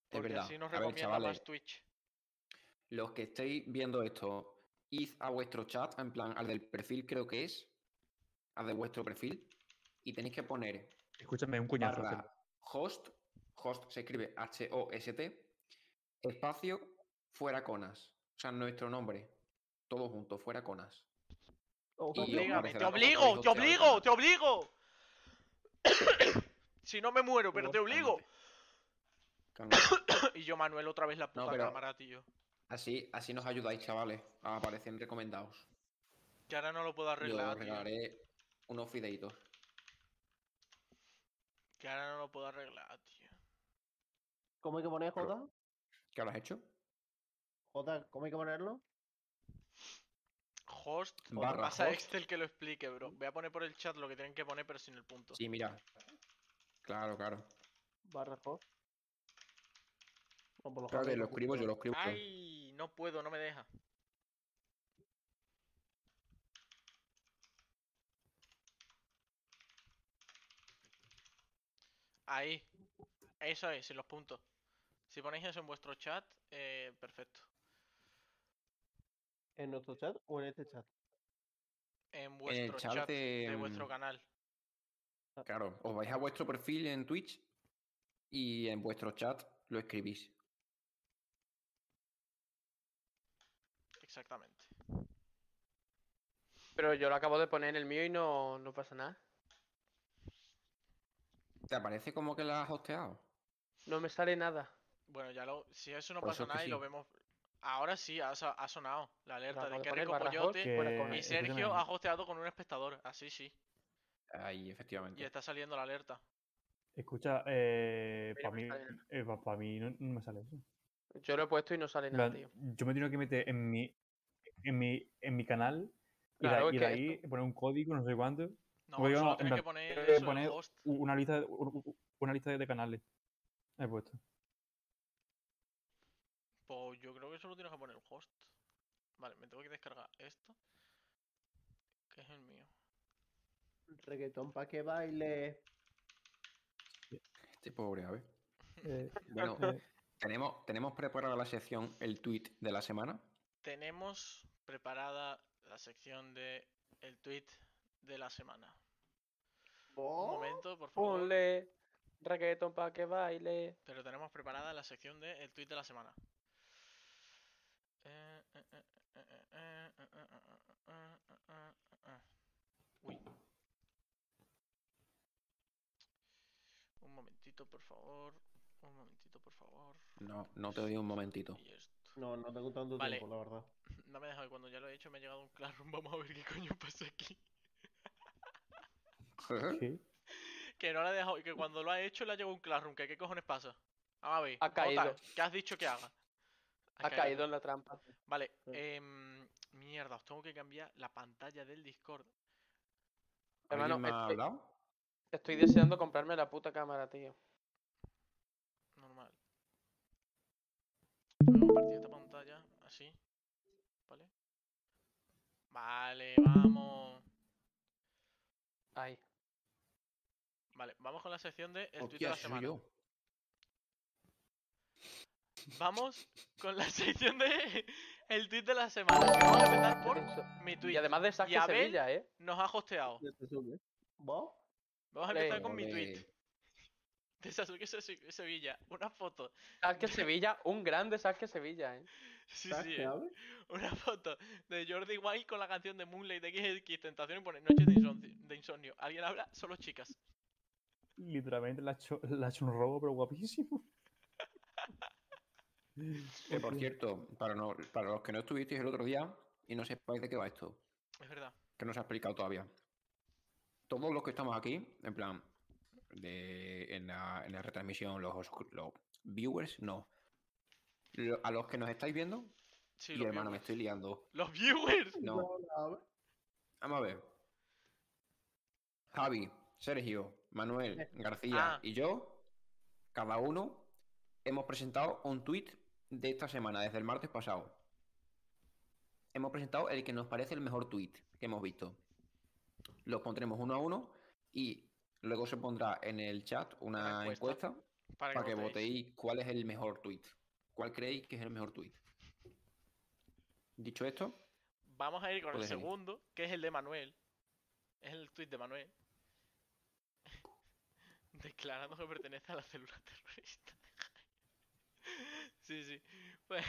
Porque
verdad.
así nos
A ver,
recomienda
chavales,
más Twitch.
los que estéis viendo esto, id a vuestro chat, en plan, al del perfil creo que es, al de vuestro perfil, y tenéis que poner
Escúchame, un cuñazo.
barra
hacerlo.
host, host se escribe H-O-S-T, espacio, fuera conas. O sea, nuestro nombre. Todo junto, fuera conas.
Oh, Dios,
Y- Oblígame,
Oblígame,
aparecerá
te
por otra
obligo,
vez
te
otra vez.
obligo, te obligo. si no me muero, pero te obligo.
Calma.
Y yo, Manuel, otra vez la puta
No, pero-
cámara, tío.
Así, así nos ayudáis, chavales, a aparecer en recomendados.
Que ahora no lo puedo
Yo os
arreglar, tío.
regalaré unos fideitos.
Que ahora no lo puedo arreglar, tío.
¿Cómo hay que poner
Pero-
J?
¿Qué habrás hecho?
J, ¿cómo hay que ponerlo?
Host, o
Barra
pasa a
host.
Excel que lo explique, bro. Voy a poner por el chat lo que tienen que poner, pero sin el punto.
Sí, mira. Claro, claro.
Barra J. No, por los
Claro que
J,
lo escribo, yo lo escribo. yo.
Ay, no puedo, no me deja. Ahí. Eso es, sin los puntos. Si ponéis eso en vuestro chat, eh, perfecto.
¿En nuestro chat o en este chat?
En
En el
vuestro
chat
chat
de,
de
mm,
vuestro canal.
Claro, os vais a vuestro perfil en Twitch y en vuestro chat lo escribís.
Exactamente.
Pero yo lo acabo de poner en el mío y no, no pasa nada.
¿Te aparece como que la has hosteado?
No me sale nada.
Bueno, ya lo. Si eso no
Por
pasa
eso que
nada y lo
sí.
vemos. Ahora sí, ha, so- ha sonado la alerta
acabo
de
de
que
poner,
Rico
barra
Coyote
host, fuera
Que-
con-
y
escúchame,
Sergio ha hosteado con un espectador. Así sí.
Ahí,
Y
efectivamente.
está saliendo la alerta.
Escucha, eh,
Pero
para
me
mí,
sale nada.
eh, pa- pa' mí no, no me sale eso.
Yo lo he puesto y no sale
En plan,
nada, tío.
yo me tengo que meter en mi, en mi, en mi canal y de
Claro,
ahí- y
es
de
que
ahí poner un código, no sé cuánto,
No,
Porque yo
solo
no, en
tienes que
plan,
poner
tengo que
eso, el
poner
host.
u- una lista, de- u- u- una lista de canales. He puesto.
Pues yo creo que solo tienes que poner el host. Vale, me tengo que descargar esto. Que es el mío.
Reggaetón pa' que baile.
Este pobre ave.
Eh,
Bueno,
eh,
tenemos, tenemos preparada la sección el tweet de la semana.
Tenemos preparada la sección de el tweet de la semana.
Oh,
Un momento, por favor.
Ponle reggaeton pa' que baile.
Pero tenemos preparada la sección de el tweet de la semana. Eh, eh, eh, eh, eh, eh, eh, eh, eh, eh, eh, eh, eh, eh. Uy. Un momentito, por favor. Un momentito, por favor.
No, no te doy un momentito.
Y esto.
No, no tengo tanto
Vale.
tiempo, la verdad.
No me dejo que cuando ya lo he hecho me ha llegado un clarum. Vamos a ver qué coño pasa aquí.
¿qué?
Que no la he dejado. Que cuando lo ha hecho le ha llegado un clarum. Que qué cojones pasa. Vamos a ver.
Ha caído.
Otac, ¿Qué has dicho que haga?
Ha caído en la trampa.
Vale,
Sí.
em, mierda, os tengo que cambiar la pantalla del Discord.
¿Alguien
Hermano,
me ha
estoy-
hablado?
Estoy deseando comprarme la puta cámara, tío.
Normal. Voy a compartir esta pantalla, así. ¿Vale? Vale, vamos.
Ahí.
Vale, vamos con la sección de el tweet de
Hostia,
la
soy
semana.
yo.
Vamos con la sección de el tweet de la semana. Vamos a empezar por
Eso-
mi tweet.
Y además de Saskia
Abel-
Sevilla, ¿eh?
Nos ha hosteado.
Ya te sube. ¿Vos?
Vamos a
Ole.
empezar con mi
Ole.
tweet. De Sasuke Se- Sevilla, una foto.
Saskia Sevilla, un grande Saskia Sevilla, ¿eh?
Sí,
¿Sabes
sí,
qué
eh.
abre?
una foto de Jordi Wild con la canción de Moonlight de XX Tentación y pone Noches de insomnio. de insomnio". ¿Alguien habla? Solo chicas.
Literalmente la ha hecho, le ha hecho un robo, pero guapísimo.
Que, por cierto, para, no- para los que no estuvisteis el otro día y no sepáis de qué va esto,
Es verdad.
que no se ha explicado todavía. Todos los que estamos aquí, en plan, de, en, la, en la retransmisión, los, oscu- los viewers, no. Lo- a los que nos estáis viendo,
Sí,
y
los
hermano, me
viewers.
estoy liando.
¡Los viewers!
No.
la abre.
Vamos a ver. Javi, Sergio, Manuel, García
Ah.
y yo, cada uno, hemos presentado un tweet de esta semana, desde el martes pasado. Hemos presentado el que nos parece el mejor tweet que hemos visto. Los pondremos uno a uno y luego se pondrá en el chat una
Una encuesta.
encuesta,
Para que,
para que
votéis.
votéis cuál es el mejor tweet. ¿Cuál creéis que es el mejor tweet? Dicho esto,
Vamos a ir con el
Podéis ir.
segundo, que es el de Manuel. Es el tweet de Manuel. Declarando que pertenece a la célula terrorista. sí, sí. Pues,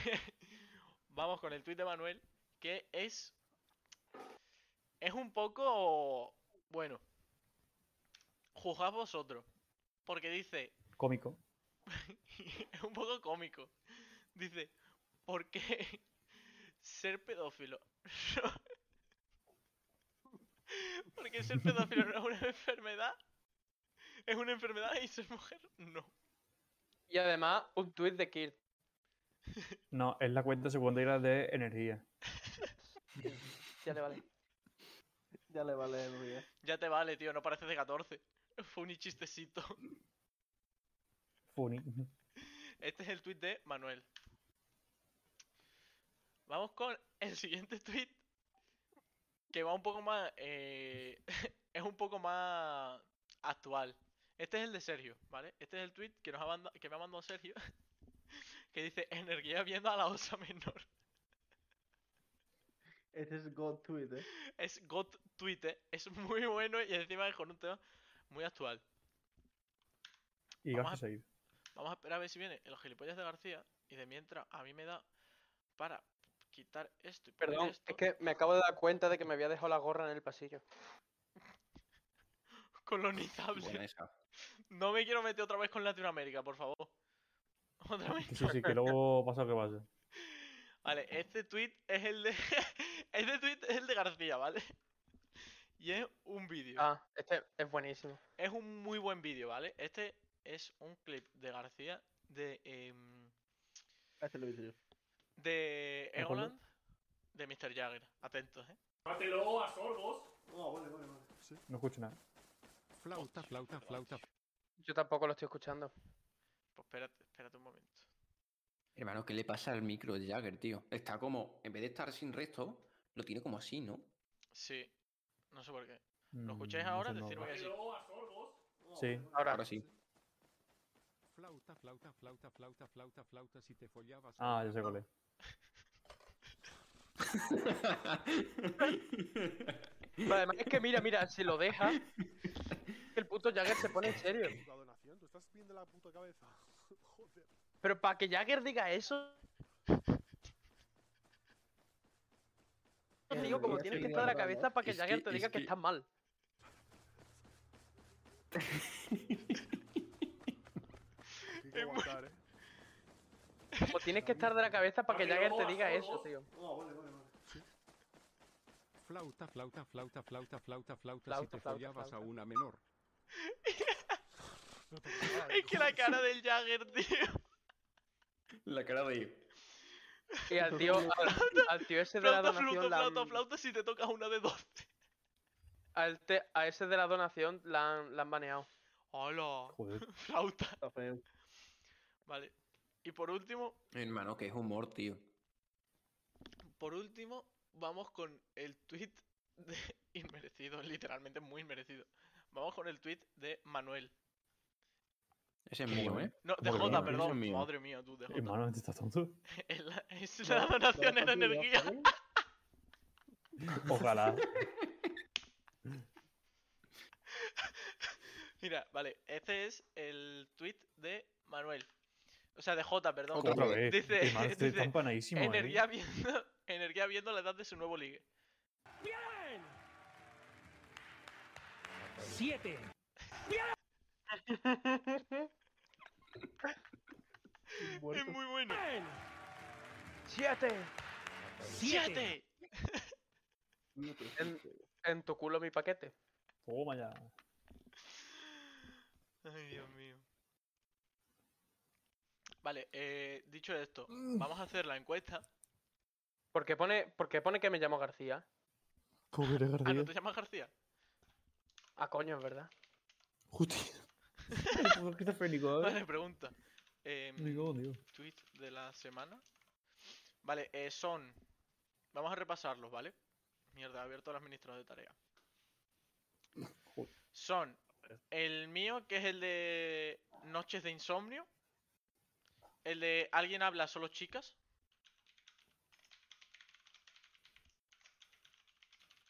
vamos con el tweet de Manuel, que es. Es un poco. Bueno. Juzgad vosotros. Porque dice.
Cómico.
es un poco cómico. Dice, ¿por qué ser pedófilo? no- ¿Por qué ser pedófilo no es una enfermedad? ¿Es una enfermedad y ser mujer? No.
Y además, un tuit de Kirt.
No, es la cuenta secundaria de energía.
Ya le vale.
Ya le vale el río.
Ya te vale, tío, no pareces de 14. Fue un chistecito.
Funny.
Este es el tweet de Manuel. Vamos con el siguiente tweet. Que va un poco más. eh, es un poco más actual. Este es el de Sergio, ¿vale? Este es el tweet que, nos ha manda- que me ha mandado Sergio. que dice: Energía viendo a la osa menor.
Ese Este es God Tweet, ¿eh?
Es God tweet, ¿eh? Es muy bueno y encima es con un tema muy actual.
Y
Vamos a-
gastos seguidos.
Vamos a esperar a ver si viene los gilipollas de García. Y de mientras, a mí me da para quitar esto y poner
Perdón,
esto
es que me acabo de dar cuenta de que me había dejado la gorra en el pasillo.
colonizable.
Buena esa.
No me quiero meter otra vez con Latinoamérica, por favor. Otra vez.
Que sí, sí, que luego pasa lo que pasa.
Vale, este tweet es el de. este tweet es el de García, ¿vale? Y es un vídeo.
Ah, este es buenísimo.
Es un muy buen vídeo, ¿vale? Este es un clip de García de. em,
Este lo hice yo.
de
¿De acuerdo?
Egoland. De Mr. Jagger. Atentos, ¿eh?
No escucho nada.
Flauta, flauta, flauta.
Yo tampoco lo estoy escuchando.
Pues espérate, espérate un momento.
Hermano, ¿qué le pasa al micro de Jagger, tío? Está como, en vez de estar sin resto, lo tiene como así, ¿no?
Sí. No sé por qué. ¿Lo
Mm,
escucháis ahora? Decirme que sí.
Sí.
Ahora,
Ahora sí.
Flauta, flauta, flauta, flauta, flauta, flauta. Si te follabas.
Ah, ya sé cuál es.
Pero además es que mira, mira, si lo deja, el puto Jagger se pone en serio.
¿Tú estás bien de la puta cabeza? Joder.
Pero para que Jagger diga eso.
Eh,
Digo, como
ya
tienes
estoy
que estar de la
ignorando.
cabeza para que
Es que-
Jagger te
es
diga que
que-
estás mal.
Hay que aguantar, ¿eh?
Como tienes que estar de la cabeza para que Jagger te diga eso, tío.
Oh,
Flauta, flauta, flauta, flauta, flauta, flauta. Si
Flauta,
te
flauta,
follabas a
flauta.
una menor.
Es que la cara del Jagger, tío.
La cara de...
Y al tío, al, al tío ese de la
Flauta,
donación.
flauta,
la han-
flauta, flauta. Si te tocas una de 12.
al te- a ese de la donación la han, la han baneado.
¡Hola!
Joder.
Flauta.
Está feo.
Vale. Y por último,
Hermano, que es humor, tío.
por último, vamos con el tweet de inmerecido, literalmente muy inmerecido. Vamos con el tweet de Manuel.
Ese es mío, ¿eh?
No, de
Muy
Jota,
bien,
ese
perdón.
es mío.
Madre mía, tú, de Jota.
Hermano, ¿estás tonto?
Es la, es la donación en energía.
Ojalá.
Mira, vale, este es el tweet de Manuel. O sea, de Jota, perdón.
Otra
Otra vez.
Dice-
Hermano, estoy
dice,
tan panadísimo, ¿eh?
Energía viendo, energía viendo la edad de su nuevo ligue. Es muy bueno.
¡Siete!
¡Siete!
En, en tu culo mi paquete.
Toma ya.
Ay, Dios mío. Vale, eh, dicho esto, vamos a hacer la encuesta.
¿Por qué pone, por qué pone que me llamo García?
¿Cómo eres,
Ah, ¿no te llamas García?
Ah, coño, es verdad.
Hostia.
Esquizofrénico, ¿eh?
Vale, pregunta. Em,
Digo, digo.
tweet de la semana. Vale, eh, son. Vamos a repasarlos, ¿vale? Mierda, he abierto las ministros de tarea.
Joder.
Son el mío, que es el de Noches de Insomnio. El de Alguien habla, solo chicas.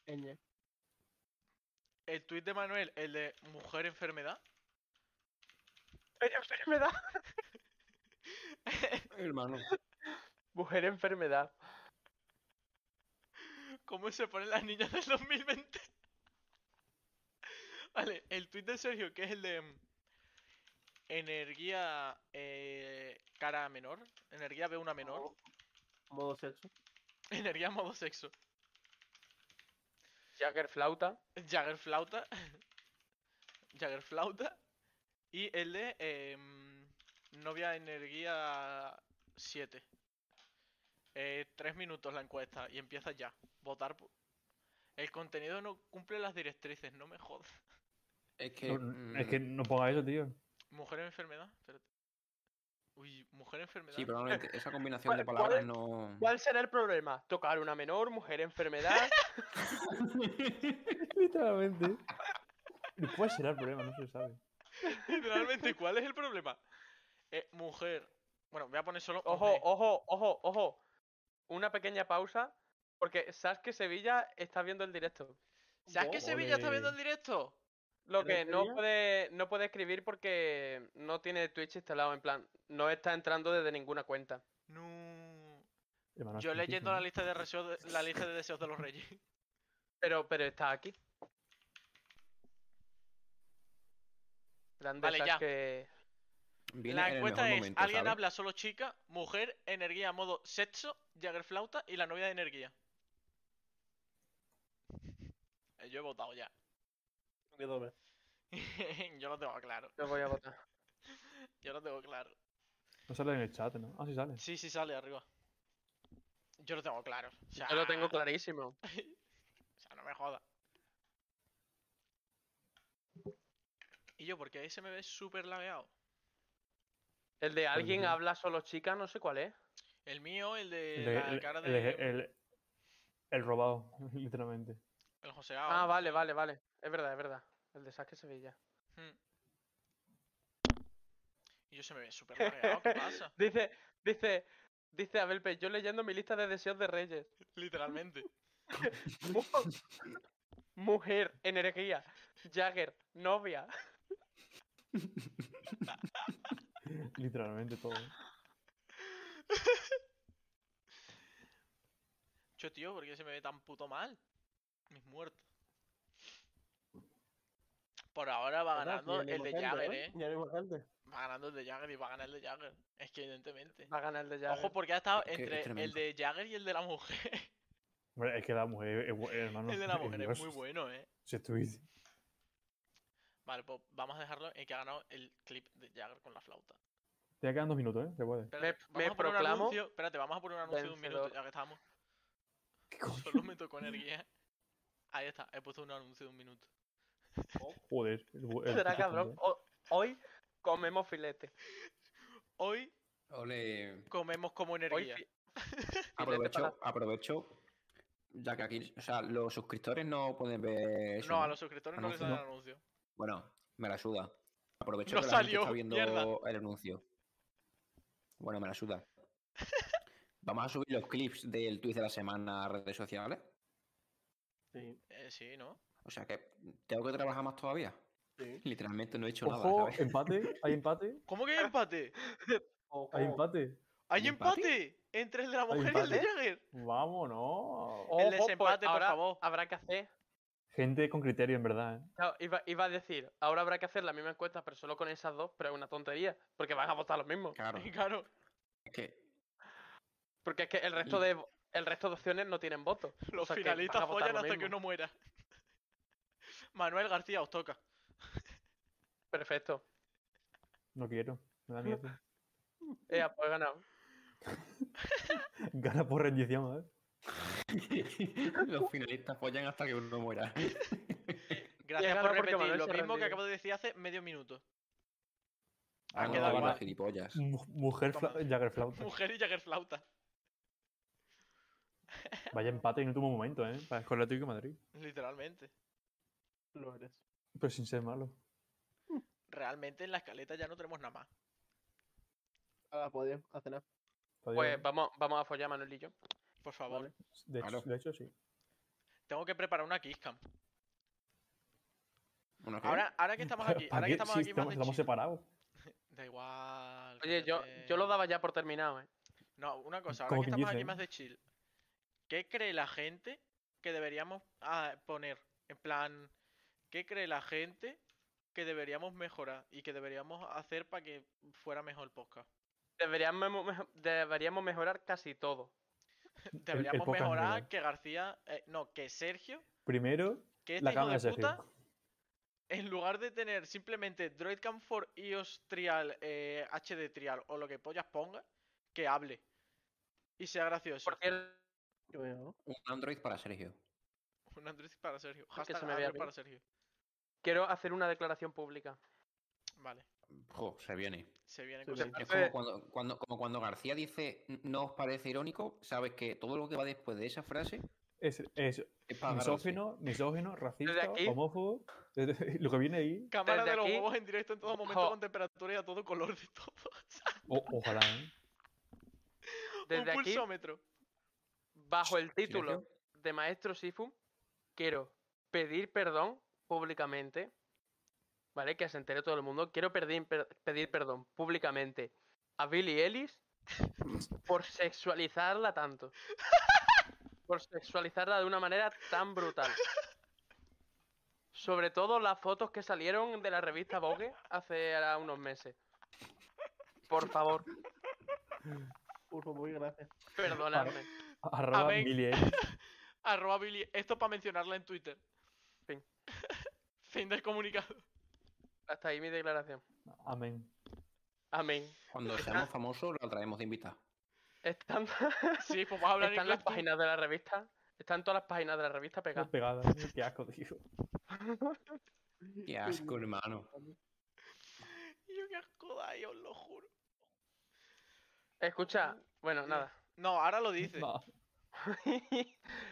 Ñe.
El tweet de Manuel, el de Mujer Enfermedad.
Enfermedad.
Hermano.
Mujer enfermedad.
¿Cómo se ponen las niñas del 2020? Vale, el tweet de Sergio, que es el de mm, energía eh, cara menor, energía B1 menor,
Modo sexo.
energía modo sexo,
Jagger flauta.
Jagger flauta, Jagger flauta, y el de eh, mm, novia energía 7. Eh, tres minutos la encuesta y empieza ya. Votar. po- El contenido no cumple las directrices, no me jodas.
Es que...
No, Es que
mm,
no ponga eso, tío.
Mujer enfermedad, espérate. Uy, mujer enfermedad.
Sí, probablemente esa combinación de
¿Cuál-
palabras
cuál-
no...
¿Cuál será el problema? Tocar una menor, mujer enfermedad.
Literalmente. Puede ser el problema, no se sabe.
Literalmente, ¿cuál es el problema? Eh, mujer. Bueno, voy a poner solo.
Ojo,
mujer.
ojo, ojo, ojo. Una pequeña pausa. Porque Sasuke Sevilla está viendo el directo.
¿Sabes que Sevilla está viendo el directo?
¿Pero
Lo que
en
no
serio?
puede, no puede escribir porque no tiene Twitch instalado. En plan, no está entrando desde ninguna cuenta.
No.
Hermano,
Yo
es
leyendo la lista
tontísimo.
de reseo- la lista de deseos de los reyes.
Pero, pero está aquí. Grande
Vale, ya.
Sasuke.
Viene
La
en el
encuesta
mejor
es,
momento,
¿alguien
¿sabes?
habla solo chica, mujer, energía, modo sexo, Jaggerflauta y la novia de energía? Eh, Yo he votado ya. Yo lo tengo claro.
Yo voy a votar.
Yo lo tengo claro.
No sale en el chat, ¿no? Ah, sí sale.
Sí, sí sale arriba. Yo lo tengo claro. O sea,
Yo lo tengo clarísimo.
O sea, no me jodas. Y yo, porque ahí se me ve súper lagueado.
El de alguien
Dios.
habla solo chica, no sé cuál es.
El mío, el de
El, de-
la
el-
cara
el-
de.
el- el robado, literalmente.
el joseado.
Ah, vale, vale, vale. Es verdad, es verdad. El de Sasuke Sevilla.
Hmm. Y yo se me ve súper lagueado, ¿qué pasa?
dice, dice, dice Abel Pérez, yo leyendo mi lista de deseos de reyes.
Literalmente.
Mu- Mujer, energía, Jagger, novia.
Literalmente todo.
Yo, tío, ¿por qué se me ve tan puto mal? Mis muertos. Por ahora va ganando el de Jagger, eh.
Ya no hay gente.
Va ganando el de Jagger y va a ganar el de Jagger. Es que evidentemente.
Va a ganar el de Jagger.
Ojo, porque ha estado
Es que es
entre el
tremendo.
de Jagger y el de la mujer.
Hombre, es que la mujer, es bu- hermano.
El de la
es
mujer es
Dios.
muy bueno, eh.
Si estuviese.
Vale, pues vamos a dejarlo en que ha ganado el clip de Jagger con la flauta.
Te quedan dos minutos, ¿eh? Te puedes.
Espérate, vamos
me
a poner un
proclamo
anuncio- Espérate, vamos a poner un anuncio de un minuto,
vencedor.
ya que estamos. Solo me tocó energía. Ahí está, he puesto un anuncio de un minuto.
Joder. el bu- el
Será
puto
cabrón.
tonto.
Ho- Hoy comemos filete.
Hoy
Ole.
comemos como
Hoy
energía.
fi-
Aprovecho,
para-
aprovecho, ya que aquí, o sea, los suscriptores no pueden ver eso,
no, a
¿no?
los suscriptores no les
Anuncio,
sale el anuncio.
Bueno, me la suda. Aprovecho
No
que la gente
salió,
está viendo
mierda.
el anuncio. Bueno, me la suda. Vamos a subir los clips del tweet de la semana a redes sociales.
Sí,
Eh, sí, ¿no?
O sea que tengo que trabajar más todavía.
sí.
Literalmente no he hecho nada.
Ojo,
eh,
¿sabes?
empate. Hay empate.
¿Cómo que hay empate?
Ojo.
Hay empate.
¡Hay
¿Hay
empate! Entre el de la mujer y el de
empate?
Jagger.
Vámonos.
Ojo, pues
desempate, por
ahora
favor.
Habrá que hacer.
Gente con criterio, en verdad, ¿eh?
claro, iba, iba a decir, ahora habrá que hacer la misma encuesta, pero solo con esas dos, pero es una tontería. Porque van a votar los mismos.
Claro.
Claro.
Es que
Porque es que el resto de el resto de opciones no tienen votos.
Los
O sea que van a
finalistas
votar
follan
lo
hasta que
mismo.
uno muera. Manuel García os toca.
Perfecto.
No quiero. Me da miedo.
Ea, pues he ganado.
Gana por rendición, ¿eh?
los finalistas follan hasta que uno muera.
Gracias
ganado
por
porque
repetir
Manuel
lo
se ha
mismo que
rendido.
acabo de decir hace medio minuto.
Ah, no,
quedado
hablan
igual.
gilipollas.
Mu- Mujer
Toma.
fla- Jaggerflauta.
Mujer y Jagger flauta.
Vaya empate en último momento, ¿eh? Para el Atlético de Madrid.
Literalmente.
Lo eres.
Pero sin ser malo.
Realmente en la escaleta ya no tenemos nada más.
Ahora podéis a cenar.
Todavía
Pues
no.
vamos, vamos a follar Manuel y yo.
Por favor.
Vale.
de,
claro.
hecho, de hecho, sí.
Tengo que preparar una kisscam.
Bueno, ¿qué?
Ahora, ahora que estamos
¿Para-
aquí,
para
ahora que
qué?
estamos
Sí,
aquí más
estamos,
de
estamos
chill.
separados.
Da igual.
Oye, yo, yo lo
cállate.
daba ya por terminado, ¿eh?
No, una cosa, ahora
Como
que
quien
estamos aquí
dice,
más de chill. ¿Qué cree la gente que deberíamos ah, poner? En plan, ¿qué cree la gente que deberíamos mejorar y que deberíamos hacer para que fuera mejor el podcast?
Deberíamos, mo- mejo- deberíamos mejorar casi todo.
Deberíamos
podcast
mejorar
mejor.
que García, eh, no, que Sergio,
Primero,
que este
la
hijo
cámara de
de
Sergio.
puta en lugar de tener simplemente Droidcam for iOS Trial, eh, HD Trial o lo que pollas ponga, que hable y sea gracioso.
Por cierto,
Yo veo.
Un Android para Sergio.
Un Android para Sergio.
Porque se
Hashtag
me vea
Android
bien.
para Sergio.
quiero hacer una declaración pública.
Vale,
Jo, se viene.
se viene
Se
con
viene.
Es
Entonces-
como cuando, cuando, como cuando García dice, no os parece irónico, sabes que todo lo que va después de esa frase
es, es
pagarlo, sí.
misógino, misógino, racista,
aquí-
homófobo. Lo que viene ahí.
Cámara
Desde
de los
aquí-
huevos en directo en todo momento,
Ojo.
con temperatura y a todo color de todos.
o- ojalá, ¿eh?
Desde
Un
aquí,
pulsómetro.
bajo el título de Maestro Sifu, quiero pedir perdón públicamente, ¿vale? Que se entere todo el mundo. Quiero pedir, per- pedir perdón públicamente a Billy Ellis por sexualizarla tanto. Por sexualizarla de una manera tan brutal. Sobre todo las fotos que salieron de la revista Vogue hace ahora unos meses. Por favor,
Por favor, gracias.
perdonadme.
Arroba E.
ver.
Billy Ellis.
Arroba Billy. Esto para mencionarla en Twitter.
Fin.
Fin del comunicado.
Hasta ahí mi declaración.
Amén.
Amén.
Cuando seamos famosos, la traemos de invitada.
Están,
Sí, pues vas a hablar en
están
inglés.
las
tú.
páginas de la revista. Están todas las páginas de la revista pegadas.
Pegada. Qué asco, tío.
Qué asco, hermano.
Y Yo qué asco da, yo os lo juro.
Escucha, bueno, nada.
No, ahora lo dice.
No.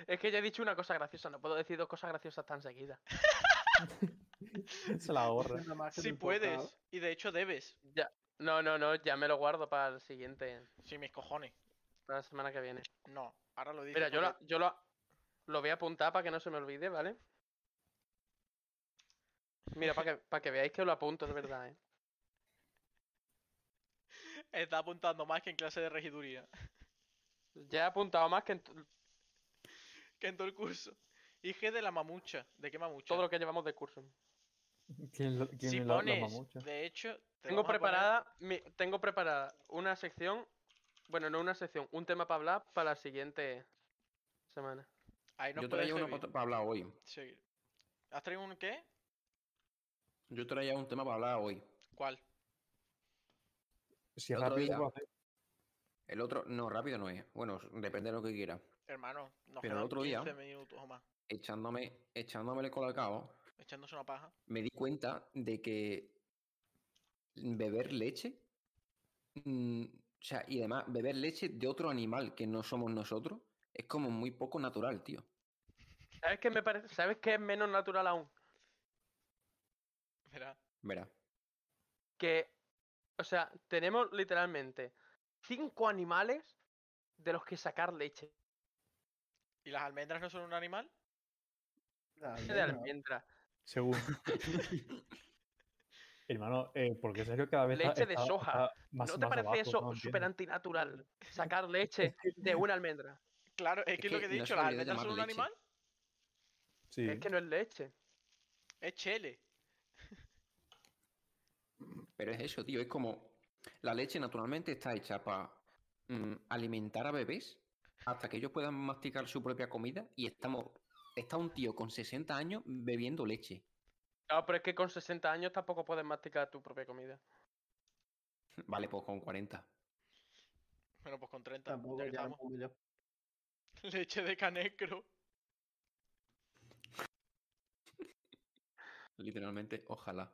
es que ya he dicho una cosa graciosa, no puedo decir dos cosas graciosas tan seguidas.
Se la ahorra.
Si puedes. Y de hecho debes.
Ya. No, no, no, ya me lo guardo para el siguiente,
Sí, mis cojones.
para la semana que viene.
No, ahora lo dice.
Mira, yo, lo,
porque-
yo lo, lo voy a apuntar para que no se me olvide, ¿vale? Mira, para que, para que veáis que lo apunto de verdad, ¿eh?
Está apuntando más que en clase de regiduría.
Ya he apuntado más que en t-
Que en todo el curso. Hije de la mamucha. ¿De qué mamucha?
todo lo que llevamos de curso.
¿Quién, lo- quién
si
la,
pones,
mamucha?
de hecho, te
Tengo
vamos a poner-
preparada, mi- tengo preparada una sección, bueno, no una sección, un tema para hablar para la siguiente semana.
Ahí nos
Yo
puedes
traía uno
seguir.
pa- para hablar hoy.
Seguir. ¿Has traído un qué?
Yo traía un tema para hablar hoy.
¿Cuál?
Si es
otro
rápido,
día.
lo puedo hacer.
El otro, no, rápido no es. Bueno, depende de lo que quiera.
Hermano, nos
Pero el
quedan
otro día-
15 minutos o más.
Echándome, echándome el colacao,
Echándose una paja.
me di cuenta de que beber leche, mm, o sea, y además beber leche de otro animal que no somos nosotros, es como muy poco natural, tío.
¿Sabes qué me parece? ¿Sabes qué es menos natural aún?
Verá.
Verá.
Que, o sea, tenemos literalmente cinco animales de los que sacar leche
¿Y las almendras no son un animal?
leche de almendra,
Según. Hermano, eh, ¿por qué serio cada vez
Leche de soja.
más,
¿No te
más
parece
abajo?
eso
No
súper
entiendo.
antinatural? Sacar leche de una almendra.
Claro, es,
Es
que es lo
que
que he
no
dicho, ah,
se
las
debería
almendras son un
llamar leche.
animal.
Sí.
Es que no es leche.
Es chele.
Pero es eso, tío. Es como la leche naturalmente está hecha para alimentar a bebés hasta que ellos puedan masticar su propia comida y estamos está un tío con 60 años bebiendo leche.
No, Ah, pero es que con 60 años tampoco puedes masticar tu propia comida.
Vale, pues con 40.
Bueno, pues con 30. ya
Tampoco
que
ya
estamos.
un poquillo.
Leche de canecro.
Literalmente, ojalá.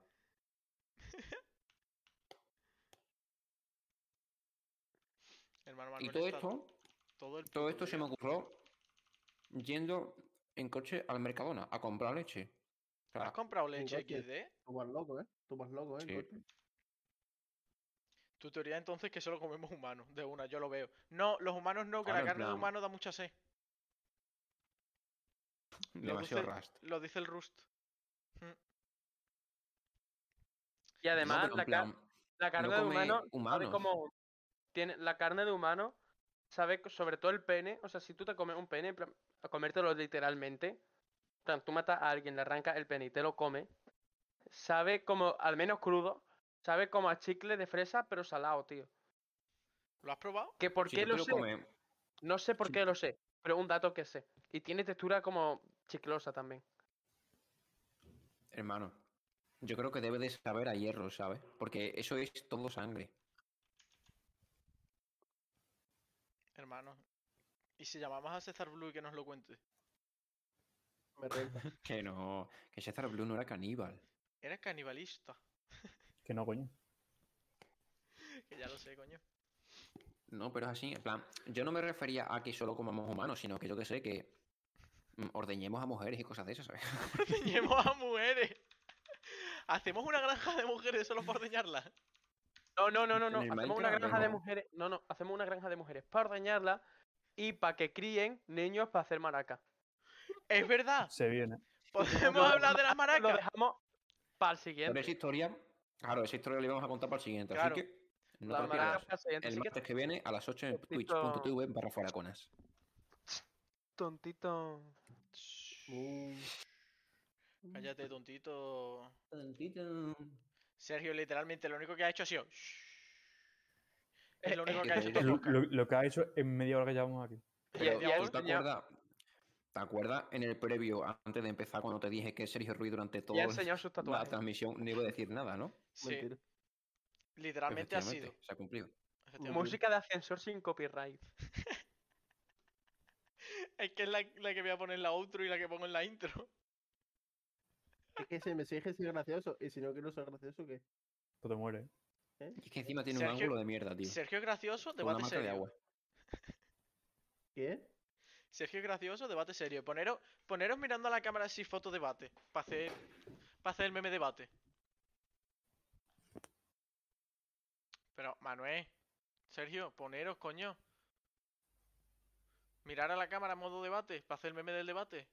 Hermano
Y
Manuel
todo
está
esto,
todo el
todo
puto
esto se
día.
me ocurrió yendo en coche al Mercadona a comprar leche. O sea,
¿Has comprado leche
coche.
XD?
Tú vas loco, ¿eh? Tú vas loco, ¿eh?
Sí.
Coche.
Tu teoría entonces que solo comemos humanos, de una, yo lo veo. No, los humanos no, que
Claro,
la
en
carne de
plan-
humano da mucha sed. Lo dice,
demasiado rust.
lo dice el Rust.
Y
No,
además,
pero en
la, car-
plan,
la carne de
come
humano sabe
humanos.
como tiene la carne de humano sabe co- sobre todo el pene o sea si tú te comes un pene en plan, a comértelo literalmente en plan, tú matas a alguien le arrancas el pene y te lo come sabe como al menos crudo sabe como a chicle de fresa pero salado tío
¿Lo has probado?
que por
si
qué
tú te
lo,
lo
sé
comes-
no sé por qué lo sé pero un dato que sé y tiene textura como chiclosa también
Hermano, yo creo que debe de saber a hierro, ¿sabes? Porque eso es todo sangre.
Hermano. ¿Y si llamamos a César Blue y que nos lo cuente?
Me renta.
Que no, que César Blue no era caníbal.
Eres canibalista.
Que no, coño.
Que ya lo sé, coño.
No, pero es así, en plan, yo no me refería a que solo comamos humanos, sino que yo que sé que mm, ordeñemos a mujeres y cosas de esas, ¿sabes?
Llevo a mujeres. Hacemos una granja de mujeres solo para ordeñarlas.
No, no, no, no, no.
En el
Hacemos una
Minecraft,
granja de
venga.
mujeres. No, no. Hacemos una granja de mujeres para ordeñarlas y para que críen niños para hacer maracas.
Es
Ah.
verdad.
Se viene.
Podemos hablar de las
Lo
maracas.
dejamos para
Pero
el siguiente.
esa historia, claro, esa historia la íbamos a contar para el siguiente.
Claro.
Así que no te
Las
lo pierdas.
maracas para el siguiente.
El
Sí que
martes que viene a las 8 en
Poquito-
twitch.tv barra foraconas.
tontito.
Cállate, tontito. Sergio, literalmente, lo único que ha hecho ha sido. "Shh". Es lo único que ha hecho
que-
todo el
Lo,
podcast.
lo- lo que ha hecho en media hora que llevamos aquí.
Pero,
y ahí
¿tú te
tenía-
acuerdas? ¿Te acuerdas en el previo, antes de empezar, cuando te dije que Sergio Ruiz durante
Y ha
toda
enseñado sus
la
tatuajes.
transmisión no iba a decir nada, ¿no?
Sí,
Mentira.
literalmente ha sido.
Efectivamente, Se ha cumplido.
Efectivamente.
Música de ascensor sin copyright.
Es que es la, la que voy a poner en la outro y la que pongo en la intro.
Es que si me sigues siendo gracioso, y si no quiero ser gracioso, ¿qué?
Tú te mueres.
Y es que encima tiene un
Sergio-
ángulo de mierda, tío.
Sergio es gracioso,
Con una
debate
marca de
serio.
agua.
¿Qué?
Sergio es gracioso, debate serio. Poneros, poneros mirando a la cámara así foto debate. Para hacer, pa' hacer el meme debate. Pero, Manuel, Sergio, poneros, coño. Mirar a la cámara modo debate, para hacer el meme del debate.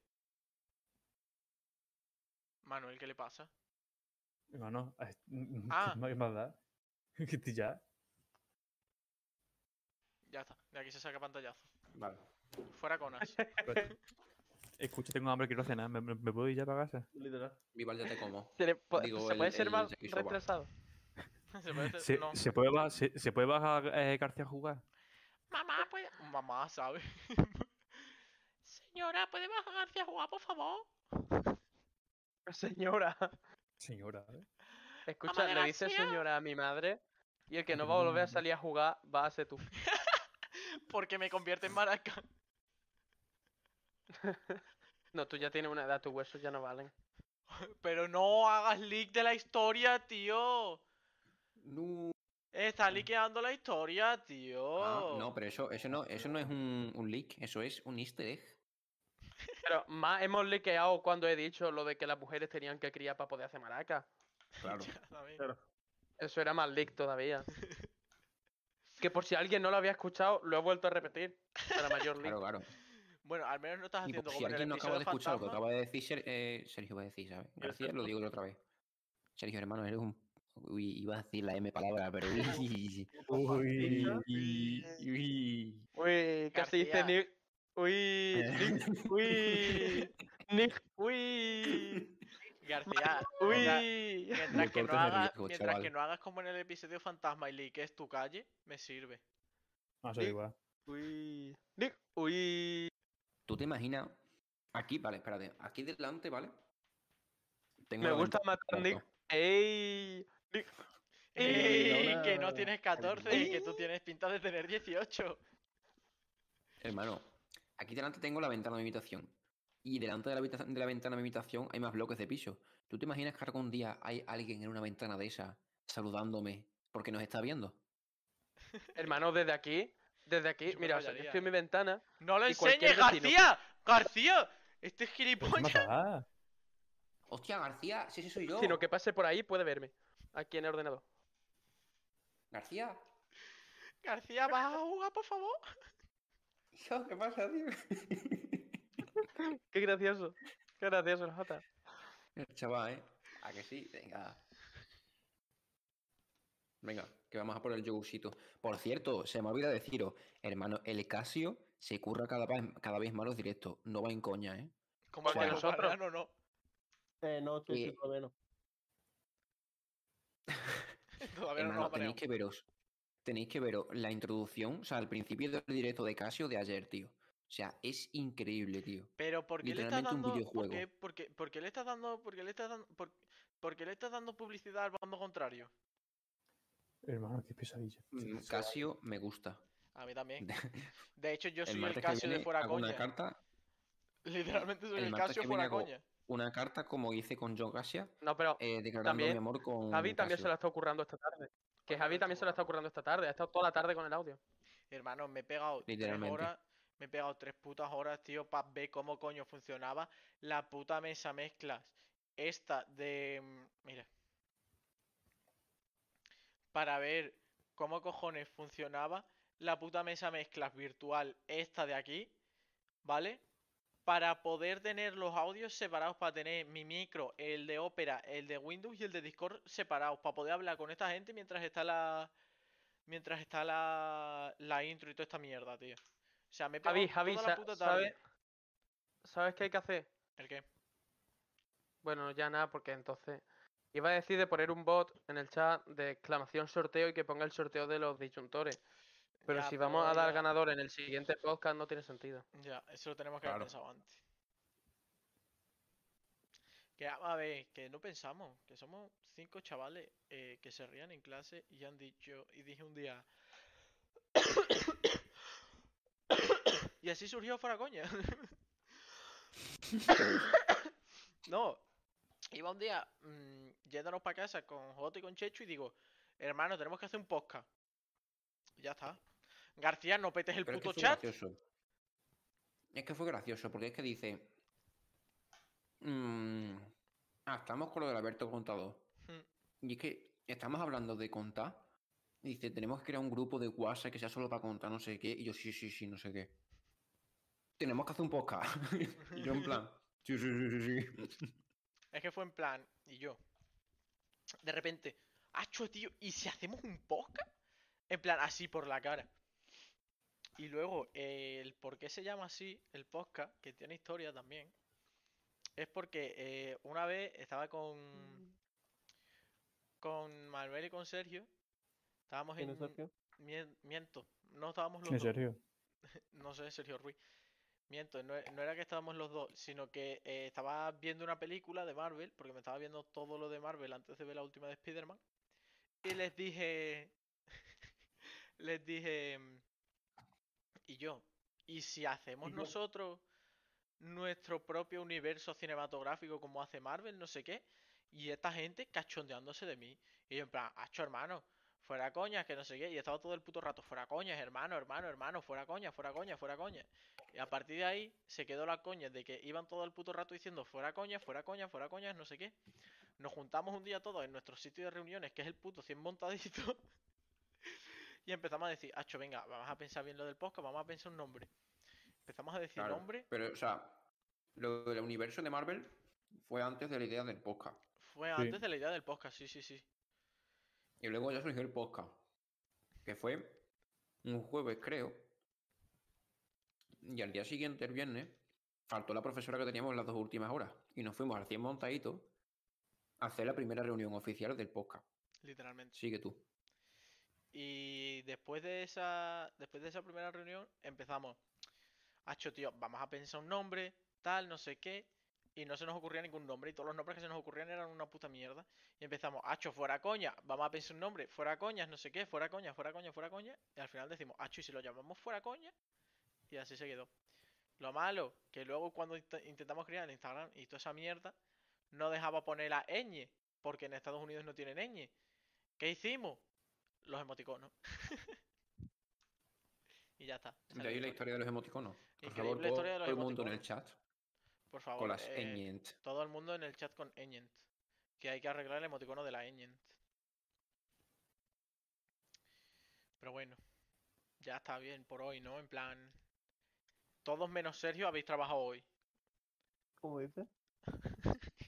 Manuel, ¿qué le pasa?
No, no. es-
Ah.
¿Qué más da? Que estoy ya.
Ya está, de aquí se saca pantallazo.
Vale.
Fuera conas.
Escucha, tengo hambre, quiero cenar. ¿Me, me- me puedo ir ya para casa?
Literal.
Vival, ya te como.
Se, le po-
Digo,
¿se
el-
puede ser
el
más
Jackie Soba.
retrasado.
Se parece-
¿Se,
no.
se puede, ba- se, se puede bajar eh, García a jugar?
Mamá, puede. Mamá, ¿sabes? Señora, ¿puede bajar García a jugar, por favor?
Señora.
Señora, ¿eh?
Escucha,
de
le dice
García.
señora a mi madre y el que no va a volver a salir a jugar va a ser tú.
Porque me convierte en maraca.
No, tú ya tienes una edad, tus huesos ya no valen.
Pero no hagas leak de la historia, tío.
No.
Está liqueando la historia, tío.
Ah, no, pero eso, eso no, eso no es un, un leak, eso es un easter egg.
Pero más hemos liqueado cuando he dicho lo de que las mujeres tenían que criar para poder hacer maracas.
Claro.
Exactamente.
Eso era más leak todavía. que por si alguien no lo había escuchado, lo he vuelto a repetir. Para mayor leak.
Claro, claro.
Bueno, al menos no estás
Y
Ah, haciendo
por si
como en el
alguien no acaba
episodio
de escuchar lo que
fantasma.
acaba de decir Ser- eh, Sergio, va a decir, ¿sabes? Gracias, lo digo yo otra vez. Sergio, hermano, eres un. Uy, iba a decir la M palabra, pero. Uy,
Uy.
uy, uy.
Uy, casi dice
García.
Nick. Uy, Nick, uy, Nick, uy,
García, mientras-
uy.
mientras, que
cortes
no, hagas,
nerviosos,
mientras que
chaval.
no hagas como en el episodio fantasma y leakes tu calle, me sirve.
No, soy
Sí.
igual.
Uy, Nick, uy.
¿Tú te imaginas? Aquí, vale, espérate. Aquí delante, ¿vale? Tengo
Me
la
gusta
ventana
matar Nick.
abierta.
Ey, Nick.
Eh,
¡Ey!
ahora-
Que no tienes 14 y que tú tienes pinta de tener 18.
Hermano, aquí delante tengo la ventana de mi habitación. Y delante de la, habita- de la ventana de mi habitación hay más bloques de piso. ¿Tú te imaginas que algún día hay alguien en una ventana de esa saludándome porque nos está viendo?
Hermano, desde aquí, desde
Yo
aquí,
me
mira, o sea, yo
rayaría.
estoy en mi ventana.
¡No lo
Y cualquier
enseñes,
vecino.
García! ¡García! Este es
Pero ¿qué más
gilipollas.
da?
¡Hostia, García! ¡Sí, sí, soy yo!
Sino que pase por ahí puede verme. Aquí en el ordenador.
¡García!
García, ¿vas a jugar, por favor?
Hijo, ¿Qué pasa, tío?
Qué gracioso. Qué gracioso el Jota.
El chaval, ¿eh? ¿A que sí? Venga. Venga, que vamos a por el yogurcito. Por cierto, se me olvida deciros, hermano, el Casio se curra cada, pa- cada vez más los directos. No va en coña, ¿eh?
Como
Como
que nosotros.
nosotros.
No, no.
Eh, no, estoy
Y-
sí, por lo menos.
Todavía no
Hermano,
nos ha
tenéis que veros. Tenéis que veros la introducción, o sea, al principio del directo de Casio de ayer, tío. O sea, es increíble, tío.
Pero ¿por qué le estás
Literalmente un
dando. ¿por
videojuego.
qué, por qué- por qué le estás dando. ¿Por qué le estás dando. Por, por qué le estás dando publicidad al bando contrario?
Hermano, qué pesadilla.
Mm, Casio me gusta.
A mí también.
El
De hecho, yo soy el
martes que
Casio de
viene
fuera
hago una
coña.
carta,
Literalmente soy
el
el,
martes
Casio
que viene
fuera
hago-
coña.
una carta como hice con John Casio,
No, pero
eh, declarando
También-
mi amor con
Javi también se
Casio.
lo está ocurrando esta tarde. Que
Bueno,
Javi
no
también se lo
está
está ocurrando esta tarde. Ha estado toda la tarde con el audio.
Hermano, me he pegado tres
Literalmente.
horas. Me he pegado tres putas horas, tío, para ver cómo coño funcionaba la puta mesa mezclas. Esta de... mm, Mira. Para ver cómo cojones funcionaba la puta mesa mezclas virtual, esta de aquí, ¿vale? Para poder tener los audios separados, para tener mi micro, el de Opera, el de Windows y el de Discord separados, para poder hablar con esta gente mientras está la... Mientras está la, la intro y toda esta mierda, tío. O sea, me he
Javi,
pegado
Javi,
toda la
sa-
puta
¿sabes?
tarde.
¿Sabes qué hay que hacer?
¿El qué?
Bueno, ya nada, porque entonces. Iba a decir de poner un bot en el chat de exclamación sorteo y que ponga el sorteo de los disyuntores. Pero
Ya,
si vamos a dar
ya-
ganador en el siguiente podcast, no tiene sentido.
Ya, eso lo tenemos que haber
Claro.
pensado antes. Que a- a ver, que no pensamos, que somos cinco chavales eh, que se rían en clase y han dicho, y dije un día. y así surgió fuera coña. no, iba un día mm, yéndonos para casa con Joto y con Chechu y digo, hermano, tenemos que hacer un podcast. Ya está. García, no petes el
Pero es que
puto
fue
chat.
gracioso. Es que fue gracioso, porque es que dice. mm, ah, estamos con lo del Alberto Contador.
Hmm.
Y es que estamos hablando de contar. y dice, tenemos que crear un grupo de WhatsApp que sea solo para contar no sé qué. Y yo, sí, sí, sí, no sé qué. Tenemos que hacer un podcast. y yo en plan. Sí, sí, sí, sí, sí.
Es que fue en plan, y yo. De repente, ¡acho, tío! ¿Y si hacemos un podcast? En plan, así por la cara. Y luego, eh, el por qué se llama así el podcast, que tiene historia también, es porque eh, una vez estaba con. con Manuel y con Sergio. Estábamos en.
¿Quién es Sergio?
mien- Miento, no estábamos los
¿En
dos.
serio?
No sé, Sergio Ruiz. Miento, no, e- no era que estábamos los dos, sino que eh, estaba viendo una película de Marvel, porque me estaba viendo todo lo de Marvel antes de ver la última de Spider-Man. Y les dije. les dije. mm, Y yo, ¿y si hacemos nosotros nuestro propio universo cinematográfico como hace Marvel, no sé qué? Y esta gente cachondeándose de mí. Y yo, en plan, hacho hermano, fuera coñas, que no sé qué. Y estaba todo el puto rato, fuera coñas, hermano, hermano, hermano, fuera coñas, fuera coñas, fuera coñas. Y a partir de ahí se quedó la coña de que iban todo el puto rato diciendo fuera coñas, fuera coñas, fuera coñas, no sé qué. Nos juntamos un día todos en nuestro sitio de reuniones, que es el puto 100 montadito. y empezamos a decir, hacho, venga, vamos a pensar bien lo del podcast, vamos a pensar un nombre. Empezamos a decir
Claro,
nombre,
Pero, o sea, lo del universo de Marvel fue antes de la idea del podcast.
fue
Sí.
antes de la idea del podcast, sí, sí, sí.
Y luego ya surgió el podcast. Que fue un jueves, creo. Y al día siguiente, el viernes, faltó la profesora que teníamos las dos últimas horas. Y nos fuimos al 100 montaditos a hacer la primera reunión oficial del podcast.
Literalmente.
Sigue tú.
Y después de esa, después de esa primera reunión empezamos. Hacho, tío, vamos a pensar un nombre, tal, no sé qué. Y no se nos ocurría ningún nombre. Y todos los nombres que se nos ocurrían eran una puta mierda. Y empezamos, hacho, fuera coña, vamos a pensar un nombre, fuera coñas, no sé qué, fuera coña, fuera coña, fuera coña. Y al final decimos, hacho, y si lo llamamos fuera coña. Y así se quedó. Lo malo, que luego cuando int- intentamos crear el Instagram y toda esa mierda, no dejaba poner la ñ, porque en Estados Unidos no tienen ñ. ¿Qué hicimos? Los emoticonos. y ya está. esa es
De ahí la historia de los emoticonos. Por favor,
Increíble
todo,
historia de los
todo el mundo en el
emoticonos.
chat
Por favor,
con las
eh,
Eñent.
todo el mundo en el chat con Eñent. Que hay que arreglar el emoticono de la Eñent. Pero bueno, ya está bien por hoy, ¿no? En plan, todos menos Sergio habéis trabajado hoy.
¿Cómo dices?
Literalmente,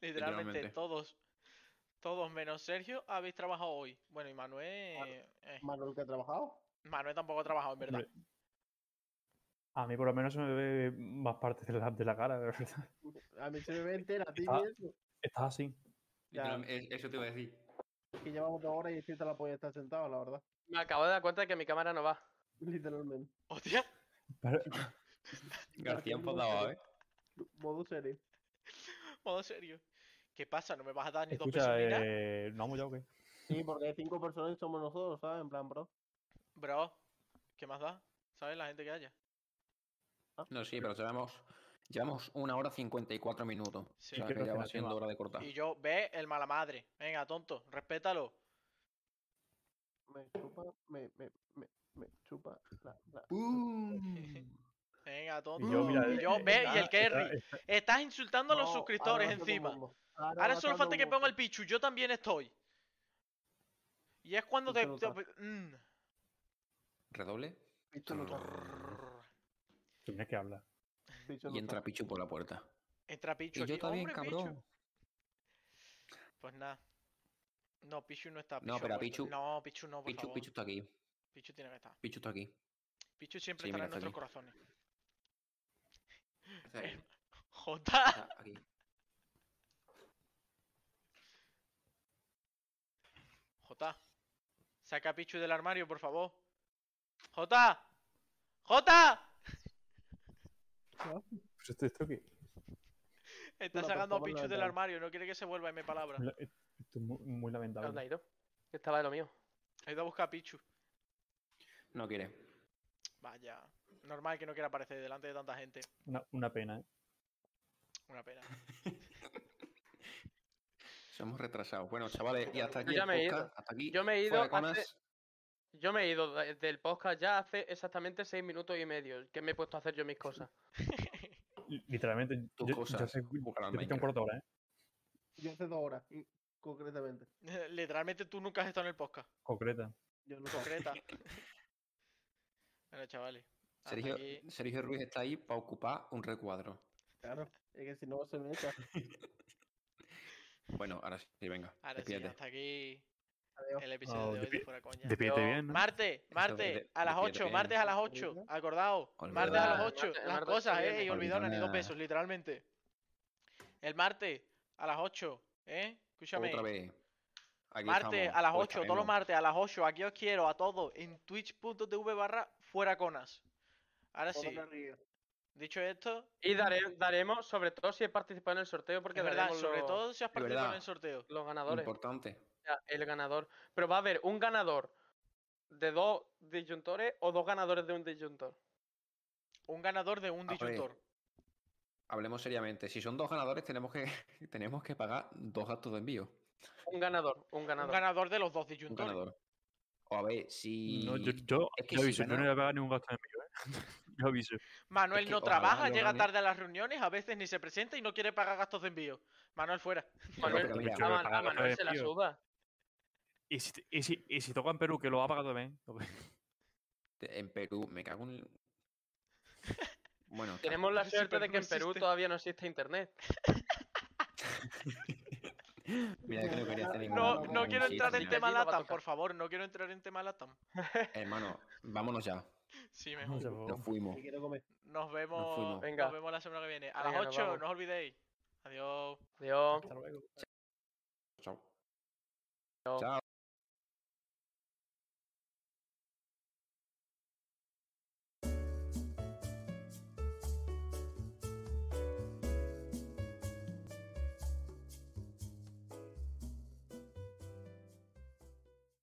Literalmente.
todos. Todos menos Sergio habéis trabajado hoy. Bueno, y Manuel. eh,
Manuel que ha trabajado.
Manuel tampoco ha trabajado, en verdad.
Hombre. A mí por lo menos se me ve más partes de la, de la cara, de verdad.
A mí se me ve entera, tío.
Ah.
y eso.
Estás así.
Literal- es- Eso te iba a decir.
Que llevamos dos horas y siete la polla estar sentado, la verdad.
Me acabo de dar cuenta de que mi cámara no va.
Literalmente.
¡Hostia!
Pero-
García
García
enfadado,
Montero.
¿eh?
Modo serio.
Modo serio. ¿Qué pasa? ¿No me vas a dar ni dos pesos
escucha,
ni nada?
eh, ¿no hemos ya o qué?
Sí, porque hay cinco personas y somos nosotros, ¿sabes? En plan, bro.
Bro, ¿qué más da? ¿Sabes la gente que haya?
No, sí, pero llevamos, llevamos una hora 54 minutos.
Sí.
o sea,
Y creo
que
que
ya va
no se
siendo
va.
hora de cortar.
Y yo, ve el mala madre. Venga, tonto, respétalo.
me chupa, me, me, me, me chupa la, la.
Venga, tonto.
yo, mira,
Y yo,
eh,
ve, y
Ah,
nada,
el Kerry.
está-
Estás insultando a los
No,
suscriptores
ahora va todo el
encima.
mundo.
Ahora,
va
solo
todo
falta
el
que
mundo.
ponga el Pichu, yo también estoy. Y es cuando te.
Insulta.
te- mm.
Redoble
Pichu no está.
Tenía que hablar.
Pichu no
y entra
está.
Pichu por la puerta.
Entra Pichu
Y yo
aquí.
también,
¡Hombre, Pichu!
cabrón.
Pues nada. No, Pichu no está.
No,
ha
pero a
vuelto.
Pichu-
No, Pichu no, por
Pichu,
favor.
Pichu
Pichu.
está aquí.
tiene que estar.
Pichu está aquí.
Pichu siempre
Sí,
estará
mira,
en
está
nuestros corazones.
Está aquí.
¡Jota!
Está aquí.
¡Jota! Saca a Pichu del armario, por favor. ¡Jota! ¡Jota!
Pues esto, esto que.
Está
por
sacando a
favor, la
Pichu del
verdad.
armario, no quiere que se vuelva, y me palabra.
la- Esto es muy, muy
¿A ¿Dónde ha
lamentable.
ido? Que estaba de lo mío.
He ido a buscar a Pichu.
No quiere.
Vaya. Normal que no quiera aparecer delante de tanta gente.
Una, una pena, ¿eh?
Una pena.
Somos retrasados. Bueno, chavales, y hasta aquí.
ya
el
me he ido.
podcast, Hasta aquí.
Yo me he ido
Fuera Conas.
hace- Yo me he ido de- del podcast ya hace exactamente seis minutos y medio, que me he puesto a hacer yo mis cosas.
Li- Literalmente.
Tus
yo,
cosas,
Yo sé, yo
buscar
sé
al
que un
Minecraft.
cuarto de hora, ¿eh?
Yo hace dos horas, y- concretamente.
Literalmente tú nunca has estado en el podcast.
Concreta.
Yo no
Concreta. bueno, chavales. hasta
Sergio,
aquí.
Sergio Ruiz está ahí para ocupar un recuadro.
Claro, es que si no se me echa.
Bueno, ahora sí, venga.
Ahora sí,
despídete.
hasta aquí
Adiós.
el episodio
Oh,
de hoy de
despí-
Fuera Coña.
Despídete
Yo-
bien, ¿no?
Martes, martes,
de-
a las
despídete
8,
bien.
martes a las 8,
Olvidada.
acordaos, martes a las
Olvidada.
8,
Martes-
las
martes
cosas,
que
eh, y
viene.
olvidona ni dos
Olvidona.
pesos, literalmente. El martes a las 8, eh, escúchame.
Otra vez. Aquí
Martes
estamos, Pues
a las
hoy
8, todos los
estaremos.
martes a las 8, aquí os quiero a todos en twitch.tv barra fuera conas. Ahora sí,
Póngale arriba.
dicho esto,
Y dare- daremos, sobre todo si he participado en el sorteo, porque
es verdad,
daremos
sobre
los-
todo si has participado en
verdad.
el sorteo.
los ganadores.
Importante.
o sea, el ganador. Pero va a haber un ganador de dos disyuntores o dos ganadores de un disyuntor.
Un ganador de un
A ver.
disyuntor.
Hablemos seriamente. Si son dos ganadores, tenemos que, tenemos que pagar dos gastos de envío.
Un ganador, un
Un
ganador.
ganador de los dos
Un
disyuntores.
ganador. O a ver, si.
No, yo, yo,
es que
yo
si
aviso, yo no
gana-
voy a pagar ningún gasto de envío, ¿eh? yo aviso.
Manuel
Es que
no
ojalá
trabaja,
lo
llega
gane.
tarde a las reuniones, a veces ni se presenta y no quiere pagar gastos de envío. Manuel fuera.
Manuel,
pero mira,
a, Man- a
pagar los
Manuel se la
envíos.
suda.
Y si, te- y si, y si toca en Perú, que lo ha pagado también.
En Perú, me cago en. Bueno,
Tenemos la
Ese
suerte de
perro
que en Perú
existe.
todavía no existe internet.
mira que no quería hacer ningún-
No,
ningún
no quiero
chiste
entrar
ni
en
nada.
tema
Allí no va a
Latam,
tocar.
por favor, no quiero entrar en tema Latam.
Hermano, vámonos ya.
Sí, mejor.
Vamos a
Nos fuimos.
Que quiero comer.
Nos vemos,
fuimos.
Venga.
nos vemos la semana que viene. A
Venga,
las
nos
8,
vamos.
no os olvidéis. Adiós.
Dios.
Hasta luego.
Chao.
Chao.
Chao.